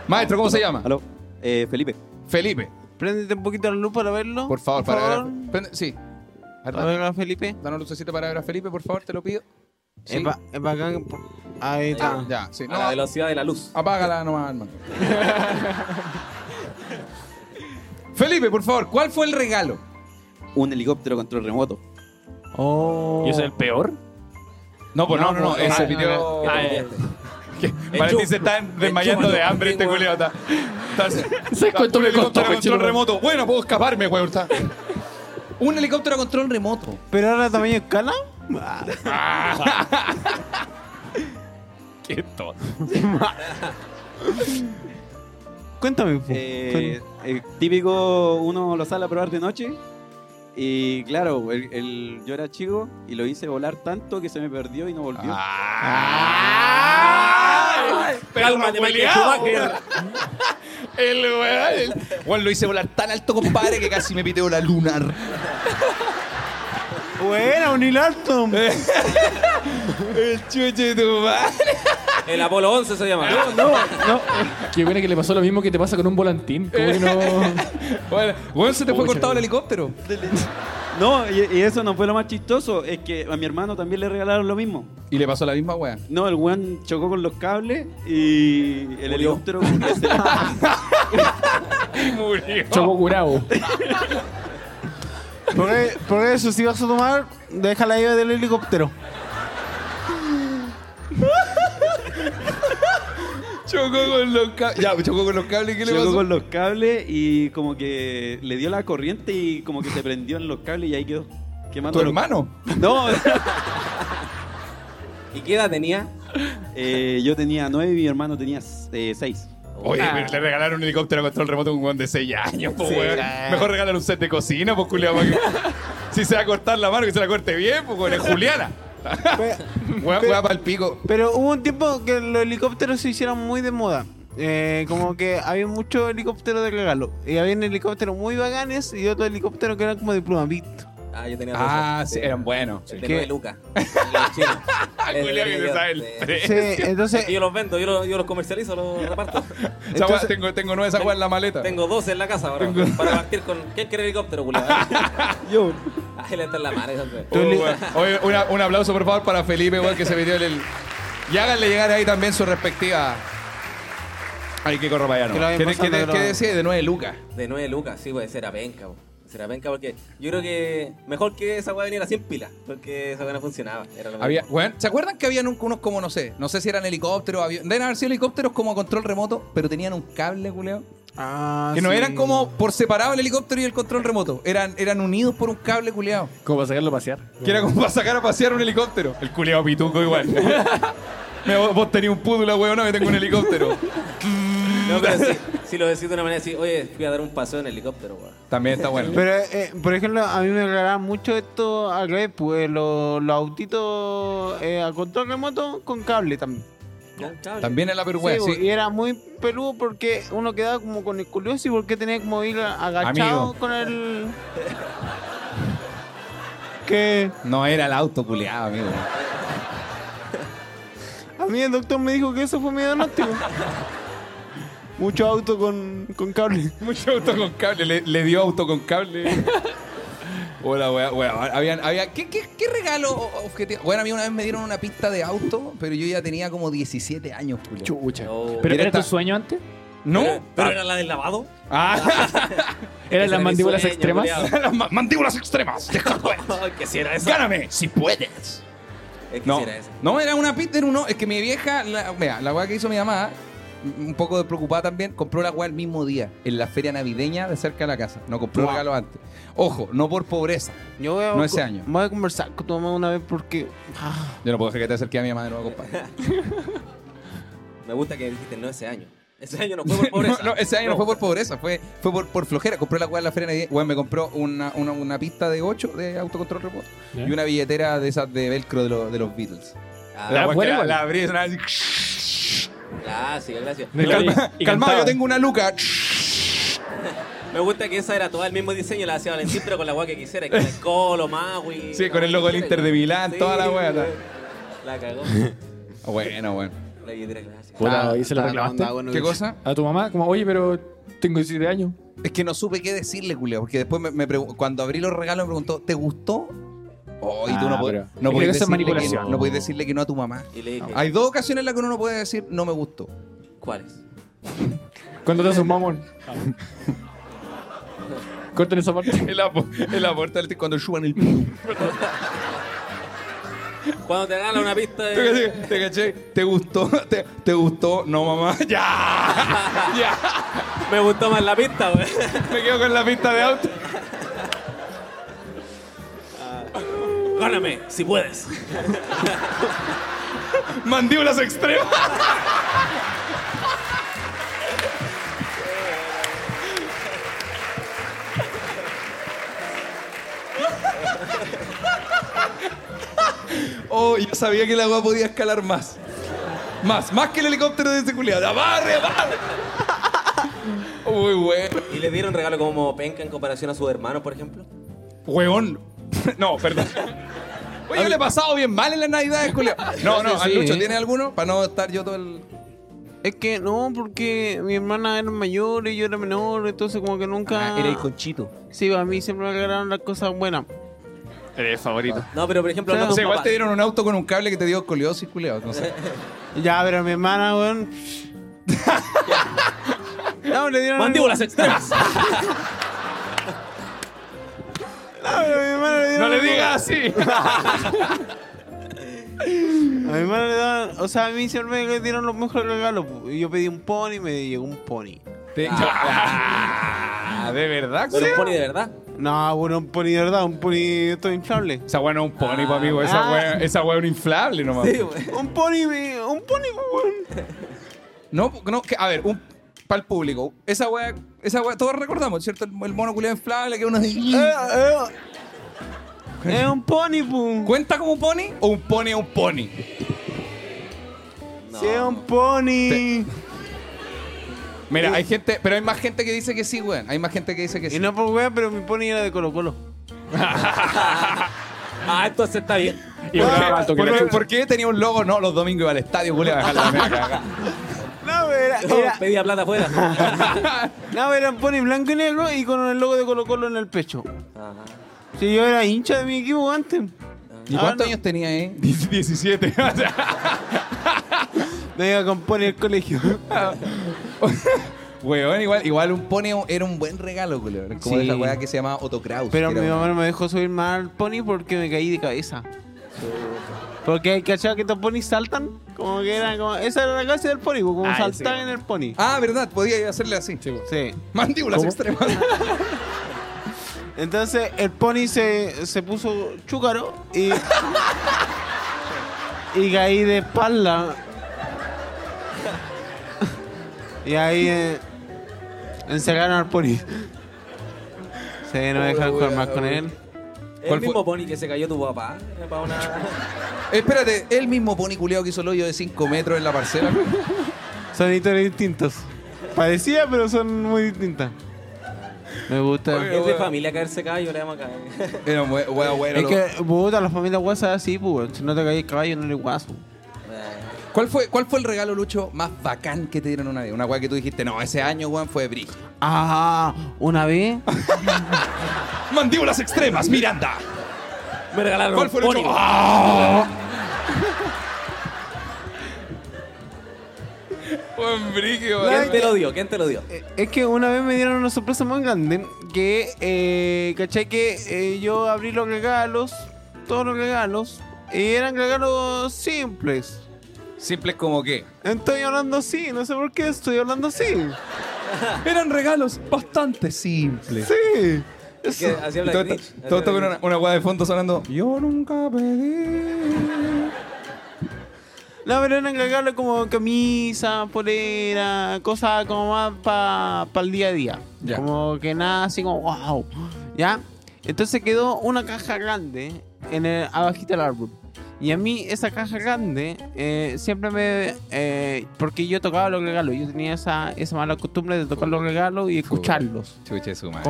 Maestro, ¿cómo se llama?
Aló, eh, Felipe.
Felipe,
Préndete un poquito la luz para verlo.
por favor, para ver. a-
favor.
prende- sí. A ver,
Para verlo a Felipe.
Danos lucecita para ver a Felipe, por favor, te lo pido. Sí.
Es, ba- es bacán. por- Ahí está.
Ah, ya, sí. No, Ah,
A la velocidad de la luz.
apágala nomás, hermano. Felipe, por favor, ¿cuál fue el regalo?
Un helicóptero control remoto.
Oh.
¿Y eso es el peor?
No, pues no, no, no,
pues,
ese
ah,
video.
Ah,
Ah,
ya.
eh.
Valentín
Enchúfalo,
se está desmayando de
enchúfalo,
hambre este
tengo-
culiao. está- está-
¿Sabes cuánto
un
me costó,
helicóptero
cochino?
control remoto. Bueno, puedo escaparme, weón. está. Un helicóptero a control remoto.
Pero ahora tamaño escala. Ah,
Ah. Qué tonto.
Cuéntame. po.
Eh, el típico, uno lo sale a probar de noche. Y claro, el, el- yo era chico y lo hice volar tanto que se me perdió y no volvió.
Ah. ¡Ay! Pero
Cálmate, Michael
culiao,
Schumacher.
El weón. el- Weón, lo hice volar tan alto, compadre, que casi me piteo la lunar.
Buena, un hilarto.
El chuche de tu madre.
El Apolo 11 se llama. No, no.
Qué bueno que le pasó lo mismo que te pasa con un volantín. Como que no...
Bueno, weón, se te fue
Pucha,
cortado el
weón.
helicóptero.
No, y, y eso no fue lo más chistoso. Es que a mi hermano también le regalaron lo mismo.
Y le pasó la misma weá.
No, el weón chocó con los cables y el helicóptero como que se-
Choco curado.
Por, e- por eso, si vas a tomar, déjala ahí del helicóptero.
Chocó con los cables. Ya, chocó con los cables. ¿Qué le
chocó
pasó?
con los cables y como que le dio la corriente y como que se prendió en los cables y ahí quedó quemando.
¿Tu
los-
hermano?
No,
¿Y qué edad tenía?
eh, yo tenía nueve y mi hermano tenía eh, seis.
Oye, pero le regalaron un helicóptero a control remoto a un weón de 6 años, po,
Sí.
weón. Mejor regálale un set de cocina, pues, culiao. pa' que- si se va a cortar la mano, que se la corte bien, pues, weón. Es Juliana.
Pe-
Weón, weón, para el pico.
Pero hubo un tiempo que los helicópteros se hicieron muy de moda. Eh, como que había muchos helicópteros de regalo. Y había helicópteros muy vaganes y otros helicópteros que eran como de plumavit.
Ah, yo tenía
Ah,
doce.
sí, eran buenos.
El de
¿Qué?
nueve lucas. Los chinos.
Ah,
El de
culiao, que
Nueva
se
York,
sabe el
sí.
precio.
Sí, entonces,
Y Yo los vendo, yo los, yo los comercializo, los reparto.
Esa weá,
entonces-
tengo, tengo nueve esa weá en la maleta.
Tengo 12 en la casa ahora. Para partir con. ¿Quién quiere helicóptero, culiao?
Yo.
Ahí le está en la mano. esa
Oh,
weá.
weón. Oye, una- un aplauso, por favor, para Felipe, weón, que se metió en el. Y háganle llegar ahí también su respectiva. Ay, qué corro para allá,
Que lo
¿no?
vayan
¿Qué,
pasando,
qué-
que lo
qué
hagan.
decís de nueve lucas?
De 9 lucas, sí, pues era penca, po. Era penca porque yo creo que mejor que esa weá viniera sin pilas, porque esa weá no funcionaba. Era lo mismo.
Había, weón, ¿Se acuerdan que habían un- unos como, no sé, no sé si eran helicópteros, aviones? Deben haber sido helicópteros como a control remoto, pero tenían un cable, culeo.
Ah,
que no
sí.
eran como por separado el helicóptero y el control remoto. Eran, eran unidos por un cable, culeado.
Como para sacarlo a pasear.
Que era como para sacar a pasear un helicóptero. El culeado pituco igual. Mira, vos, vos tenías un púdula, weón, no, que tengo un helicóptero.
No, pero sí, si lo decís de una manera así, oye, fui a dar un paseo en helicóptero, weón.
También está bueno.
Pero, eh, por ejemplo, a mí me regalaban mucho esto al revés, pues los, los autitos eh, a control remoto con cable también.
También es la
Sí,
vergüenza.
bo, Y era muy peludo porque uno quedaba como con el curioso y porque tenía como ir agachado
Amigo.
con el. que
No era el auto, culeado, amigo.
a mí el doctor me dijo que eso fue mi diagnóstico. Mucho auto con, con cable.
Mucho auto con cable, le, le dio auto con cable. Hola, weá, weá. Habían, había, ¿qué, qué, qué regalo o- objetivo? Bueno, a mí una vez me dieron una pista de auto, pero yo ya tenía como 17 años, Julio.
Chucha.
No.
¿Pero
Mira
era
esta-
tu sueño antes?
¿No?
Pero, pero Ah. era la del lavado.
Ah.
Eran las
mi
mandíbulas
sueño,
extremas.
culiao.
Las ma- mandíbulas extremas. de Hardware.
Ay, que si era eso.
Gáname, si puedes.
Es que
No,
si era eso.
no, era una pizza, era uno. Es que mi vieja, la, mira, la weá que hizo mi mamá, un poco de preocupada también, compró la weá el mismo día, en la feria navideña de cerca de la casa. No compró
Wow.
regalo antes. Ojo, no por pobreza.
Yo voy a,
No ese año.
Voy a conversar con tu mamá una vez porque. ah,
Yo no puedo dejar que te acerques a mi mamá de nuevo, compadre.
Me gusta que dijiste no ese año. Ese año no fue por
No,
pobreza.
no, ese año no, fue por pobreza, fue, fue por, por flojera. Compré la weá en la feria navideña. Weón, me compró una, una, una pista de 8 de autocontrol remoto
Ya.
y una billetera de esas de velcro de, los- de los Beatles.
Ah,
La
weá que
buena
la,
igual.
la abrí y sonaba así.
Clásica, Ah, gracias.
De la-
Calma,
y
calmado,
cantaba.
yo tengo una luca.
Me gusta que esa era toda el mismo diseño, la hacía Valentín, pero con la weá que quisiera. Con el colo, Maui.
Sí, con el logo del Inter de Milán, toda la weá, la-
La cagó.
Bueno, bueno.
La billetera clásica.
Puta,
Ah,
¿y se la
está
reclamaste?
onda, bueno,
¿Qué cosa?
A tu mamá, como, oye, pero tengo 17 años.
Es que no supe qué decirle, Julio, porque después me, me pregu- cuando abrí los regalos me preguntó, ¿te gustó? Oh, y tú no,
Ah,
po-
pero-
no podés
Yo creo que eso es
decirle que no,
manipulación.
no podés decirle que no a tu mamá.
Y le dije,
Hay dos ocasiones en las que uno no puede decir no me gustó.
¿cuáles?
Cuando te haces un mamón. Corten esa parte.
El aporte cuando suban el pico.
Cuando te gana una pista
¿Te,
de...
caché? ¿Te caché? ¿Te gustó? ¿Te, te gustó? No, mamá. ¡Ya! ¡Ya!
Me gustó más la pista, wey.
Me quedo con la pista de auto.
Gáname, si puedes.
Mandíbulas extremas. Oh, yo sabía que la agua podía escalar más. Más, más que el helicóptero de seguridad. ¡Amarre, amarre! Uy, weón.
¿Y le dieron regalo como penca en comparación a sus hermanos, por ejemplo?
Weón. No, perdón. Oye, yo le he pasado bien mal en las navidades, culiao. No, no,
Sí, sí.
Lucho, ¿tiene alguno? Para no estar yo todo el...
Es que no, porque mi hermana era mayor y yo era menor, entonces como que nunca.
Ah, Era el conchito.
Sí, a mí siempre me aclararon las cosas buenas.
Eres favorito.
No, pero por ejemplo, no
No
tus
sé, igual
papás.
te dieron un auto con un cable que te dio coliosis, culiao. No sé.
Ya, pero mi hermana, weón. no, le dieron.
Mandíbulas extremas.
No, pero a mi hermana le dieron.
No le digas así.
A mi hermana le dieron. O sea, a mí siempre me dieron los mejores regalos. po. Y Yo pedí un pony y me llegó un pony.
de verdad,
Pero un pony de verdad.
No, bueno, un pony de verdad, un pony todo inflable.
Esa weá no es un pony, pa' amigo. Esa
Ah.
weá esa weá es un inflable nomás.
Sí, güey.
Un pony, me- un pony, pues, weón.
No, no, que- a ver, un. Para el público, esa weá, esa weá, todos recordamos, ¿cierto? El, el mono culiado inflable que uno
Eh,
Mm.
dice. "Ah".
eh. Es un pony, pues. pum.
¿Cuenta como pony o un pony es un pony?
No.
Sí, es un pony.
Mira, hay gente, pero hay más gente que dice que sí, weón. Hay más gente que dice que sí.
Y no por weón, pero mi pony era de Colo Colo.
Ah, entonces está bien.
Y volaba alto que
¿Por,
la
qué,
chucha.
por qué tenía un logo? No, los domingos iba al estadio, culiao, a dejar la media cagada.
No, era,
No,
era,
pedía plata afuera.
no, era un pony blanco y negro y con el logo de Colo Colo en el pecho.
Ajá.
Si yo era hincha de mi equipo antes.
¿Y
Ah,
cuántos
no.
años tenía, eh? 17.
Me iba a componer el colegio.
Weón, igual, igual un pony era un buen regalo, culo. Era Como
Sí.
de esa weá que se llamaba Otto Kraus.
Pero
que era
mi
un-
mamá no me dejó subir más al pony porque me caí de cabeza. Porque hay cachado que estos ponis saltan. Como que era como. Esa era la clase del pony, como
Ah, ya sé
saltar
cómo.
en el pony.
Ah, verdad, podía hacerle así.
Sí. pues.
Mandíbulas extremas.
Entonces el pony se, se puso chúcaro y. y caí de espalda. y ahí. Eh, encerraron al pony. Sí, no me dejaron jugar más con él.
El
¿Cuál
mismo pony que se cayó tu papá. eh, Para una...
Espérate, el mismo pony culiado que hizo el hoyo de 5 metros en la parcela.
Son historias distintas. Parecía, pero son muy distintas. Me gusta.
Es de familia caerse caballo, le vamos a caer.
Era un we- weá bueno.
es
lo-
que, puta, las familias guasas así, pues. weón. Si no te caes el caballo, no eres guaso.
¿Cuál, fue, ¿Cuál fue el regalo, Lucho, más bacán que te dieron una vez? Una weá que tú dijiste, no, ese año, weón, fue Bri.
Ah, una vez.
Mandíbulas extremas, Miranda.
Me regalaron
¿Cuál
un
fue, ¡Ah! Lucho?
pony.
¡Ah! Buen brígido,
¿Quién
weón.
te lo dio? ¿Quién te lo dio?
Eh, Es que una vez me dieron una sorpresa muy grande que, eh, ¿cachai? Que eh, yo abrí los regalos, todos los regalos, y eran regalos simples.
Simple como que.
Estoy hablando así, no sé por qué estoy hablando así.
Eran regalos bastante simples.
Sí.
Que así habla
Todo,
Grinch.
todo- todo esto con una, una guada de fondo sonando. Yo nunca pedí.
No, pero eran regalos como camisa, polera, cosas como más para el día a día.
Ya.
Como que nada así como wow. ¿Ya? Entonces quedó una caja grande en el, abajito del árbol. Y a mí esa caja grande eh, siempre me... eh, porque yo tocaba los regalos. Yo tenía esa, esa mala costumbre de tocar los regalos y escucharlos.
Chuche su madre.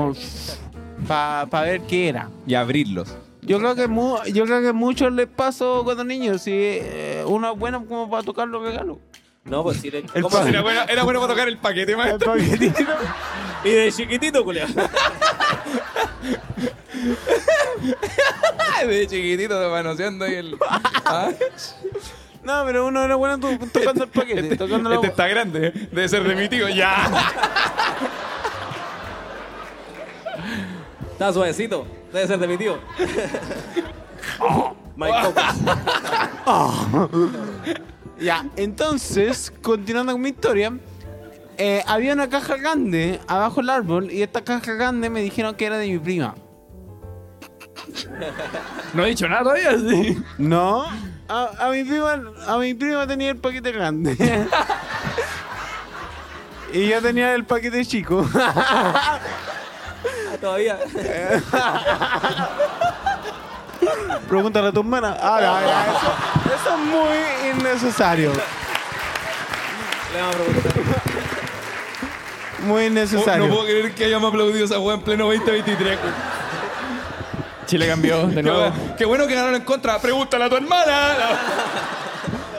Para ver qué era.
Y abrirlos.
Yo creo que mu yo creo que mucho les pasó cuando niños, si uno es bueno como para tocar los regalos.
No, pues sí. le-
El
¿cómo?
padre.
Era bueno, era bueno para tocar el paquete, maestro.
Y de chiquitito, culiao.
De chiquitito, manoseando y el. Ah,
No, pero uno era bueno to- tocando el paquete, tocando la
este
hue-
está grande. Debe ser de mi tío. Ya.
Está suavecito. Debe ser de mi tío. Mike Coco.
Ya, entonces, continuando con mi historia, eh, había una caja grande abajo del árbol y esta caja grande me dijeron que era de mi prima.
No he dicho nada todavía, sí.
No, a, a mi prima, a mi prima tenía el paquete grande. y yo tenía el paquete chico.
Ah, Todavía.
Pregúntale a tu hermana. Ah, Ahora, ahora, eso, eso es muy innecesario.
Le vamos a preguntar.
Oh,
Muy innecesario.
No puedo creer que hayamos aplaudido esa weá en pleno 2023.
Chile cambió de
Qué,
nuevo.
bueno- qué bueno que ganaron en contra. Pregúntale a tu hermana. La-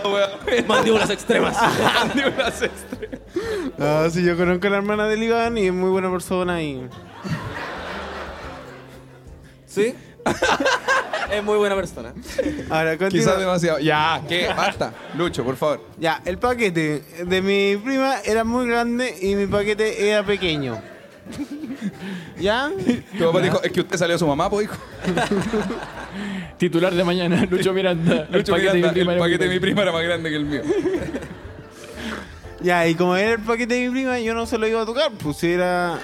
la weá.
Mandíbulas extremas.
Mandíbulas extremas.
Ah, sí, yo conozco a la hermana del Iván y es muy buena persona y.
¿Sí? Es muy buena persona.
Ahora,
Quizás
continúa.
demasiado. Ya, que basta. Lucho, por favor.
Ya, el paquete de mi prima era muy grande y mi paquete era pequeño. ¿Ya?
Tu papá dijo, es que usted salió a su mamá, pues hijo.
Titular de mañana, Lucho Miranda. El
Lucho
paquete de mi
Miranda,
prima
el
era
paquete de
muy
mi prima era más grande que el mío.
Ya, y como era el paquete de mi prima, yo no se lo iba a tocar, pues era.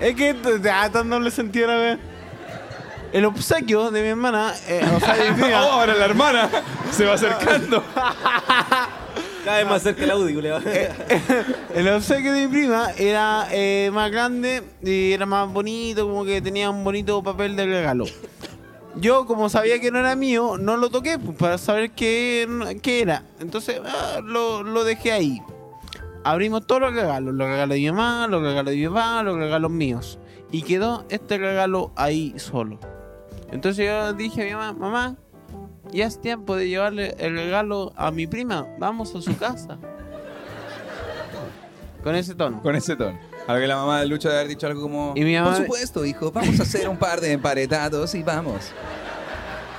Es que t- ya, tan doble sentido la vez. El obsequio de mi hermana, eh, o sea, de mi prima,
Oh, ahora la hermana se va acercando.
Cada vez más cerca el audio, culiao.
Eh.
El obsequio de mi prima era eh, más grande y era más bonito, como que tenía un bonito papel de regalo. Yo, como sabía que no era mío, no lo toqué pues, para saber qué, qué era. Entonces ah, lo, lo dejé ahí. Abrimos todos los regalos: los regalos de mi mamá, los regalos de mi papá, los regalos míos. Y quedó este regalo ahí solo. Entonces yo dije a mi mamá: Mamá, ya es tiempo de llevarle el regalo a mi prima. Vamos a su casa. Con ese tono.
Con ese tono. A lo que la mamá de Lucho debe haber dicho algo como...
Y mi mamá-
Por supuesto, hijo. Vamos a hacer un par de emparetados y vamos.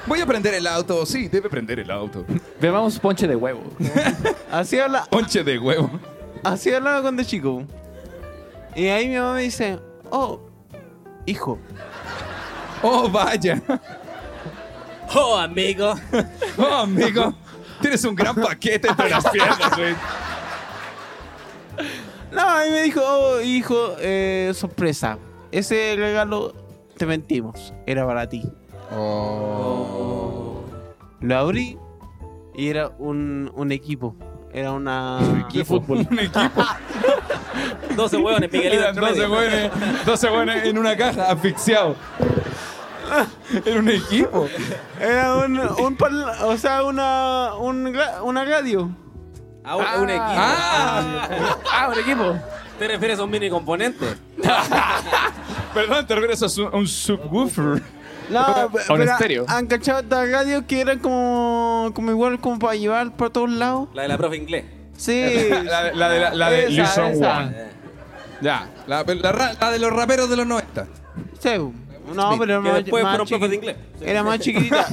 Voy a prender el auto. Sí, debe prender el auto.
grande. Bebamos ponche de huevo.
Así habla,
Ponche de huevo.
así hablaba cuando chico. Y ahí mi mamá me dice, oh, hijo,
Oh, vaya.
Oh, amigo.
Oh, amigo. Tienes un gran paquete entre las piernas, güey.
no, ahí me dijo, oh, hijo, eh, sorpresa, ese regalo te mentimos, era para ti. Oh. Lo abrí y era un, un equipo, era una...
De fútbol.
Un equipo.
12 hueones, Miguelito.
Eran
entre
12
medio.
güeyes, 12 güeyes en una caja, asfixiados. Era un equipo.
Era un, un parla- o sea, una, un gra- una radio.
Ah, un, un equipo.
Ah, un equipo.
¿Te refieres a un mini componente?
Perdón, te regreso a su- a un subwoofer.
No,
A un
pero
estéreo.
han cachado estas radios que eran como, como igual como para llevar para todos lados.
La de la profe inglés.
Sí.
La, de- la de, la, la de
Esa,
Listen
esa.
One. Ya, la, la ra- la de los raperos de los 90.
Sí, No, pero era
Que
más,
después
más
fueron
chiqui-
profes de inglés.
Era más chiquitita.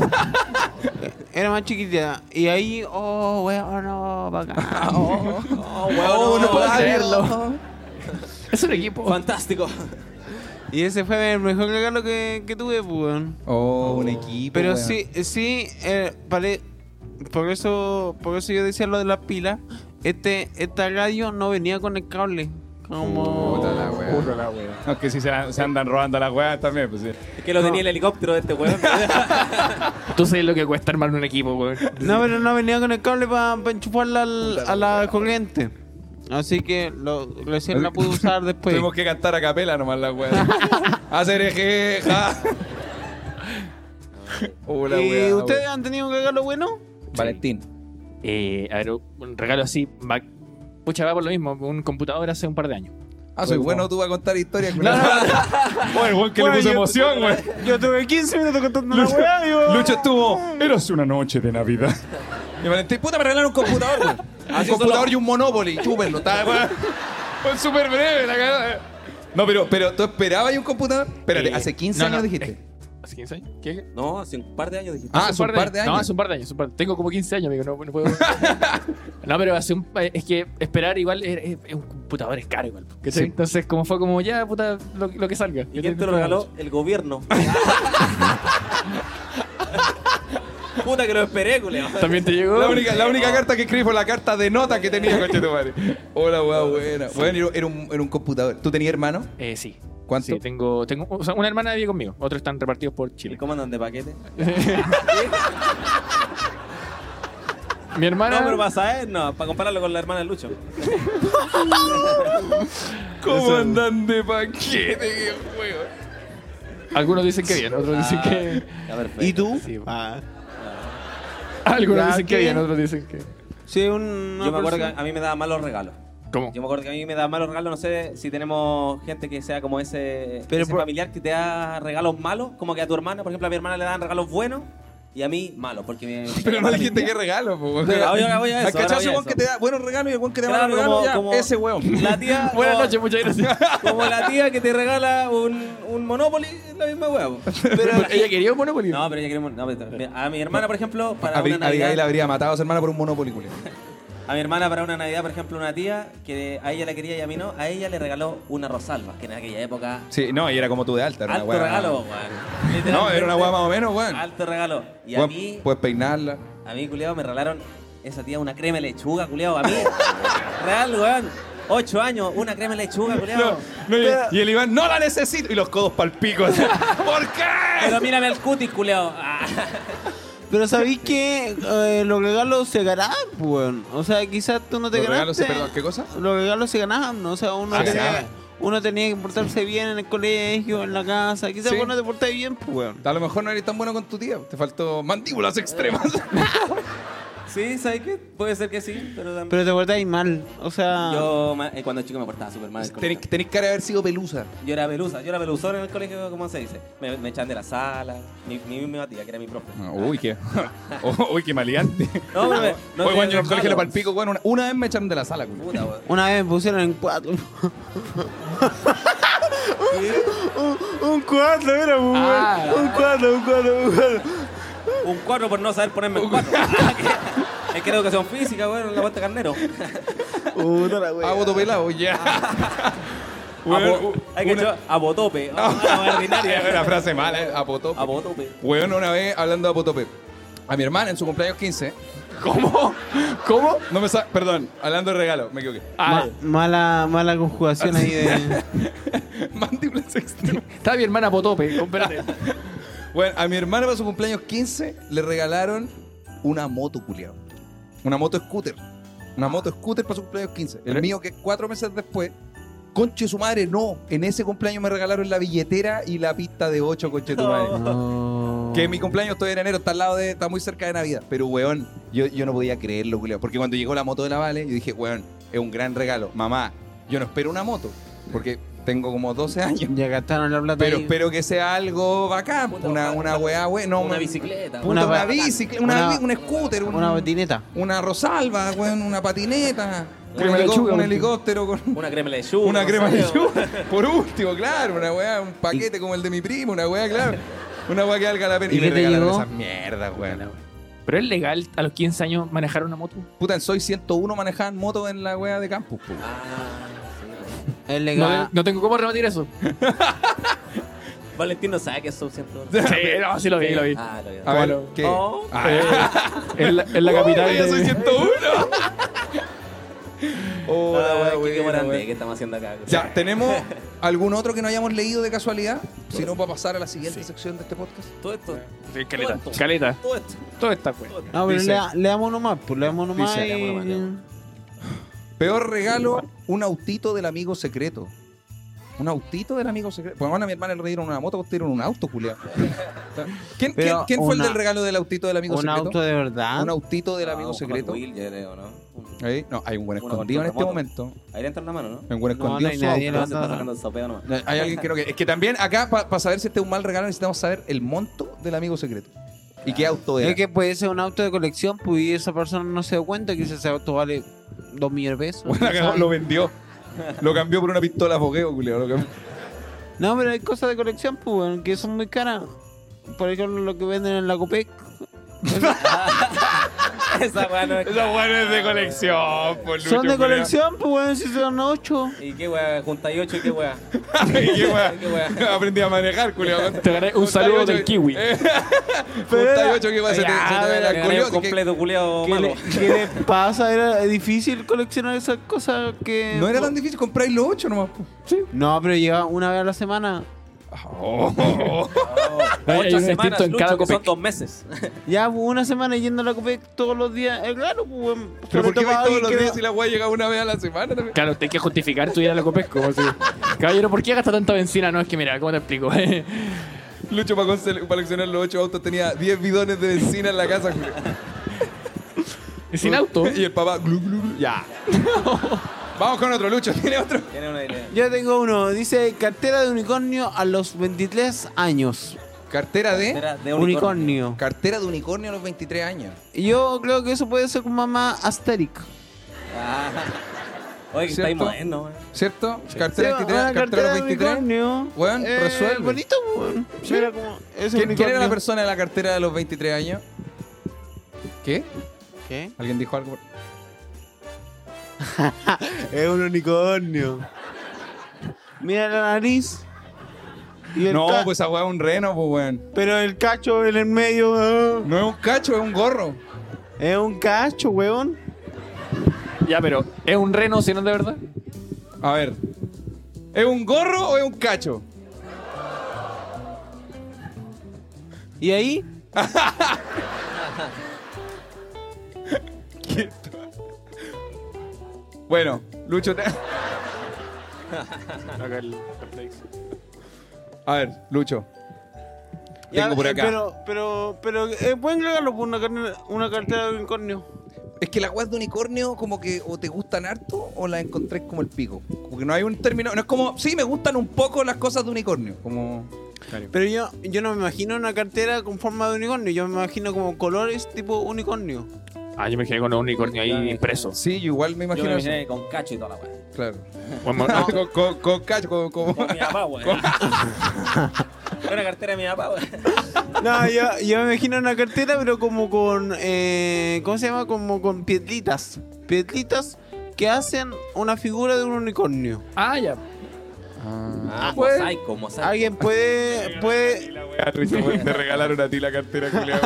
Era más chiquitita. Y ahí, oh, weón, no, bacán.
Oh,
Oh, weón,
no puedo
weón.
creerlo.
Es un equipo.
Fantástico.
Y ese fue el mejor regalo que, que tuve, pues, weón.
Oh, un equipo.
Pero
weón.
sí, sí, eh, pare- por eso, por eso yo decía lo de las pilas. Este, esta radio no venía con el cable. Como.
Puta la wea.
Puta la wea. No, que si se, la- se andan robando las weas también, pues sí.
Es que lo tenía el helicóptero de este weón.
Tú sabes lo que cuesta armar un equipo, weón.
No, pero no venía con el cable para enchufarla al- a la corriente. Así que lo, recién la pude usar después.
Tuvimos que cantar a capela nomás las weas. Hacer ejeja.
Oh, la
¿Y
wea,
ustedes
wea.
han tenido un regalo bueno?
Valentín.
Eh, a ver, un regalo así. va- Pucha, va por lo mismo. Un computador hace un par de años.
Ah, soy bueno, tú vas a contar historias.
Bueno, el weón que le puso emoción, weón.
Yo tuve 15 minutos contando la weá,
Lucho estuvo. Eras una noche de Navidad. Ah,
Y Valentín, puta, me regalaron un computador, weón. Un computador y un Monopoly. Chúpenlo, tal, weón.
Fue súper breve la cagada.
No, pero, pero tú esperabas ahí un computador. Espérate,
Eh,
hace 15
no, no,
años dijiste.
eh, ¿Hace 15 años? ¿Qué?
No, hace un par de años dijiste.
ah, hace un par de años.
No, hace un par de años. un par- Tengo como 15 años, amigo. No, no puedo. no, pero hace un... es que esperar igual es, es- es un computador es caro igual. ¿cachai?
Sí.
Entonces, como fue como ya, puta, lo, lo que salga.
¿Y quién te lo regaló? El gobierno. Puta que lo esperé, culeo.
También te llegó.
La única, la
Oh.
única carta que escribí fue la carta de nota que tenía, coche tu madre. Hola, weá, buena. Bueno, era un, era un computador. ¿Tú tenías hermano?
Eh, sí.
¿Cuánto?
Sí, tengo, tengo o sea, una hermana vive conmigo, otros están repartidos por
El
Chile.
comandante paquete.
Mi hermana,
No, pero para saber, no, para compararlo con la hermana de Lucho.
Comandante paquete, qué juego.
algunos dicen que bien, otros dicen que.
Ya, perfecto.
¿Y tú?
Sí, bueno.
Ah.
Ah.
Algunos
Ya,
dicen que
¿qué?
bien, otros dicen que.
Sí, un.
Yo me acuerdo que a mí me daban malos regalos.
¿Cómo?
Yo me acuerdo que a mí me daban malos regalos. No sé si tenemos gente que sea como ese,
Pero
ese
por-
familiar que te da regalos malos. Como que a tu hermana, por ejemplo, a mi hermana le daban regalos buenos y a mí malos. Porque me-
Pero no dijiste qué regalo, po. weón.
Ahora voy a- voy a eso,
Has cachado
ahora voy
ese
a
weón
eso.
que te da buenos regalos y el weón que te da
Claro,
malos regalos,
como-
ya,
como-
ese weón.
La tía.
Buenas
como-
noches, muchas gracias.
Como la tía que te regala un, un Monopoly, es la misma huevo.
¿Ella quería un Monopoly?
No, pero ya queremos. no, pero- mira, a mi hermana, por ejemplo, para
A Abri-
una Navidad.
Abigail habría matado a su hermana por un Monopoly, culiao.
A mi hermana para una Navidad, por ejemplo, una tía que a ella la quería y a mí no, a ella le regaló una Rosalba, que en aquella época.
Sí, no, y era como tú de alta. Era
alto
una weá-
regalo, weón.
No, era una
Literalmente,
weá más o menos, weón.
Alto regalo. Y a
Weón, pues-
mí,
Puedes peinarla.
a mí, culiao, me regalaron esa tía una crema de lechuga, culiao. A mí, real, weón. Ocho años, una crema de lechuga, culiao.
No, y-
Y el Iván, no la necesito. Y los codos palpicos. ¿Por qué?
Pero mírame el cutis, culiao. Ah.
Pero sabéis que eh, los regalos se ganan, pues, weón. O sea, quizás tú no te
Los regalos
ganaste.
se- perdón, ¿qué cosa?
Los regalos se ganaban, ¿no? O sea, uno,
Ah, se
tenía,
ganan.
uno tenía que portarse bien en el colegio, en la casa. Quizás
Sí.
vos no te portáis bien, pues, weón.
A lo mejor no eres tan bueno con tu tía. Te faltó mandíbulas extremas.
Sí, ¿sabes qué? Puede ser que sí, pero también.
Pero te portáis mal. O sea,
Yo ma- eh, cuando chico me portaba súper mal. en el
tenés,
colegio.
tenés cara de haber sido pelusa.
Yo era pelusa, yo era peluzón en el colegio, ¿cómo se dice? Me, me echaban de la sala, mi, mi misma tía, que era mi profe.
Uy, qué. Uy, qué maleante.
No, pero me- no
Oye,
te-
weón, yo en el
malo.
colegio le palpico, weón. Una, una vez me echaron de la sala, culo.
Puta, weón.
una vez me pusieron en cuatro. un, un cuatro era, pues, weón.
Ah.
Un cuatro, un cuatro, un cuatro.
Un cuatro por no saber ponerme un cuatro. es que era educación física, weón, la vuelta carnero.
Puta la
Ah,
wea.
voto pelado, ya.
Abo- Hay que echar abotope. Ah,
Era
ordinaria.
una frase mala, eh. Apotope.
Abotope.
Weón, una vez hablando de apotope. A mi hermana en su cumpleaños 15.
¿Cómo? ¿Cómo?
No me sa- Perdón, hablando de regalo, me equivoqué.
Ah,
Ma- mala, mala conjugación ahí de.
Mandíbulas extremas.
estaba mi hermana Potope, espérate.
Bueno, a mi hermana para su cumpleaños 15 le regalaron una moto, culiao. Una moto scooter. Una moto scooter para su cumpleaños 15. El mío, que es cuatro meses después, conche su madre, no. En ese cumpleaños me regalaron la billetera y la pista de 8, conche tu madre.
No.
Que mi cumpleaños todavía en enero, está al lado de, está muy cerca de Navidad. Pero, weón, yo, yo no podía creerlo, culiao. Porque cuando llegó la moto de la Vale, yo dije, weón, es un gran regalo. Mamá, yo no espero una moto. Porque tengo como 12 años.
Ya gastaron la plata.
Pero
ahí.
espero que sea algo bacán.
Puta,
una,
una-
una weá, weón. No,
Una
me-
bicicleta.
Puta, una,
Una pa-
bici, una,
una-
bi- un scooter, un-
Una botineta.
una rosalba, weón, una patineta, un,
Crema de
helico-
lechuga,
un
weón.
helicóptero con
Una crema de lechuga.
una
no
crema
sé,
de
weón.
lechuga. Por último, claro, una weá, un paquete como el de mi primo, una weá, claro. Una weá que valga la pena.
¿Y
Y, me
qué te
regalaron
llegó?
esas mierdas, weón.
¿Pero es legal a los 15 años manejar una moto?
Puta, en Soy 101 manejaban moto en la wea de campus, po.
Ah, sí.
Es
No,
legal.
no tengo cómo rebatir eso.
Valentín no sabe que son siempre.
Sí, no, sí lo vi, lo vi.
Ah, lo vi.
A ver,
Bueno.
¿qué?
Oh.
Ah,
Es la, en la capital
Yo soy
de...
101.
Oh,
Hola,
Hola,
güey, qué
güey,
morandé
güey.
que estamos haciendo acá. güey.
ya, ¿tenemos algún otro que no hayamos leído de casualidad? Si no, para pasar a la siguiente sección de este podcast.
Todo esto,
Sí, caleta. Caleta.
todo esto,
Todo está, pues.
todo esto.
No, pero
Dice-
le, le damos nomás, pues le damos nomás.
Dice-
y-
Le damos nomás,
Peor regalo, un autito del amigo secreto. Un autito del amigo secreto. Pues bueno, a mi hermana le dieron una moto, vos te dieron un auto, Julián. ¿Quién,
Pero
quién- quién fue
una-
el del regalo del autito del amigo
un
secreto?
auto de verdad.
Un autito del
Ah,
amigo
un Hot
secreto.
Wheel, yo creo, ¿no? Un-
Ahí, no, hay un buen
Una
escondido en este
moto.
momento.
Ahí le entra la mano, ¿no?
Hay un buen
No,
escondido.
no
en
hay
su
nadie,
auto.
No, se está
no.
sacando el sopeo nomás.
Hay alguien que no que. Es que también acá, para saber si este es un mal regalo, necesitamos saber el monto del amigo secreto. ¿Y qué auto era?
Es que puede ser un auto de colección, pues y esa persona no se dio cuenta que ese auto vale dos millones de pesos.
Bueno,
¿quién
acá
sabe?
lo vendió. Lo cambió por una pistola de fogueo, Julio. lo cambió.
No, pero hay cosas de colección, pues, weón, que son muy caras. Por ejemplo, lo que venden en la Copec.
Esa weá no es.
Esa weá es de colección, por
Son de colección, pues, weón, si son ocho.
¿Y qué weá? Junta y ocho y qué weá.
Qué wea.
¿Qué weá?
Aprendí a manejar, culio.
Te gané un saludo del kiwi.
que va a ser
Ya,
se te-
Era
la
ah, gané un
culio, que-
completo culiao
¿Qué
malo.
le, qué le pasa? Era difícil coleccionar esas cosas que.
No era tan difícil comprar los ocho nomás. po.
No, pero llega una vez a la semana.
Oh.
Hay- hay
Ocho
un
semanas,
instinto en cada
Lucho, que son
Copec.
dos meses.
Ya pues, una semana yendo a la Copec todos los días. Es claro, pues, weón.
¿Pero por qué
Sobre todo
vais
para
todos los
alguien que
días si la wea llega una vez a la semana también?
Claro, usted hay que justificar tu ida a la Copec. Como si... Caballero, ¿por qué gasta tanta benzina? No, es que mira, ¿cómo te explico?
Lucho para conse- para coleccionar los ocho autos tenía 10 bidones de benzina en la casa, Julio.
Sin auto.
Y el papá, glu, glu, glu. Ya. Vamos con otro, Lucho. ¿Tiene otro?
Tiene una idea.
Yo tengo uno, dice cartera de unicornio a los 23 años.
Cartera de.
Era de unicornio.
Unicornio.
Cartera de unicornio a los 23 años.
Yo creo que eso puede ser con mamá Asterix.
Ah. Oye, que
¿Cierto?
estáis modernos, weón.
¿Cierto?
Sí,
Cartera de 23,
una
cartera, de
de
23.
unicornio.
Weón,
Eh,
resuelve.
Bonito, weón. Mira como
¿Quién,
ese
quién era la
unicornio.
persona de la cartera de los 23 años? ¿Qué?
¿Qué?
¿Alguien dijo algo?
Es un unicornio. Mira la nariz. Y el
No,
ca-
pues esa weá es un reno, pues weón.
Pero el cacho en el medio. ah,
No es un cacho, es un gorro.
Es un cacho, weón.
Ya, pero ¿es un reno si no es de verdad?
A ver. ¿Es un gorro o es un cacho?
¿Y ahí?
Bueno, Lucho. te- A ver, Lucho. Tengo
Ya,
por
eh,
acá.
Pero, pero, pero eh, es buen regalo por pues, una, carne- una cartera de unicornio.
Es que las weas de unicornio, como que o te gustan harto o las encontráis como el pico. Como que no hay un término. No es como, sí, me gustan un poco las cosas de unicornio. Como.
Pero yo, yo no me imagino una cartera con forma de unicornio. Yo me imagino como colores tipo unicornio.
Ah, yo me quedé con un unicornio ahí
Ya, ya.
impreso.
Sí, yo igual me
Yo me
imagino eso.
imaginé con cacho y toda la weá.
Claro.
Bueno,
No.
Con, con- con cacho, con, con-
Con mi papá, weón. Una cartera de mi papá, weón.
No, yo, yo me imagino una cartera, pero como con. eh, ¿Cómo se llama? Como con piedritas. Piedritas que hacen una figura de un unicornio.
Ah, ya.
Ah,
pues.
mosaico, mosaico.
Alguien puede. puede
Ah, Lucho, weón, te regalaron a ti la cartera, culiao.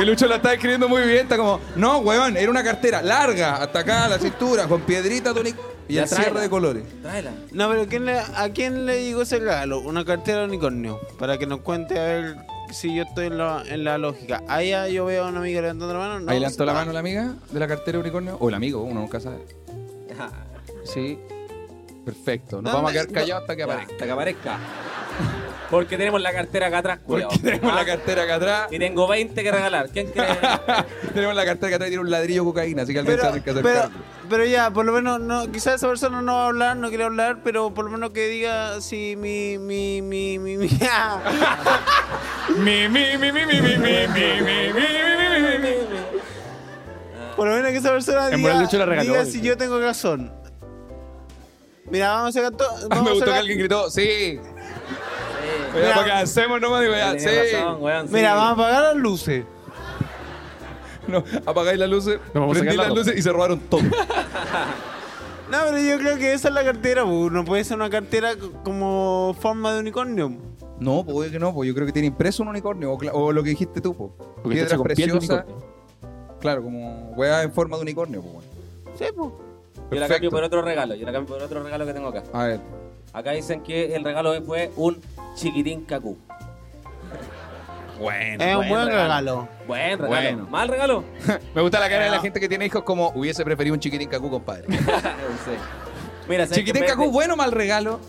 Y Lucho la está escribiendo muy bien, está como,
No, weón, era una cartera larga, hasta acá, a la cintura, con piedrita, tonic y
Ya
el cierre
tráela.
de colores.
Tráela.
no, pero ¿quién le- ¿a quién le llegó ese regalo? Una cartera de unicornio. Para que nos cuente a ver si yo estoy en la, en la lógica. Ah, ya yo veo a una amiga levantando la mano. No,
Ahí levantó la
ah,
mano la amiga de la cartera de unicornio. O el amigo, uno nunca sabe.
Ah,
Sí. Perfecto. Nos
No,
vamos a
no,
quedar callados hasta que
ya,
aparezca.
Hasta que aparezca. Porque tenemos la cartera acá atrás, culiao.
tenemos
Ah,
la cartera acá atrás,
Y tengo 20 que regalar. ¿Quién cree?
Tenemos la cartera que atrás y tiene un ladrillo de cocaína, así que al
Pero,
pensar hay que
pero,
acercarlo.
pero ya, por lo menos, no, quizás esa persona no va a hablar, no quiere hablar, pero por lo menos que diga si mi, mi, mi, mi, mi.
Mi, mi, mi, mi, mi, mi, mi, mi, mi, mi, mi, mi, mi, mi.
Por lo menos que esa persona
En verdad,
diga,
Lucho la regaló,
diga
dice.
si yo tengo razón. Mira, vamos a sacar todo.
Ah,
vamos
Me
a
gustó que
sacar-
alguien gritó, sí.
Mira.
Para que avancemos nomás, digo, ya,
Tenía
sí.
razón, weón, sí.
Mira, vamos a apagar las luces.
No, apagáis las luces,
No, vamos a
prendí
sacar la
las
ropa.
luces y se robaron todo.
No, pero yo creo que esa es la cartera, po. no puede ser una cartera c- como forma de unicornio.
No, pues que no, pues yo creo que tiene impreso un unicornio, o, cla- o lo que dijiste tú, pues.
Porque
Piedras
está hecho con piel de
preciosas,
unicornio.
claro, como weá en forma de unicornio, pues. weón.
Sí, po.
Yo la
Perfecto.
cambio por otro regalo. Yo la cambio por otro regalo que tengo acá.
A ver,
Acá dicen que el regalo fue un chiquitín cacú.
Bueno.
Es un buen regalo.
Buen regalo.
Bueno.
¿Mal regalo?
Me gusta la cara de
Ah.
la gente que tiene hijos como hubiese preferido un chiquitín cacú, compadre.
Sí. Mira, ¿sabes
chiquitín
qué?
cacú, bueno o mal regalo.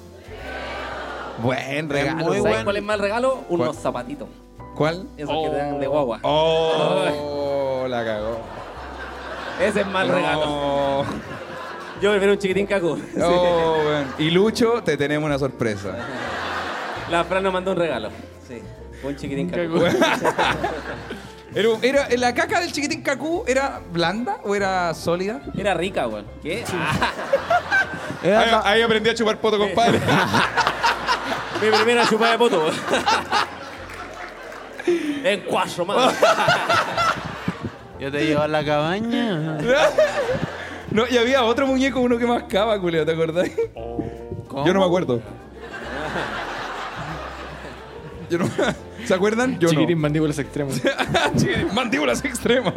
Buen regalo.
muy
¿Sabes
bueno.
cuál es mal regalo? Unos
¿Cuál?
zapatitos.
¿Cuál?
Esos
Oh.
que te dan de guagua.
Oh, la cagó.
Ese es mal regalo.
Oh,
Yo prefiero un chiquitín cacú.
oh, weón. Y Lucho, te tenemos una sorpresa.
La Fran nos mandó un regalo. Sí. Un chiquitín cacú.
Era, un- era- ¿La caca del chiquitín cacú era blanda o era sólida?
Era rica, weón. ¿Qué? Ah,
Era la-
Ahí, ahí aprendí a chupar poto, compadre.
Mi primera chupada de poto. en cuatro más.
Yo te llevo a la cabaña.
no, y había otro muñeco, uno que mascaba, culio, ¿te acordás? Yo no me acuerdo. Yo no- ¿Se acuerdan? Yo
Chiquitín mandíbulas extremas.
no. Chiquitín, mandíbulas extremas.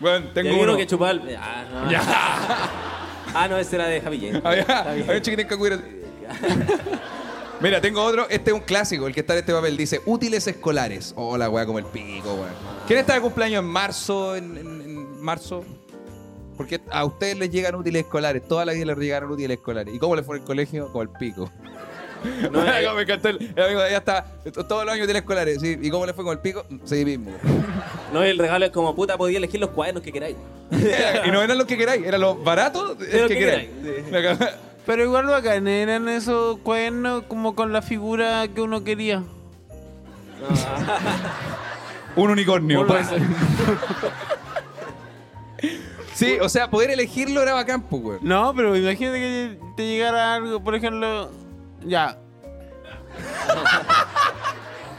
Bueno,
Y
tengo
había
uno.
uno que chupaba el... Ah, no. Ah, no, ese era de Happy James.
Había,
Está bien.
había un chiquitín cacú. era- Mira, tengo otro. Este es un clásico, el que está en este papel. Dice, útiles escolares. Hola, weá, como el pico, weá. ¿Quién está de cumpleaños en marzo? En, en- en marzo? Porque a ustedes les llegan útiles escolares. Toda la vida les llegaron útiles escolares. ¿Y cómo les fue en el colegio? Como el pico.
No,
Weá,
eh,
como me encantó el, el amigo de allá está. t- Todos los años útiles escolares. ¿sí? ¿Y cómo les fue con el pico? Sí mismo.
no, el regalo es como puta, podía elegir los cuadernos que queráis.
y no eran los que queráis, eran los baratos el
Pero
que
que
queráis.
Pero igual bacán, eran esos cuadernos como con la figura que uno quería.
Un unicornio.
Vuelvo a hacer-
Sí, o sea, poder elegirlo era bacán, pues, weón.
No, pero imagínate que te llegara algo, por ejemplo, ya.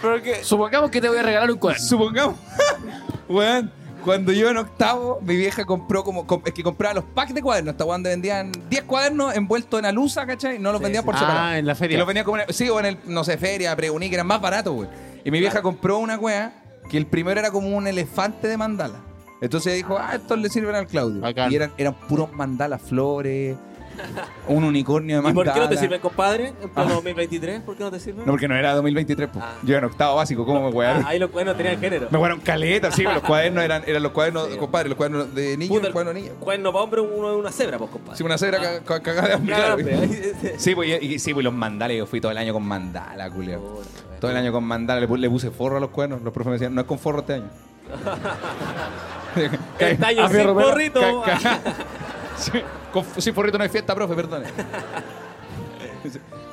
Porque
Supongamos que te voy a regalar un cuaderno.
Supongamos, weón, cuando yo en octavo, mi vieja compró como. com- es que compraba los packs de cuadernos. Esta weón vendían 10 cuadernos envueltos en alusa, ¿cachai? No los
Sí,
vendían
sí.
por
Ah,
separado.
en la feria.
Y los vendían como. en- sí, o en el, no sé, feria, preuní, que eran más baratos, weón. Y mi vieja compró una weá que el primero era como un elefante de mandala. Entonces dijo, ah, estos le sirven al Claudio.
Bacán.
Y eran, eran puros mandalas, flores, un unicornio de
¿Y
mandala.
por qué no te sirven, compadre? En pleno 2023, ¿por qué no te sirven?
Ah. No, porque no era 2023, pues.
Ah.
Yo en octavo básico, ¿cómo me wearon?
Ah, ahí los cuadernos tenían género.
Me fueron caletas, sí, los cuadernos eran, eran los cuadernos,
Sí.
compadre, los cuadernos de niños,
Puta,
los cuadernos de niños.
Cuaderno para hombre, uno es una cebra, pues, compadre.
Sí, una cebra ca- ca- cagada de hambre,
Claro,
claro.
pero ahí-
Sí, pues, y, y- sí, pues los mandales, yo fui todo el año con mandala, culio.
Puta, weón.
Todo el año con mandala, le, pu- le puse forro a los cuadernos, los profes me decían, no es con forro este año.
Este año
Ah,
sin
Ferro, Ferro.
forrito.
Ca- ca- Sí, con- sin forrito no hay fiesta, profe, perdone.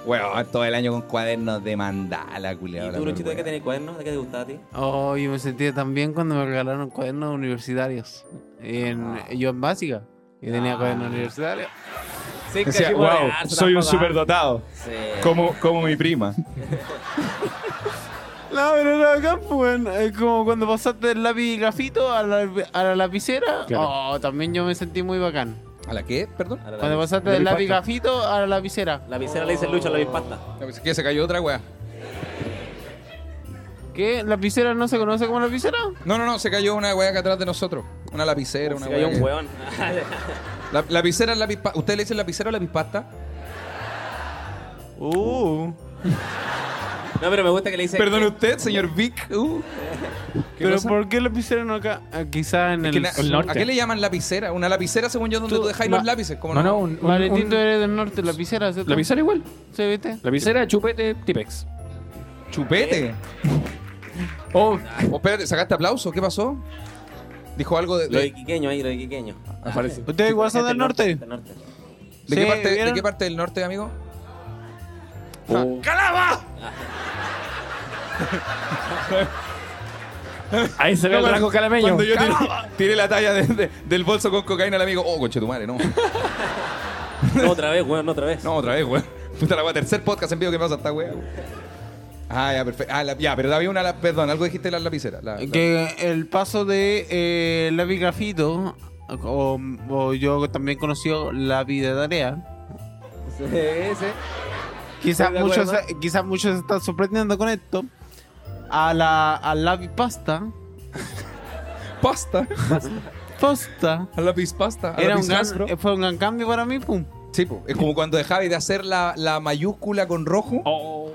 Bueno, todo el año con cuadernos de mandala, culio.
¿Y
la
tú, Luchito, de
wea.
qué tenés cuadernos? ¿De qué te gustaba a ti?
Oh, yo me sentía tan bien cuando me regalaron cuadernos universitarios. En, Yo en básica. Y tenía cuadernos universitarios.
Sí,
Decía,
que
wow,
así,
soy un
tampoco,
superdotado,
ah. Sí.
como, como mi prima.
No, pero era acá, pues, bueno, es como cuando pasaste del lápiz grafito a la, a la lapicera.
Claro.
Oh, también yo me sentí muy bacán.
¿A la qué? Perdón.
Ahora la-
Cuando pasaste del lápiz grafito a la lapicera.
La visera le dice Lucho, la bispasta.
No, pues, ¿qué? se cayó otra weá.
¿Qué? ¿Lapicera no se conoce como lapicera?
No, no, no, se cayó una weá acá atrás de nosotros. Una lapicera, una
Uh, Se
weá.
cayó un
que-
hueón.
La, lapicera es lápiz pa- ¿Usted le dice lapicera o lápiz pasta?
Uh.
No, pero me gusta que le dice.
Perdón usted, señor Vic. Uh. ¿Qué
¿Pero
cosa?
por qué lapicera no acá? Ah, quizá en
Es
el...
que na-
el norte.
¿A qué le llaman lapicera? Una lapicera, según yo, es donde tú,
Tú-
dejáis
ma-
los lápices. ¿cómo
No, no, un, un-
Valentín,
un-
tú eres del norte, lapicera, ¿cierto?
La visera igual.
¿Sí, viste?
La visera, chupete, tipex.
Chupete.
Oh,
Oh, espérate, ¿sacaste aplauso? ¿Qué pasó? Dijo algo de.
Lo
¿De,
de Quiqueño ahí, lo de Quiqueño.
aparece.
¿Ustedes igual son
Gente
del norte?
Del norte.
de qué,
Sí,
parte, de
¿vieron?
qué parte del norte, amigo?
Oh. Ahí se ve el rasgo calameño.
Cuando yo tiré, tiré la talla de- de- del bolso con cocaína al amigo. Oh, coche tu madre, no.
No, otra vez, hueón, no, otra vez.
No, otra vez, weón. Puta la weá, tercer podcast en vivo que pasa esta weá. Ah, ya, perfecto. Ah, la- ya, pero había una. la- Perdón, algo dijiste de las lapiceras. La, la-
Que el paso de eh, lápiz grafito, o, o yo también conocido lápiz de tarea,
Ese.
quizás
Estoy de
muchos,
acuerdo.
quizás muchos se están sorprendiendo con esto, a la, al lápiz pasta,
pasta.
pasta,
A lápiz pasta. a
era
lápiz
un gran- eh,
Hasbro.
fue un gran cambio para mí, pum.
eh,
Sí, po. es como cuando dejabais de hacer la, la mayúscula con rojo.
Oh.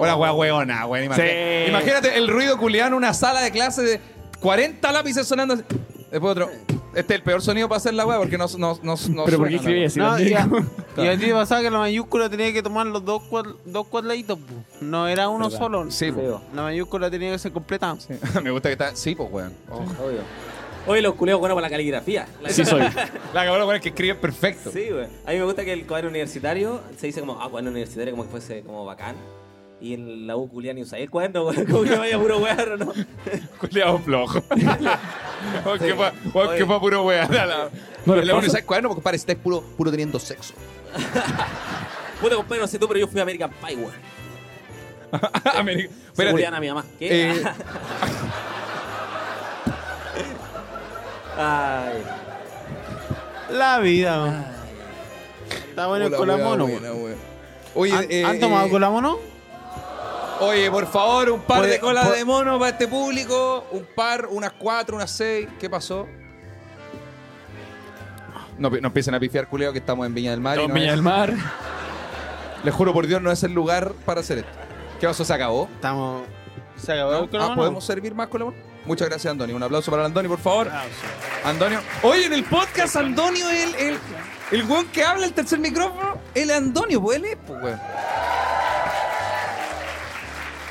Hola, wea, weona, weón. Imagínate,
Sí.
imagínate el ruido culiado en una sala de clase de 40 lápices sonando. así. Después otro. Este es el peor sonido para hacer la wea porque no. no, no, no
Pero ¿por qué
suena,
escribí
no.
No,
así?
y, a,
Andrés?
y a ti te pasaba que la mayúscula tenía que tomar los dos, cuad- dos cuadraditos, pu. no era uno
Verdad.
solo.
Sí, po.
Feo,
La mayúscula tenía que ser completa.
Sí. Me gusta que está. Sí, pues, weón. Oh.
obvio. Oye, los culeos buenos para la caligrafía. La-
Sí soy.
La cabrón, weón, es que escribe perfecto.
Sí, güey. A mí me gusta que el cuadro universitario se dice como, ah, cuadro universitario, como que fuese como bacán. Y en la U culián y usáis el cuaderno, güey. Como que vaya puro güero, ¿no?
Culeado flojo. Weón, que fue- weón,
Oye.
que fue puro weón. La,
No les
la
pasa.
¿sabes cuál? No, porque parece que estáis puro, puro teniendo sexo.
Puta, compadre, no sé tú, pero yo fui a American Pie, güey.
América.
Se
Espérate.
culián a mi mamá. ¿Qué?
Eh,
Ay.
La vida, man. Está bueno el
hola,
colamono.
weón,
man.
buena, weón. Oye,
¿Han,
eh,
han tomado
eh,
colamono?
Oye, por favor, un par
Puede-
de colas
pu-
de mono para este público. Un par, unas cuatro, unas seis. ¿Qué pasó? No, pi- no empiecen a pifiar, culeo, que estamos en Viña del Mar. y
Don
no
Viña
es-
del Mar.
Les juro por Dios, no es el lugar para hacer esto. ¿Qué pasó? ¿Se acabó?
Estamos. ¿Se acabó
¿No?
el
Ah,
colamono?
¿Podemos servir más con Muchas gracias, Antonio. Un aplauso para Antonio, por favor. Antonio. Oye, en el podcast, Antonio, el, el, el weón que habla el tercer micrófono, el Antonio, pues él es, pues, weón.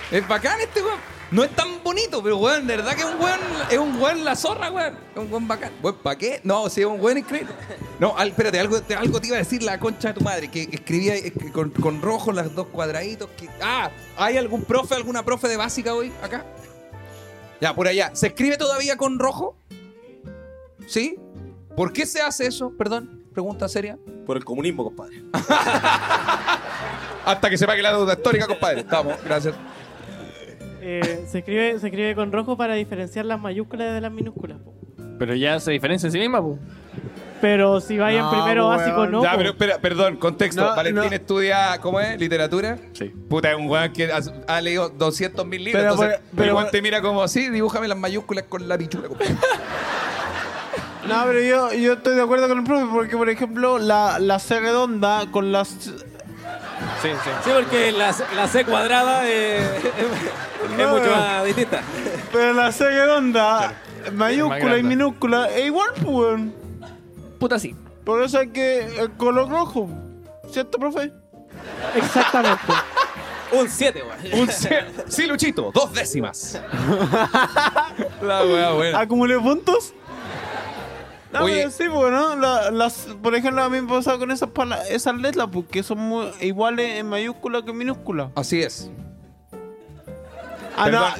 Es bacán este weón. No es tan bonito, pero weón, de verdad que es un weón, es un weón la zorra, weón. Es un weón bacán. ¿Weón pa' qué? No, sí, es un weón increíble. No, al- espérate, algo te, algo te iba a decir la concha de tu madre, que escribía eh, que con, con rojo las dos cuadraditos. que- ah, ¿hay algún profe, alguna profe de básica hoy acá? Ya, por allá. ¿Se escribe todavía con rojo? ¿Sí? ¿Por qué se hace eso? Perdón, pregunta seria.
Por el comunismo, compadre.
Hasta que se pague la deuda histórica, compadre. Estamos, gracias.
Eh, se, escribe, se escribe con rojo para diferenciar las mayúsculas de las minúsculas. po.
Pero ya se diferencia en sí misma, pues. po.
Pero si vayan
No,
primero
weón.
básico, no. pues,
ya,
po.
pero espera, perdón, contexto.
No,
Valentín
no.
estudia, ¿cómo es? ¿Literatura?
Sí.
Puta, es un weón que ha, ha leído 200 mil libros.
Pero,
entonces,
pero,
el weón
pero-
te mira como así, dibújame las mayúsculas con la pichula, compadre.
No, pero yo, yo estoy de acuerdo con el profe porque, por ejemplo, la, la C redonda con las.
Sí, sí.
Sí, porque la, la C cuadrada eh, es mucho más distinta.
Pero la C redonda,
Más
mayúscula
grande.
y minúscula, es igual, pues. weón.
Puta sí.
Por eso hay que. El color rojo. ¿Cierto, profe?
Exactamente.
Un 7, güey.
Un ce- sí, Luchito, dos décimas. la weá, buena.
¿Acumulé puntos? No,
Oye.
pero sí, pues, ¿no? La- las, por ejemplo, a mí me pasaba con esas, pala- esas letras, porque son muy iguales en mayúscula que en minúscula.
Así es.
Ah, no,
Perdón.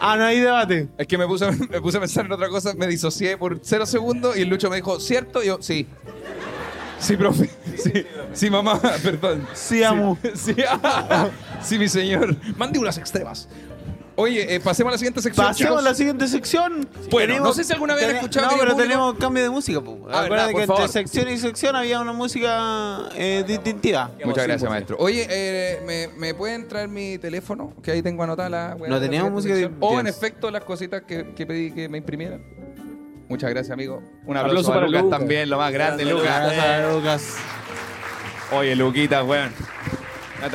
ah, no hay debate.
Es que me puse, me puse a pensar en otra cosa, me disocié por cero segundos y el Lucho me dijo, ¿cierto? Y yo, sí. Sí, profe. Sí, sí, mamá, perdón.
Sí, amo.
Sí, ah, sí, mi señor. Mandíbulas extremas. Oye, eh, pasemos a la siguiente sección.
Pasemos a
chicos.
la siguiente sección.
Bueno, no sé si alguna vez han
tene-
escuchado,
No,
querido
pero
público.
tenemos cambio de música. po.
Ah, verdad,
Acuérdate
por
que
favor.
entre sección y sección había una música eh, distintiva.
Muchas
Sí,
gracias,
música.
maestro. Oye, eh, ¿me, me pueden traer mi teléfono? Que ahí tengo anotada la... weá
No
de la
teníamos
siguiente
música
sección.
de-
O, en efecto, las cositas que, que pedí que me imprimieran. Muchas gracias, amigo. Un
Aplauso
aplauso, para
para
Lucas,
Lucas.
también, lo más grande,
Grande,
Lucas.
Gracias a Lucas.
Oye, Luquita, weón.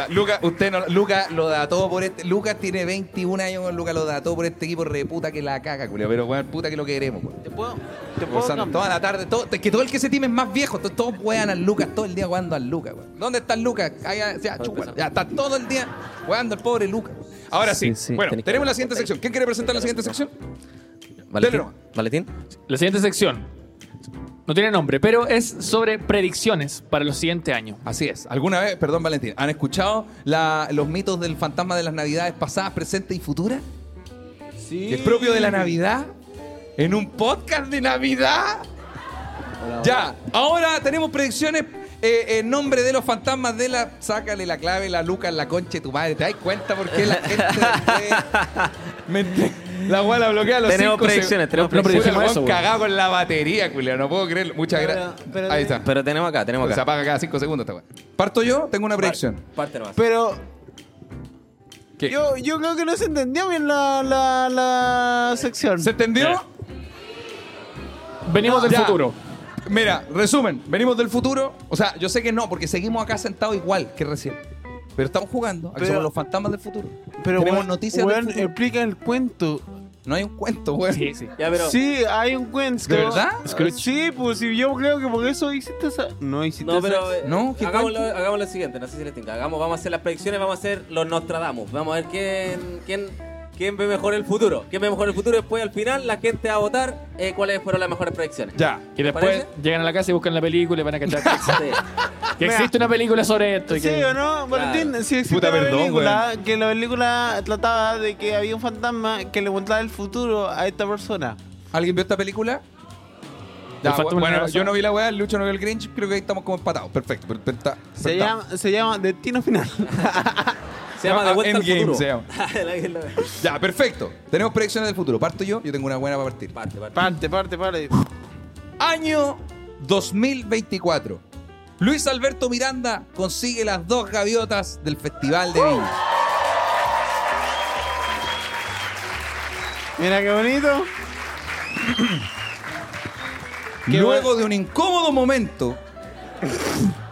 Lucas, usted no, Lucas lo da todo por este. Lucas tiene 21 años, Lucas lo da todo por este equipo re puta que la caga, culio. Pero weón, puta que lo queremos, weón.
¿Te puedo? ¿Te puedo
Gozando
cambiar?
toda la tarde, todo, es que todo el que se time es más viejo, entonces todos wean al Lucas todo el día jugando al Lucas, weón. ¿Dónde está el Lucas? Ahí, ah, ya, chúpalo. ya está todo el día jugando al pobre Lucas. Ahora sí,
Sí, sí,
bueno,
tenés que-
tenemos la siguiente sección. ¿Quién quiere presentar la siguiente sección?
¿Valetín?
Dele
¿Valetín?
La siguiente sección. No tiene nombre, pero es sobre predicciones para los siguientes años.
Así es. ¿Alguna vez, perdón Valentín, han escuchado la- los mitos del fantasma de las navidades pasadas, presentes y futuras?
Sí.
que es propio de la Navidad, en un podcast de Navidad. Ya, ahora tenemos predicciones eh, en nombre de los fantasmas de la. Sácale la clave, la luca, la concha de tu madre. ¿Te das cuenta por qué la gente. me- la weá la bloquea a los
Tenemos
cinco
predicciones,
seg-
tenemos
No, pero
predicciones.
puta, el
Eso,
weón
weón.
cagado con la batería, culiao. No puedo creerlo. Muchas gracias.
pero-
Ahí está.
Pero tenemos acá, tenemos
Se
acá.
apaga cada cinco segundos esta weá. Parto yo, tengo una predicción.
Parte nomás.
Pero.
¿Qué?
Yo, yo creo que no se entendió bien la, la, la sección.
¿Se entendió?
Ya. Venimos del
Ya.
futuro.
Mira, resumen, venimos del futuro. O sea, yo sé que no, porque seguimos acá sentados igual que recién. Pero estamos jugando, aquí
Pero-
somos los fantasmas del futuro.
Pero,
tenemos
weón,
noticias del
weón,
futuro.
explica el cuento.
No hay un cuento, weón.
Sí, sí.
Ya, pero.
Sí, hay un cuento.
¿De verdad?
Scrooge.
Sí, pues si yo creo que por eso hiciste esa. No hiciste
No,
esa-
pero. eh,
No, ¿qué
hagamos, lo,
cuento?
hagamos lo siguiente, no sé si les tinca. Hagamos, vamos a hacer las predicciones, vamos a hacer los Nostradamus. Vamos a ver quién. quién ¿Quién ve mejor el futuro? ¿Quién ve mejor el futuro? Después, al final, la gente va a votar eh, cuáles fueron las mejores predicciones.
Ya.
Y después
¿Parece?
llegan a la casa y buscan la película y van a cachar que existe-
Sí.
que existe una película sobre esto. Y
¿Sí
que...
o no? Valentín,
Claro.
si existe
Puta,
una
perdón,
película que la película trataba de que había un fantasma que le montaba el futuro a esta persona.
¿Alguien vio esta película?
El
Ya,
Fantasma
bu- bueno,
Negro
yo
Azul.
no vi la weá, Lucho no vio el Grinch, creo que ahí estamos como empatados. Perfecto, per- per- está-
Se
está-
llama, se llama Destino Final.
Se llama
Ah,
De Vuelta al
Endgame
Futuro.
se llama. Ya, perfecto. Tenemos predicciones del futuro. Parto yo, yo tengo una buena para partir.
Parte, parte.
parte, parte, parte.
Año 2024. Luis Alberto Miranda consigue las dos gaviotas del Festival de Viña.
Mira qué bonito. Qué
Luego de un incómodo momento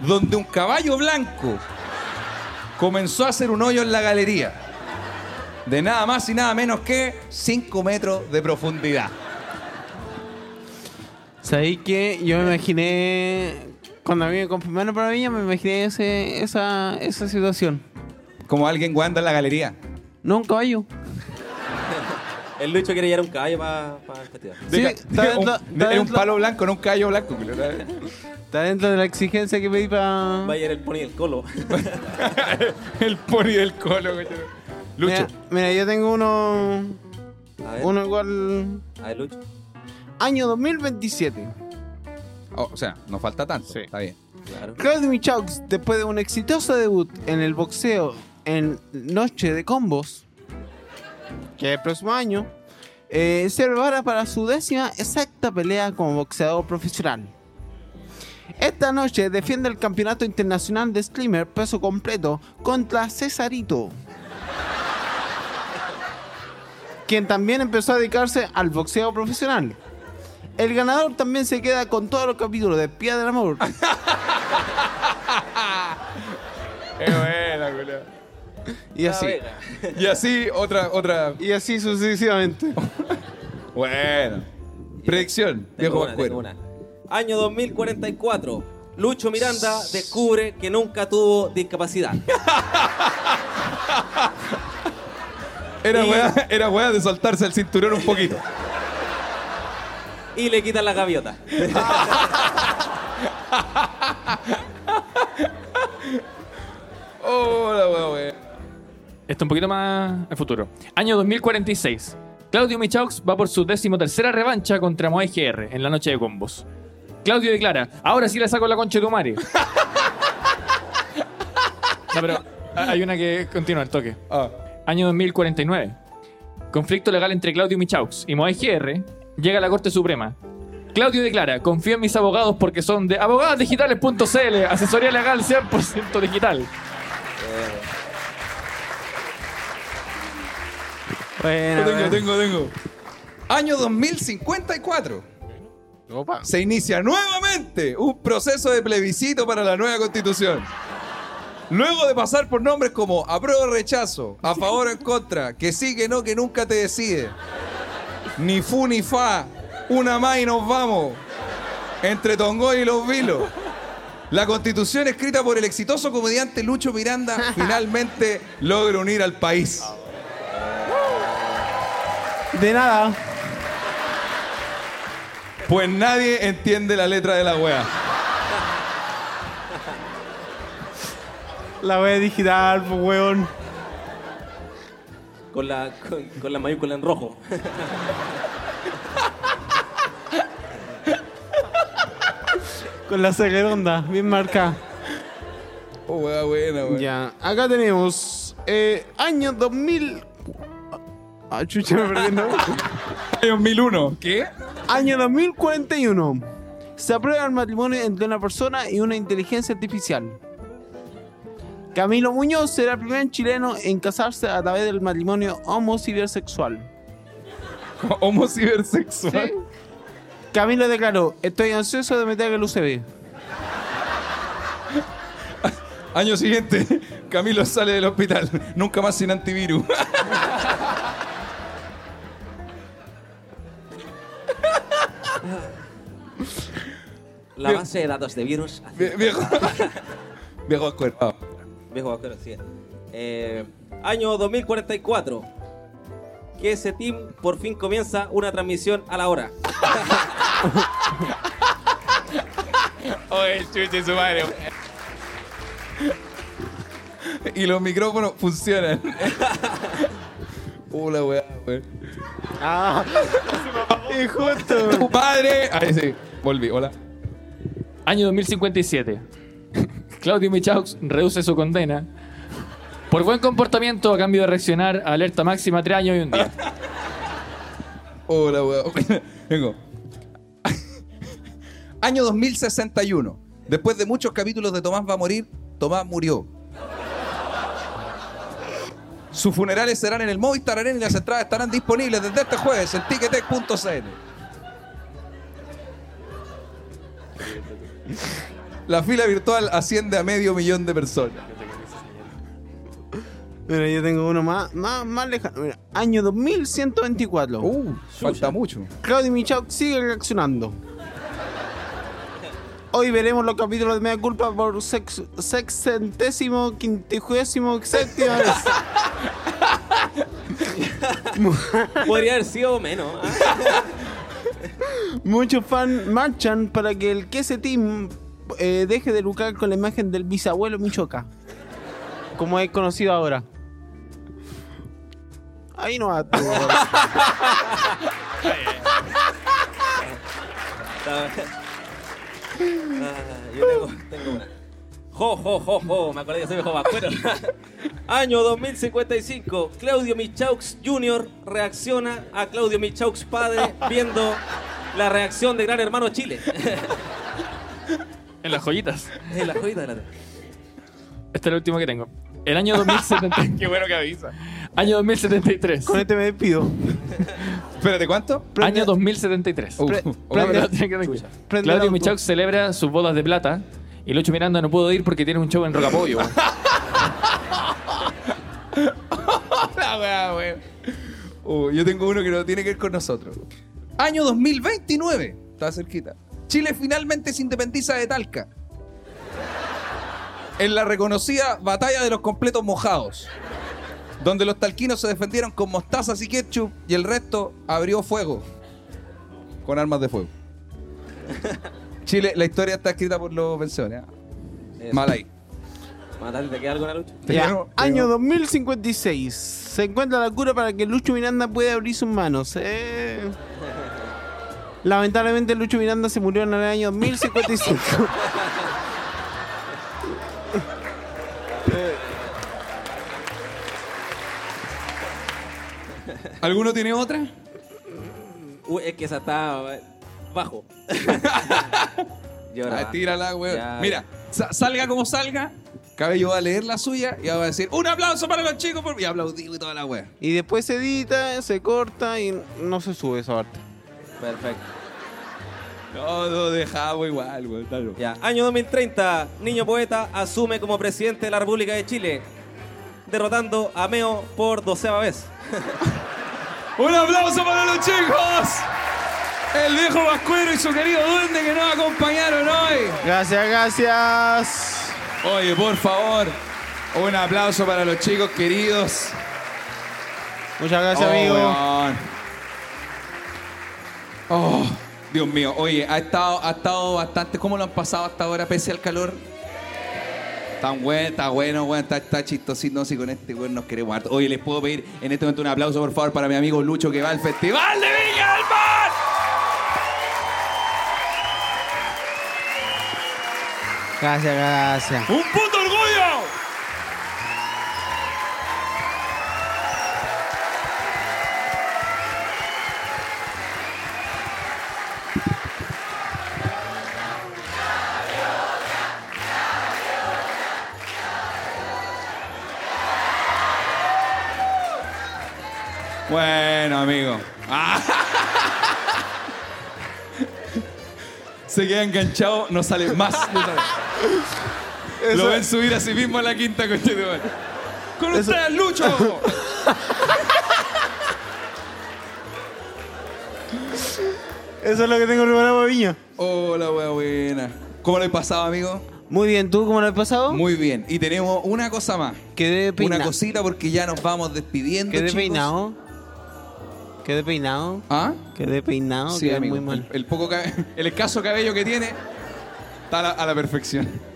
donde un caballo blanco comenzó a hacer un hoyo en la galería de nada más y nada menos que 5 metros de profundidad.
¿Sabéis que yo me imaginé, cuando a mí me confirmaron para Viña, me imaginé ese, esa, esa situación.
Como alguien guanda en la galería.
No, un caballo.
El Lucho quiere llevar un caballo para pa el festival.
Sí,
Deja-
está
deja un-
dentro- está
es un
dentro.
palo blanco, no un callo blanco. culo.
Está dentro de la exigencia que pedí para...
Va a llevar el pony del colo.
El pony del colo. coño. Lucho.
Mira, mira, yo tengo uno,
A ver,
uno igual...
a ver Lucho.
Año 2027.
Oh, o sea, nos falta tanto.
Sí.
Está bien.
Claro.
Claudio Michaux, después de un exitoso debut en el boxeo en Noche de Combos, que es el próximo año, eh, se prepara para su décima exacta pelea como boxeador profesional. Esta noche defiende el Campeonato Internacional de Slimmer peso completo contra Cesarito, quien también empezó a dedicarse al boxeo profesional. El ganador también se queda con todos los capítulos de Piedra del Amor. Y así.
Venga.
Y así, otra, otra.
Y así sucesivamente.
Bueno. Predicción,
Tengo
viejo
una, tengo
Pascuero.
una. Año 2044. Lucho Miranda descubre que nunca tuvo discapacidad.
Era
Y-
weá, era weá de soltarse el cinturón un poquito.
Y le quitan la gaviota.
Oh, la weá, weá.
Esto un poquito más al futuro. Año 2046. Claudio Michaux va por su decimotercera revancha contra Moe GR en la noche de combos. Claudio declara, ahora sí le saco la concha de tu madre". No, pero ah, hay una que continúa el toque.
Ah.
Año 2049. Conflicto legal entre Claudio Michaux y Moe GR llega a la Corte Suprema. Claudio declara, confío en mis abogados porque son de abogadosdigitales.cl, asesoría legal 100% digital.
Bueno,
Tengo, tengo, tengo. Año 2054. Se inicia nuevamente un proceso de plebiscito para la nueva constitución. Luego de pasar por nombres como apruebo o rechazo, a favor o en contra, que sí, que no, que nunca te decide, ni fu ni fa, una más y nos vamos, entre Tongol y los vilos. La constitución escrita por el exitoso comediante Lucho Miranda finalmente logra unir al país.
De nada.
Pues nadie entiende la letra de la wea.
La web digital, pues, weón.
Con la, con, con la mayúscula en rojo.
Con Con la C redonda, bien marcada.
Oh, weá, buena, weá.
Ya, acá tenemos eh, año 2000. Ah, chucha, me perdí, ¿no?
2001. ¿Qué?
Año 2041. Se aprueba el matrimonio entre una persona y una inteligencia artificial. Camilo Muñoz será el primer chileno en casarse a través del matrimonio homocibersexual.
Homo cibersexual.
Camilo declaró, estoy ansioso de meter el UCB.
Año siguiente, Camilo sale del hospital. Nunca más sin antivirus.
La base de datos de virus. así,
Vie- viejo. viejo escuerpado.
Viejo vaquero, sí. Eh, año 2044. Que ese team por fin comienza una transmisión a la hora.
Oye, chuche su madre. y los micrófonos funcionan. Hola, weá, weá.
Injusto.
Tu padre. Ahí sí, volví, hola.
Año 2057. Claudio Michaux reduce su condena por buen comportamiento a cambio de reaccionar a alerta máxima tres años y un día.
Hola, weá. Vengo. Año 2061. Después de muchos capítulos de Tomás va a morir, Tomás murió. Sus funerales serán en el Movistar Arena y las entradas estarán disponibles desde este jueves en ticketec.cl. La fila virtual asciende a medio millón de personas.
Mira, yo tengo uno más, más, más lejano. Mira, año 2124.
Uh, falta mucho.
Claudio Michaud sigue reaccionando. Hoy veremos los capítulos de Mea Culpa por sex, sexentésimo, quintijuésimo, séptima vez.
Podría haber sido menos. ¿ah?
Muchos fans marchan para que el Kese Team eh, deje de lucrar con la imagen del bisabuelo Michoca. Como es conocido ahora. Ahí no va todo.
Ah, yo tengo, tengo una. Jo, jo, jo, jo. Me acordé que soy viejo vaquero. Año 2055. Claudio Michaux Jr. reacciona a Claudio Michaux padre viendo la reacción de Gran Hermano Chile.
En las joyitas.
Es la joyita de la tele.
Este es el último que tengo. El año 2070. Qué bueno que avisa. Año 2073.
Con este me despido.
Espérate, ¿cuánto?
Año 2073.
Uh,
Pre-
hola,
prende-
hola.
prende la
Claudio
luz.
Michaux celebra sus bodas de plata y Lucho Miranda no pudo ir porque tiene un show en Rocapollo.
La weá, weón. Oh, yo tengo uno que no tiene que ver con nosotros. Año 2029. Está cerquita. Chile finalmente se independiza de Talca. En la reconocida batalla de los completos mojados. Donde los talquinos se defendieron con mostazas y ketchup y el resto abrió fuego. Con armas de fuego. Chile, la historia está escrita por los vencedores. ¿eh?
Eso.
Mal ahí.
Matar, ¿te queda algo en la lucha?
Te
Ya,
quiero- te
Año
quiero-
2056. Se encuentra la cura para que Lucho Miranda pueda abrir sus manos. Eh. Lamentablemente Lucho Miranda se murió en el año 2055.
¿Alguno tiene otra?
Uy, es que esa está eh, bajo. y ahora
Ah,
va.
tírala, weón.
Ya.
Mira, sa- salga como salga, Cabello va a leer la suya y va a decir un aplauso para los chicos por-" y aplaudimos y toda la weá.
y después se edita, se corta y no se sube esa parte.
Perfecto.
No, no, dejamos igual, weón. está loco.
Ya. Año 2030, Niño Poeta asume como presidente de la República de Chile, derrotando a Meo por doceava vez.
Un aplauso para los chicos. El viejo Vascuero y su querido duende que nos acompañaron hoy.
Gracias, gracias.
Oye, por favor, un aplauso para los chicos queridos.
Muchas gracias,
Oh,
amigo.
weón. Oh, Dios mío. Oye, ha estado, ha estado bastante. ¿Cómo lo han pasado hasta ahora, pese al calor? Tan bueno, está bueno, weón, está, está chistosito. No sé, con este weón nos queremos harto. Oye, les puedo pedir en este momento un aplauso, por favor, para mi amigo Lucho que va al Festival de Viña del Mar.
Gracias, gracias.
¡Un puto orgullo! Bueno, amigo. Ah. Se queda enganchado, no sale más. de esa vez. Lo ven subir a sí mismo a la quinta coche de gol. ¡Con ustedes, Lucho!
Eso es lo que tengo preparado para Viña.
Hola, wea buena. ¿Cómo le pasaba, amigo?
Muy bien, ¿tú cómo lo has pasado?
Muy bien. Y tenemos una cosa más. Una
Quedé Oh. peinado.
cosita porque ya nos vamos despidiendo.
Quedé
chicos.
peinado. Quedé peinado.
¿Ah?
Quedé peinado.
Sí,
quedé
amigo.
muy mal.
El, el poco cabe- el escaso cabello que tiene está a la, a la perfección.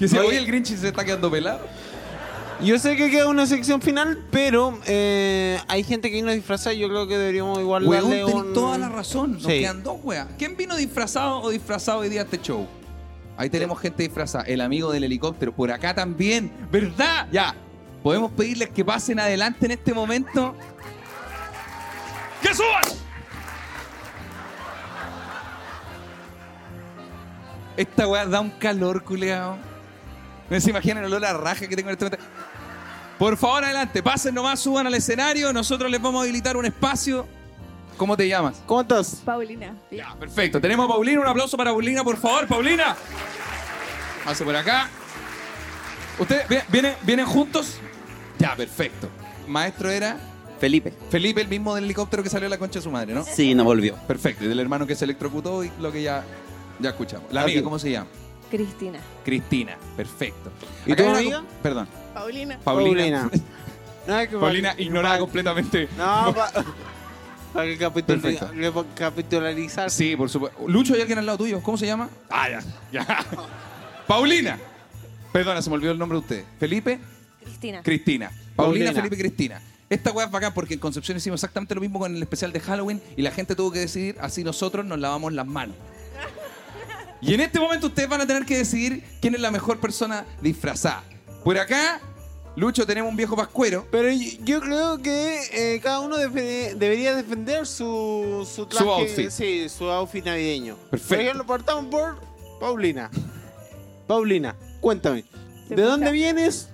Que si
Oye.
hoy el Grinch se está quedando pelado.
Yo sé que queda una sección final, pero eh, hay gente que vino disfrazada y yo creo que deberíamos igual
Weón,
darle
tenés
un...
toda la razón. Nos
Sí.
quedan dos weas. ¿Quién vino disfrazado o disfrazado hoy día a este show? Ahí tenemos gente disfrazada. El amigo del helicóptero. Por acá también. ¿Verdad? Ya. ¿Podemos pedirles que pasen adelante en este momento? ¡Que suban! Esta wea da un calor, culeado. No se imaginan el olor a raja que tengo en este momento. Por favor, adelante. Pasen nomás, suban al escenario. Nosotros les vamos a habilitar un espacio. ¿Cómo te llamas?
¿Cómo estás?
Paulina.
Ya, perfecto. Tenemos a Paulina. Un aplauso para Paulina, por favor. Paulina. Pase por acá. ¿Ustedes vi- vienen, vienen juntos? Ya, perfecto. Maestro era
Felipe.
Felipe, el mismo del helicóptero que salió a la concha de su madre, ¿no?
Sí, no volvió.
Perfecto. Y del hermano que se electrocutó y lo que ya, ya escuchamos. La amiga,
Así.
¿cómo se llama?
Cristina.
Cristina. Perfecto.
¿Y
Acá
tú,
hay una-
amiga?
Perdón.
Paulina.
Paulina.
No, es que
Paulina
para-
ignorada
para-
completamente.
Ah, No, para para que capitul-
Perfecto.
recapitularizar.
Sí, por supuesto. Lucho, hay alguien al lado tuyo. ¿Cómo se llama? Ah, ya. ya. Paulina. Perdona, se me olvidó el nombre de usted. Felipe,
Cristina.
Cristina. Paulina,
Paulina.
Felipe, Cristina. Esta weá es bacán porque en Concepción hicimos exactamente lo mismo con el especial de Halloween y la gente tuvo que decidir, así nosotros nos lavamos las manos. Y en este momento ustedes van a tener que decidir quién es la mejor persona disfrazada. Por acá, Lucho, tenemos un viejo pascuero.
Pero yo, yo creo que eh, cada uno defe- debería defender su, su traje.
outfit.
Sí, su outfit navideño.
Perfecto.
Por ejemplo, partamos por Paulina. Paulina, cuéntame.
¿Se
¿De
escucha?
dónde vienes?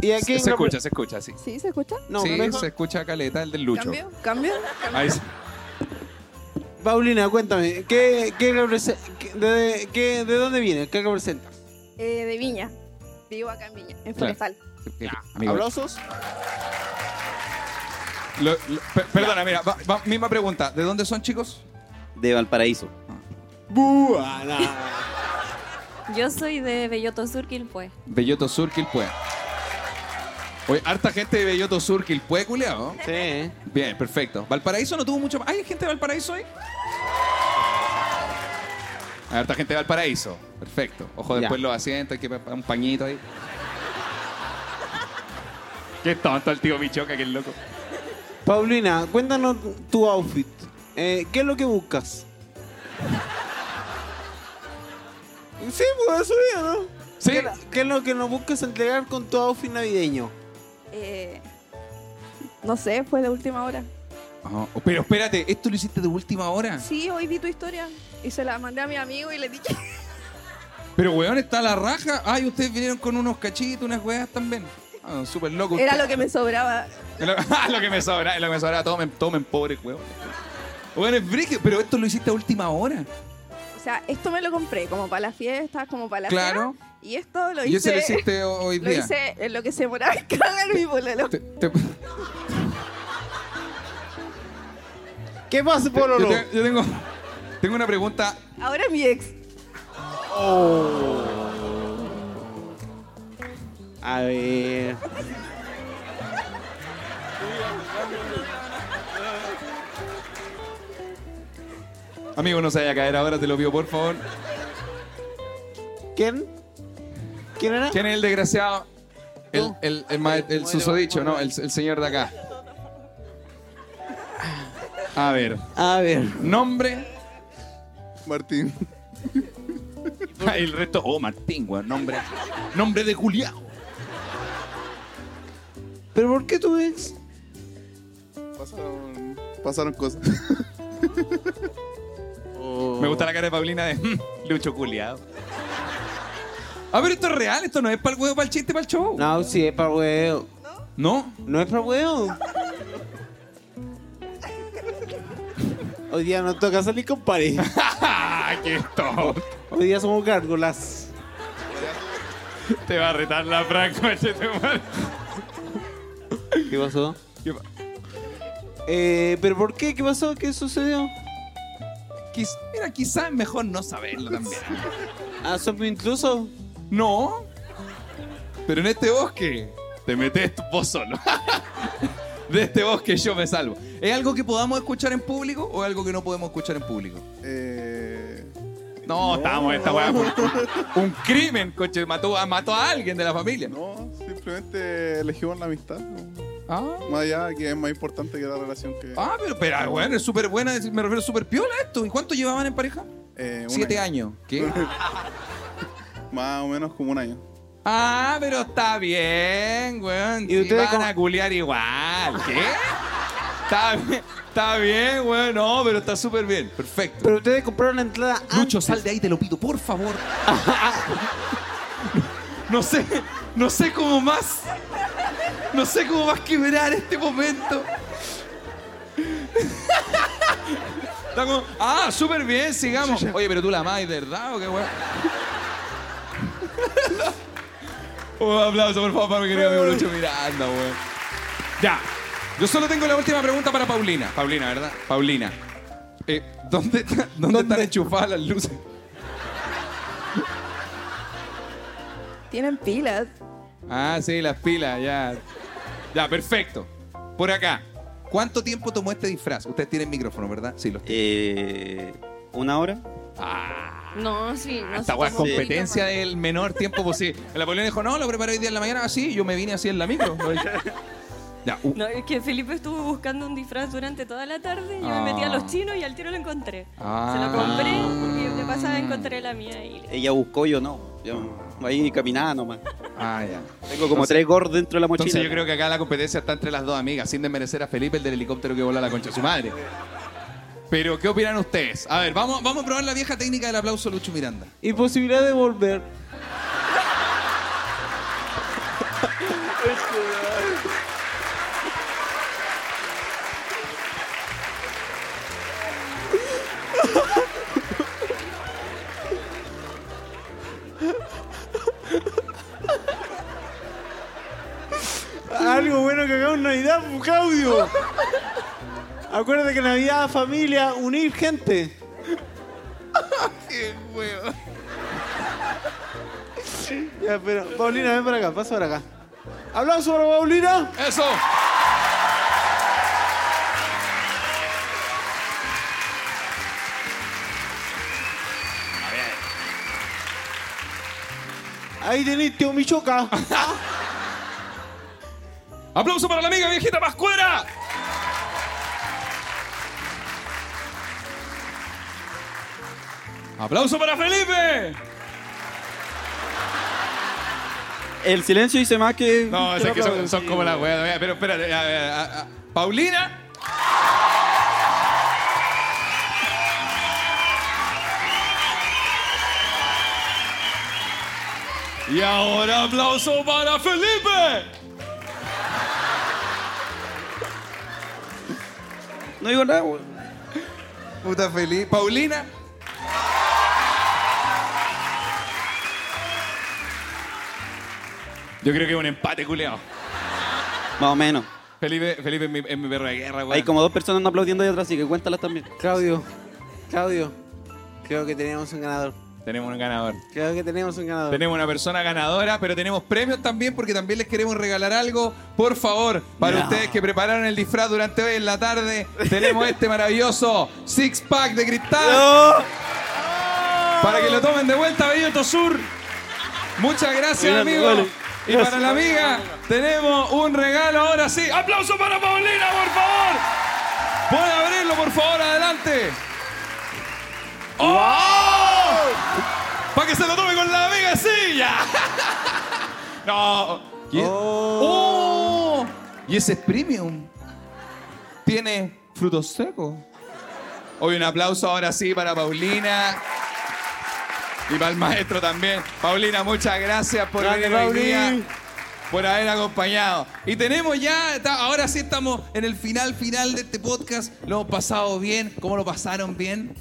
¿Y a
Se,
quién
se
repre-
escucha, se escucha, sí.
¿Sí? ¿Se escucha?
No,
sí,
mejor-
se escucha caleta el del Lucho.
¿Cambio? ¿Cambio?
Ahí se-
Paulina, cuéntame. ¿qué, qué represe- qué- de, qué- de dónde vienes? ¿Qué representas?
Eh, de Viña. Vivo acá en Viña, en
Claro.
Forestal.
Ya, amigo.
¿Aplausos?
Lo- lo- per- perdona, mira, va- va- misma pregunta. ¿De dónde son, chicos?
De Valparaíso.
¡Bua! nah.
Yo soy de Belloto pues. Sur, Quilpue.
Belloto Sur, Quilpue. Oye, harta gente de Belloto Sur, Quilpue, culiao.
Sí, ¿eh?
Bien, perfecto. Valparaíso no tuvo mucho más. ¿Hay gente de Valparaíso ahí? Hay harta gente de Valparaíso. Perfecto. Ojo
Ya.
después los asientos, hay que pa- un pañito ahí. Qué tonto el tío Michoca, que es loco.
Paulina, cuéntanos tu outfit. Eh, ¿Qué es lo que buscas? Sí, pues eso ya, ¿no?
Sí.
¿Qué, qué es lo que nos buscas entregar con tu outfit navideño?
Eh, no sé, fue de última hora.
Ajá. Pero espérate, ¿esto lo hiciste de última hora?
Sí, hoy vi tu historia y se la mandé a mi amigo y le dije.
Pero, weón, está la raja. Ay, ustedes vinieron con unos cachitos, unas weas también. Ah, Súper loco.
Era lo que me sobraba.
lo, lo que me sobra, lo que me sobra. Tomen, tomen, pobre weón. Weón, es brígido, pero esto lo hiciste a última hora.
O sea, esto me lo compré como para las fiestas, como para la
Claro.
cena, Y esto lo
Y eso
hice.
lo hiciste ho- hoy
lo
día.
hice en lo que se moraba en cagar mi pololo.
Te- te-
¿Qué pasa, Pololo?
yo, te- yo tengo, tengo una pregunta.
Ahora mi ex.
Oh. A ver.
Amigo, no se vaya a caer ahora, te lo pido, por favor.
¿Quién? ¿Quién era?
¿Quién es el desgraciado? El, el, el, ma- el susodicho, no, el, el señor de acá. A ver,
A ver.
nombre.
Martín.
El resto, oh, Martín, weón, nombre, nombre de Julián.
¿Pero por qué tu ex?
Pasaron, pasaron cosas.
Me gusta la cara de Paulina de "Mm, Lucho culiado. Ah, pero esto es real, esto no es para el huevo, para el chiste, para el show.
No, sí, es para huevo.
No.
No es para huevo. Hoy día nos toca salir con París.
Ah, qué esto.
Hoy día somos gárgolas.
Te va a retar la Franco, chetumare.
¿Qué pasó? Eh, ¿Pero por qué? ¿Qué pasó? ¿Qué sucedió?
Quiz- Mira, quizás mejor no saberlo también.
Ah, somos incluso.
No. Pero en este bosque te metes tú- vos solo. De este bosque yo me salvo. ¿Es algo que podamos escuchar en público o es algo que no podemos escuchar en público?
Eh,
No, estamos en esta weá. por- Un crimen, coche. Mató, a- mató a alguien de la familia.
no, simplemente elegimos la amistad. ¿no?
Ah,
Más allá de que es más importante que la relación que.
ah, pero, pero bueno, es súper buena. es- Me refiero súper piola esto. ¿Y cuánto llevaban en pareja?
Eh, un
Siete
año.
años. ¿Qué?
Más o menos como un año.
Ah, pero está bien, weón.
¿Y
¿Y
ustedes
ustedes van
cómo-
a culiar igual. ¿Qué? está, bien, está bien, weón. No, pero está súper bien. Perfecto.
Pero ustedes compraron la entrada antes.
Lucho, sal de ahí, te lo pido, por favor. No sé, no sé cómo más. No sé cómo más quebrar este momento. Está como, ah, súper bien, sigamos. Oye, pero tú la amás, ¿de ¿verdad? ¿O qué weón? Un aplauso, por favor, para mi querido amigo Lucho Miranda, weón. Ya. Yo solo tengo la última pregunta para Paulina. Paulina, ¿verdad? Paulina. Eh, ¿dónde, está- ¿Dónde están enchufadas las luces?
Tienen pilas.
Ah, sí, las pilas, ya. Ya, perfecto. Por acá. ¿Cuánto tiempo tomó este disfraz? Ustedes tienen micrófono, ¿verdad? Sí, los
Eh, ¿Una hora?
No, sí. No
Esta
se
weá
tomó
es
un poquito
competencia
más.
del menor tiempo posible. La Paulina dijo, no, lo preparé hoy día en la mañana así, yo me vine así en la micro. Ya, uh,
No, es que Felipe estuvo buscando un disfraz durante toda la tarde. Yo
Ah.
me metí a los chinos y al tiro lo encontré.
Ah.
Se lo compré y de pasada encontré la mía. Y...
Ella buscó, yo no. Yo ahí caminaba nomás.
ah, ya.
Tengo como tres gordos dentro de la mochila.
Entonces yo creo que acá la competencia está entre las dos amigas, sin desmerecer a Felipe, el del helicóptero que voló a la concha de su madre. Pero, ¿qué opinan ustedes? A ver, vamos, vamos a probar la vieja técnica del aplauso Lucho Miranda.
Y posibilidad de volver. Algo bueno que hagamos en Navidad, pues, Claudio. Acuérdate que Navidad, familia, unir gente. Ya, pero, Paulina, ven para acá, pasa para acá. ¡Aplauso para Paulina!
¡Eso!
Ahí tenés, tío Michoca.
¡Aplauso para la amiga viejita Pascuera! ¡Aplauso para Felipe!
El silencio dice más que.
No, es que son, son como las weas. Pero espérate, a ver, a- a- Paulina. Y ahora aplauso para Felipe.
No digo nada, güey.
Puta feliz. Paulina. Yo creo que es un empate, culeado.
Más o menos.
Felipe, Felipe es mi, es mi perro de guerra, weón.
Hay como dos personas no aplaudiendo ahí atrás, así que cuéntalas también.
Claudio, Claudio, creo que tenemos un ganador.
Tenemos un ganador.
Creo que tenemos un ganador.
Tenemos una persona ganadora, pero tenemos premios también porque también les queremos regalar algo. Por favor, para ustedes que prepararon el disfraz durante hoy en la tarde, tenemos este maravilloso six pack de cristal. Para que lo tomen de vuelta, Bellito Sur. Muchas gracias, amigos. Y para la amiga, tenemos un regalo ahora sí. ¡Aplauso para Paulina, por favor! Pueden abrirlo, por favor, adelante. ¡Oh! ¡Para que se lo tome con la amiga silla! ¡No!
¿Quién?
¡Oh! Y ese es premium. Tiene frutos secos. Hoy un aplauso ahora sí para Paulina. Y para el maestro también. Paulina, muchas gracias por
Grande,
venir hoy
Pauli.
día, por haber acompañado. Y tenemos ya, está- ahora sí estamos en el final, final de este podcast. Lo hemos pasado bien. ¿Cómo lo pasaron bien?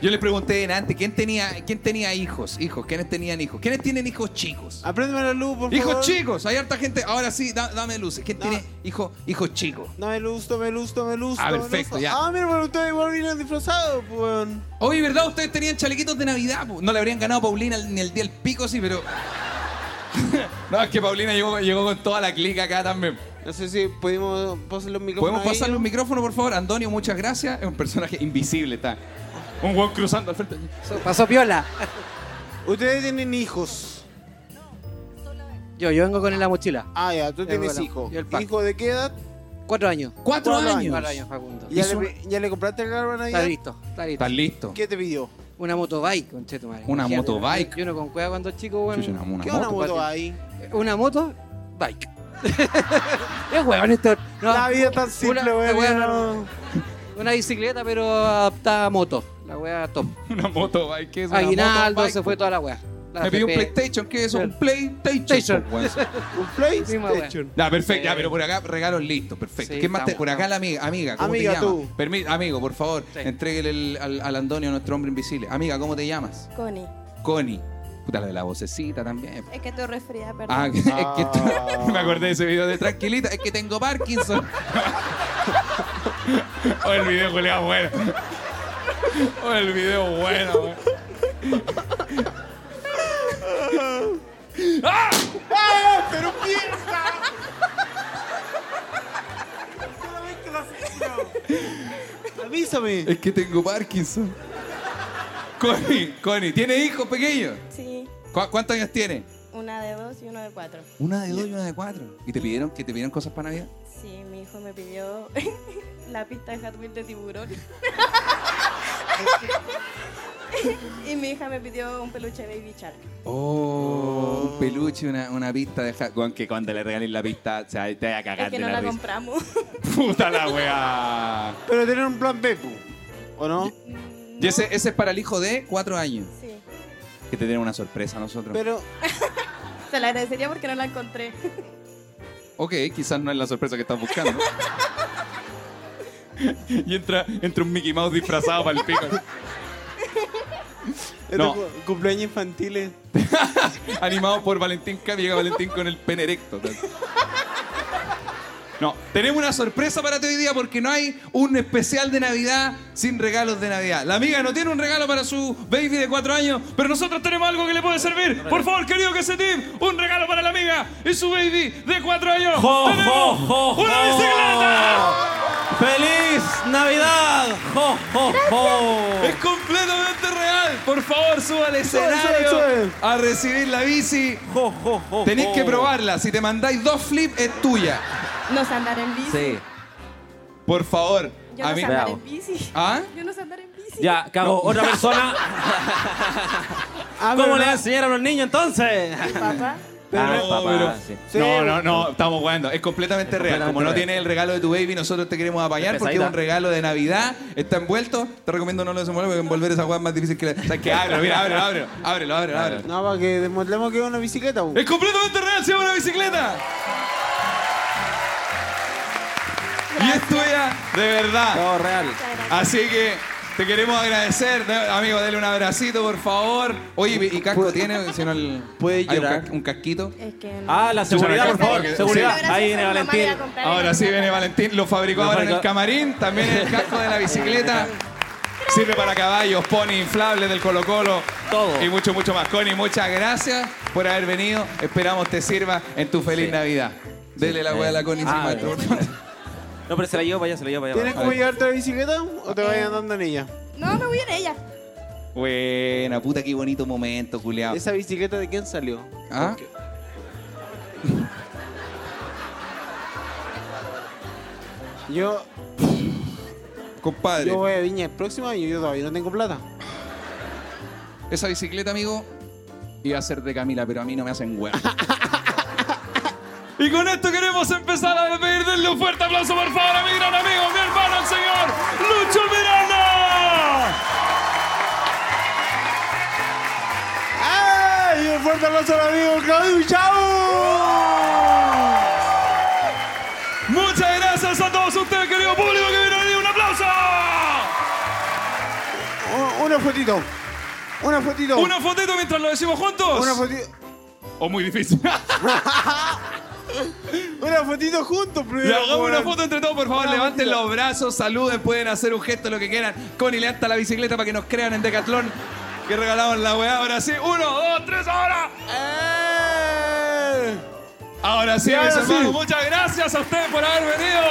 Yo les pregunté en antes, ¿quién tenía, ¿quién tenía hijos? Hijos, ¿quiénes tenían hijos? ¿Quiénes tienen hijos chicos?
Apréndeme la luz, por favor.
Hijos chicos, hay harta gente. Ahora sí, da- dame luces. ¿Quién
No.
tiene hijo, hijos chicos?
Dame luz, dame luz, dame luz.
Ah,
dame
perfecto,
luz.
ya.
Ah, mira, pero ustedes igual vienen disfrazados, pues. weón.
Oye, ¿verdad? Ustedes tenían chalequitos de Navidad. po. No le habrían ganado a Paulina ni el día del pico, sí, pero. no, es que Paulina llegó, llegó con toda la clica acá también.
No sé si pudimos pasar los micrófonos.
¿Podemos pasarle
los
un micrófono, por favor? Antonio, muchas gracias. Es un personaje invisible, está. Un hueón cruzando al frente.
Pasó piola.
Ustedes tienen hijos.
Yo, yo vengo con él en la mochila.
Ah, ya, tú
Yo
tienes
vuelo.
hijos.
Yo el pack.
¿Hijo de qué edad?
Cuatro años.
¡Cuatro,
Cuatro
años!
Cuatro años, Facundo.
¿Ya,
Hizo-
le, ya le compraste el carbón ahí?
Está listo, está listo.
Estás listo.
¿Qué te pidió?
Una motobike, conche tu madre.
Una
Imagínate,
motobike.
Yo no con cueva cuando chico, bueno.
Chucha, una- una
¿Qué
moto.
una moto
patio.
ahí?
Una moto, bike. es huevón esto. No,
La vida es tan simple,
una-
weón.
una- Una bicicleta, pero adaptada a moto. La wea top.
Una moto, bike. ¿Qué es una
Aguinaldo,
motobike?
se fue toda la wea. La
Me pidió un
FP.
PlayStation. ¿Qué es eso? Un PlayStation.
Station.
po, hueón.
Un
Misma wea.
PlayStation.
Ya, perfecto, ya,
Sí.
pero por acá regalos listos, perfecto.
Sí,
¿Qué más te-
estamos,
por acá la amiga, amiga, ¿cómo
Amiga,
te
tú.
llamas? Permi- amigo, por favor,
Sí.
entréguele el- al, al Antonio, nuestro hombre invisible. Amiga, ¿cómo te llamas?
Connie,
Connie. Puta, lo de la vocecita también.
es que estoy resfriada, perdón.
Ah, es que
Ah.
me acordé de ese video de Tranquilita, es que tengo Parkinson. oh, el video culiao bueno. Oh, el video bueno, bueno.
¡Ah! ¡Pero piensa! Solamente la sesión. Avísame.
Es que tengo Parkinson. Connie, Connie, ¿tiene hijos pequeños?
Sí,
¿Cu- ¿Cuántos años tiene?
una de dos y uno de cuatro.
Una de dos y una de cuatro. ¿Y te pidieron que te pidieron cosas para Navidad?
Sí, mi hijo me pidió la pista de Hot Wheels de tiburón. y mi hija me pidió un peluche de Baby Shark.
Oh, un peluche, una, una pista de Hot Con que cuando le regalen la pista, se va- te vaya a cagar
Es que
de
no
la
la
risa.
compramos.
Puta la weá.
Pero tener un plan B, pu. ¿O no?
Y ese, ese es para el hijo de cuatro años.
Sí.
Que te tienen una sorpresa a nosotros.
Pero
Se la agradecería porque no la encontré.
ok, quizás no es la sorpresa que estás buscando. y entra, entra un Mickey Mouse disfrazado para el pico. No.
estos este cu- cumpleaños infantiles.
Animado por Valentín Cam, llega Valentín con el pene erecto. No, tenemos una sorpresa para ti hoy día porque no hay un especial de Navidad sin regalos de Navidad. La amiga no tiene un regalo para su baby de cuatro años, pero nosotros tenemos algo que le puede servir. Por favor, querido que se team, un regalo para la amiga y su baby de cuatro años.
¡Jo,
¡Tenemos
jo, jo,
una
jo!
bicicleta!
¡Feliz Navidad! ¡Jo, jo, jo!
Es completamente real. Por favor, suba al escenario
sube.
a recibir la bici.
¡Jo, jo, jo!
Tenéis que
jo.
probarla. Si te mandáis dos flips, es tuya.
No sé andar en bici.
Sí.
Por favor.
Yo no
mí-
sé andar en bici.
¿Ah?
Yo no sé andar en bici.
Ya, cago. Otra persona.
Ah,
¿Cómo
pero
le
no-
va a enseñar a los niños entonces?
Papá.
Ah,
No,
papá,
pero-
sí.
Sí.
No, no, no, estamos jugando. Es completamente
Es
real.
completamente
Como no
real.
tienes el regalo de tu baby, nosotros te queremos apañar
Es
porque es un
pesadita.
regalo de Navidad. Está envuelto. Te recomiendo no lo desenvuelvas porque envolver esa guapa es más difícil que la. O sea, que ábrelo, mira, ábrelo, ábrelo. Ábrelo, ábrelo, ábrelo.
No, para que demostremos que es una bicicleta, pu.
¡Es completamente real! ¡Se llama una bicicleta! Y es tuya de verdad.
Todo real.
Así que te queremos agradecer, de- amigo, dale un abracito, por favor. Oye, ¿y casco tiene? Si no el-
puede
hay un
llorar.
ca- Un, casquito.
Es que no.
Ah, la seguridad, por favor.
Sí.
Seguridad.
Gracias
Ahí
a
viene
mi mamá
Valentín.
ir a comprar
Ahora
el-
sí viene Valentín, lo fabricó
Lo
ahora en el
fabricó.
camarín, también el casco de la bicicleta. Sirve para caballos, pony inflables del Colo Colo.
Todo.
Y mucho, mucho más. Connie, muchas gracias por haber venido. Esperamos te sirva en tu feliz Navidad. Dele la hueá a la Connie
Ah,
encima, por favor.
No, pero se la llevo para allá, se la llevo para
¿Tienes
allá.
como llevarte la bicicleta o te vas andando en ella?
No, me voy en ella.
Buena, puta, qué bonito momento, culiao.
¿Esa bicicleta de quién salió?
¿Ah?
Yo,
Compadre.
yo voy a Viña el próximo año, yo todavía no tengo plata.
Esa bicicleta, amigo, iba a ser de Camila, pero a mí no me hacen hueá.
Y con esto queremos empezar a despedir. Denle un fuerte aplauso, por favor, a mi gran amigo, mi hermano, el señor Lucho Miranda.
¡Ay! Un fuerte abrazo al amigo Claudio ¡Chao!
Muchas gracias a todos ustedes, querido público, que vino hoy. ¡Un aplauso!
Oh, Una fotito. Una fotito.
¿Una fotito mientras lo decimos juntos?
Una fotito.
O muy difícil.
Una fotito juntos primero.
Le hagamos
weón.
una foto entre todos, por favor.
Una
Levanten
fotito.
los brazos, saluden, pueden hacer un gesto, lo que quieran. Connie, levanta la bicicleta para que nos crean en Decathlon. Que regalamos la weá. Ahora sí. Uno, dos, tres, ahora.
¡Eh!
Ahora sí,
Y ahora
mis
sí.
hermanos. Muchas gracias a ustedes por haber venido.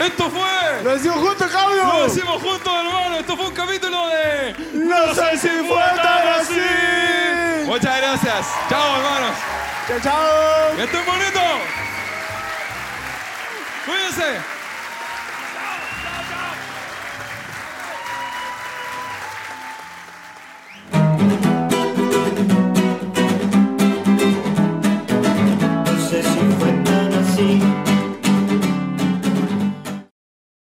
Esto fue.
¡Lo decimos juntos, cabrón!
Lo decimos juntos, hermano. Esto fue un capítulo de.
¡No sé si fue tan así!
Muchas gracias. Chao, hermanos.
¡Chao, chao!
¡Que estén bonitos! Cuídense.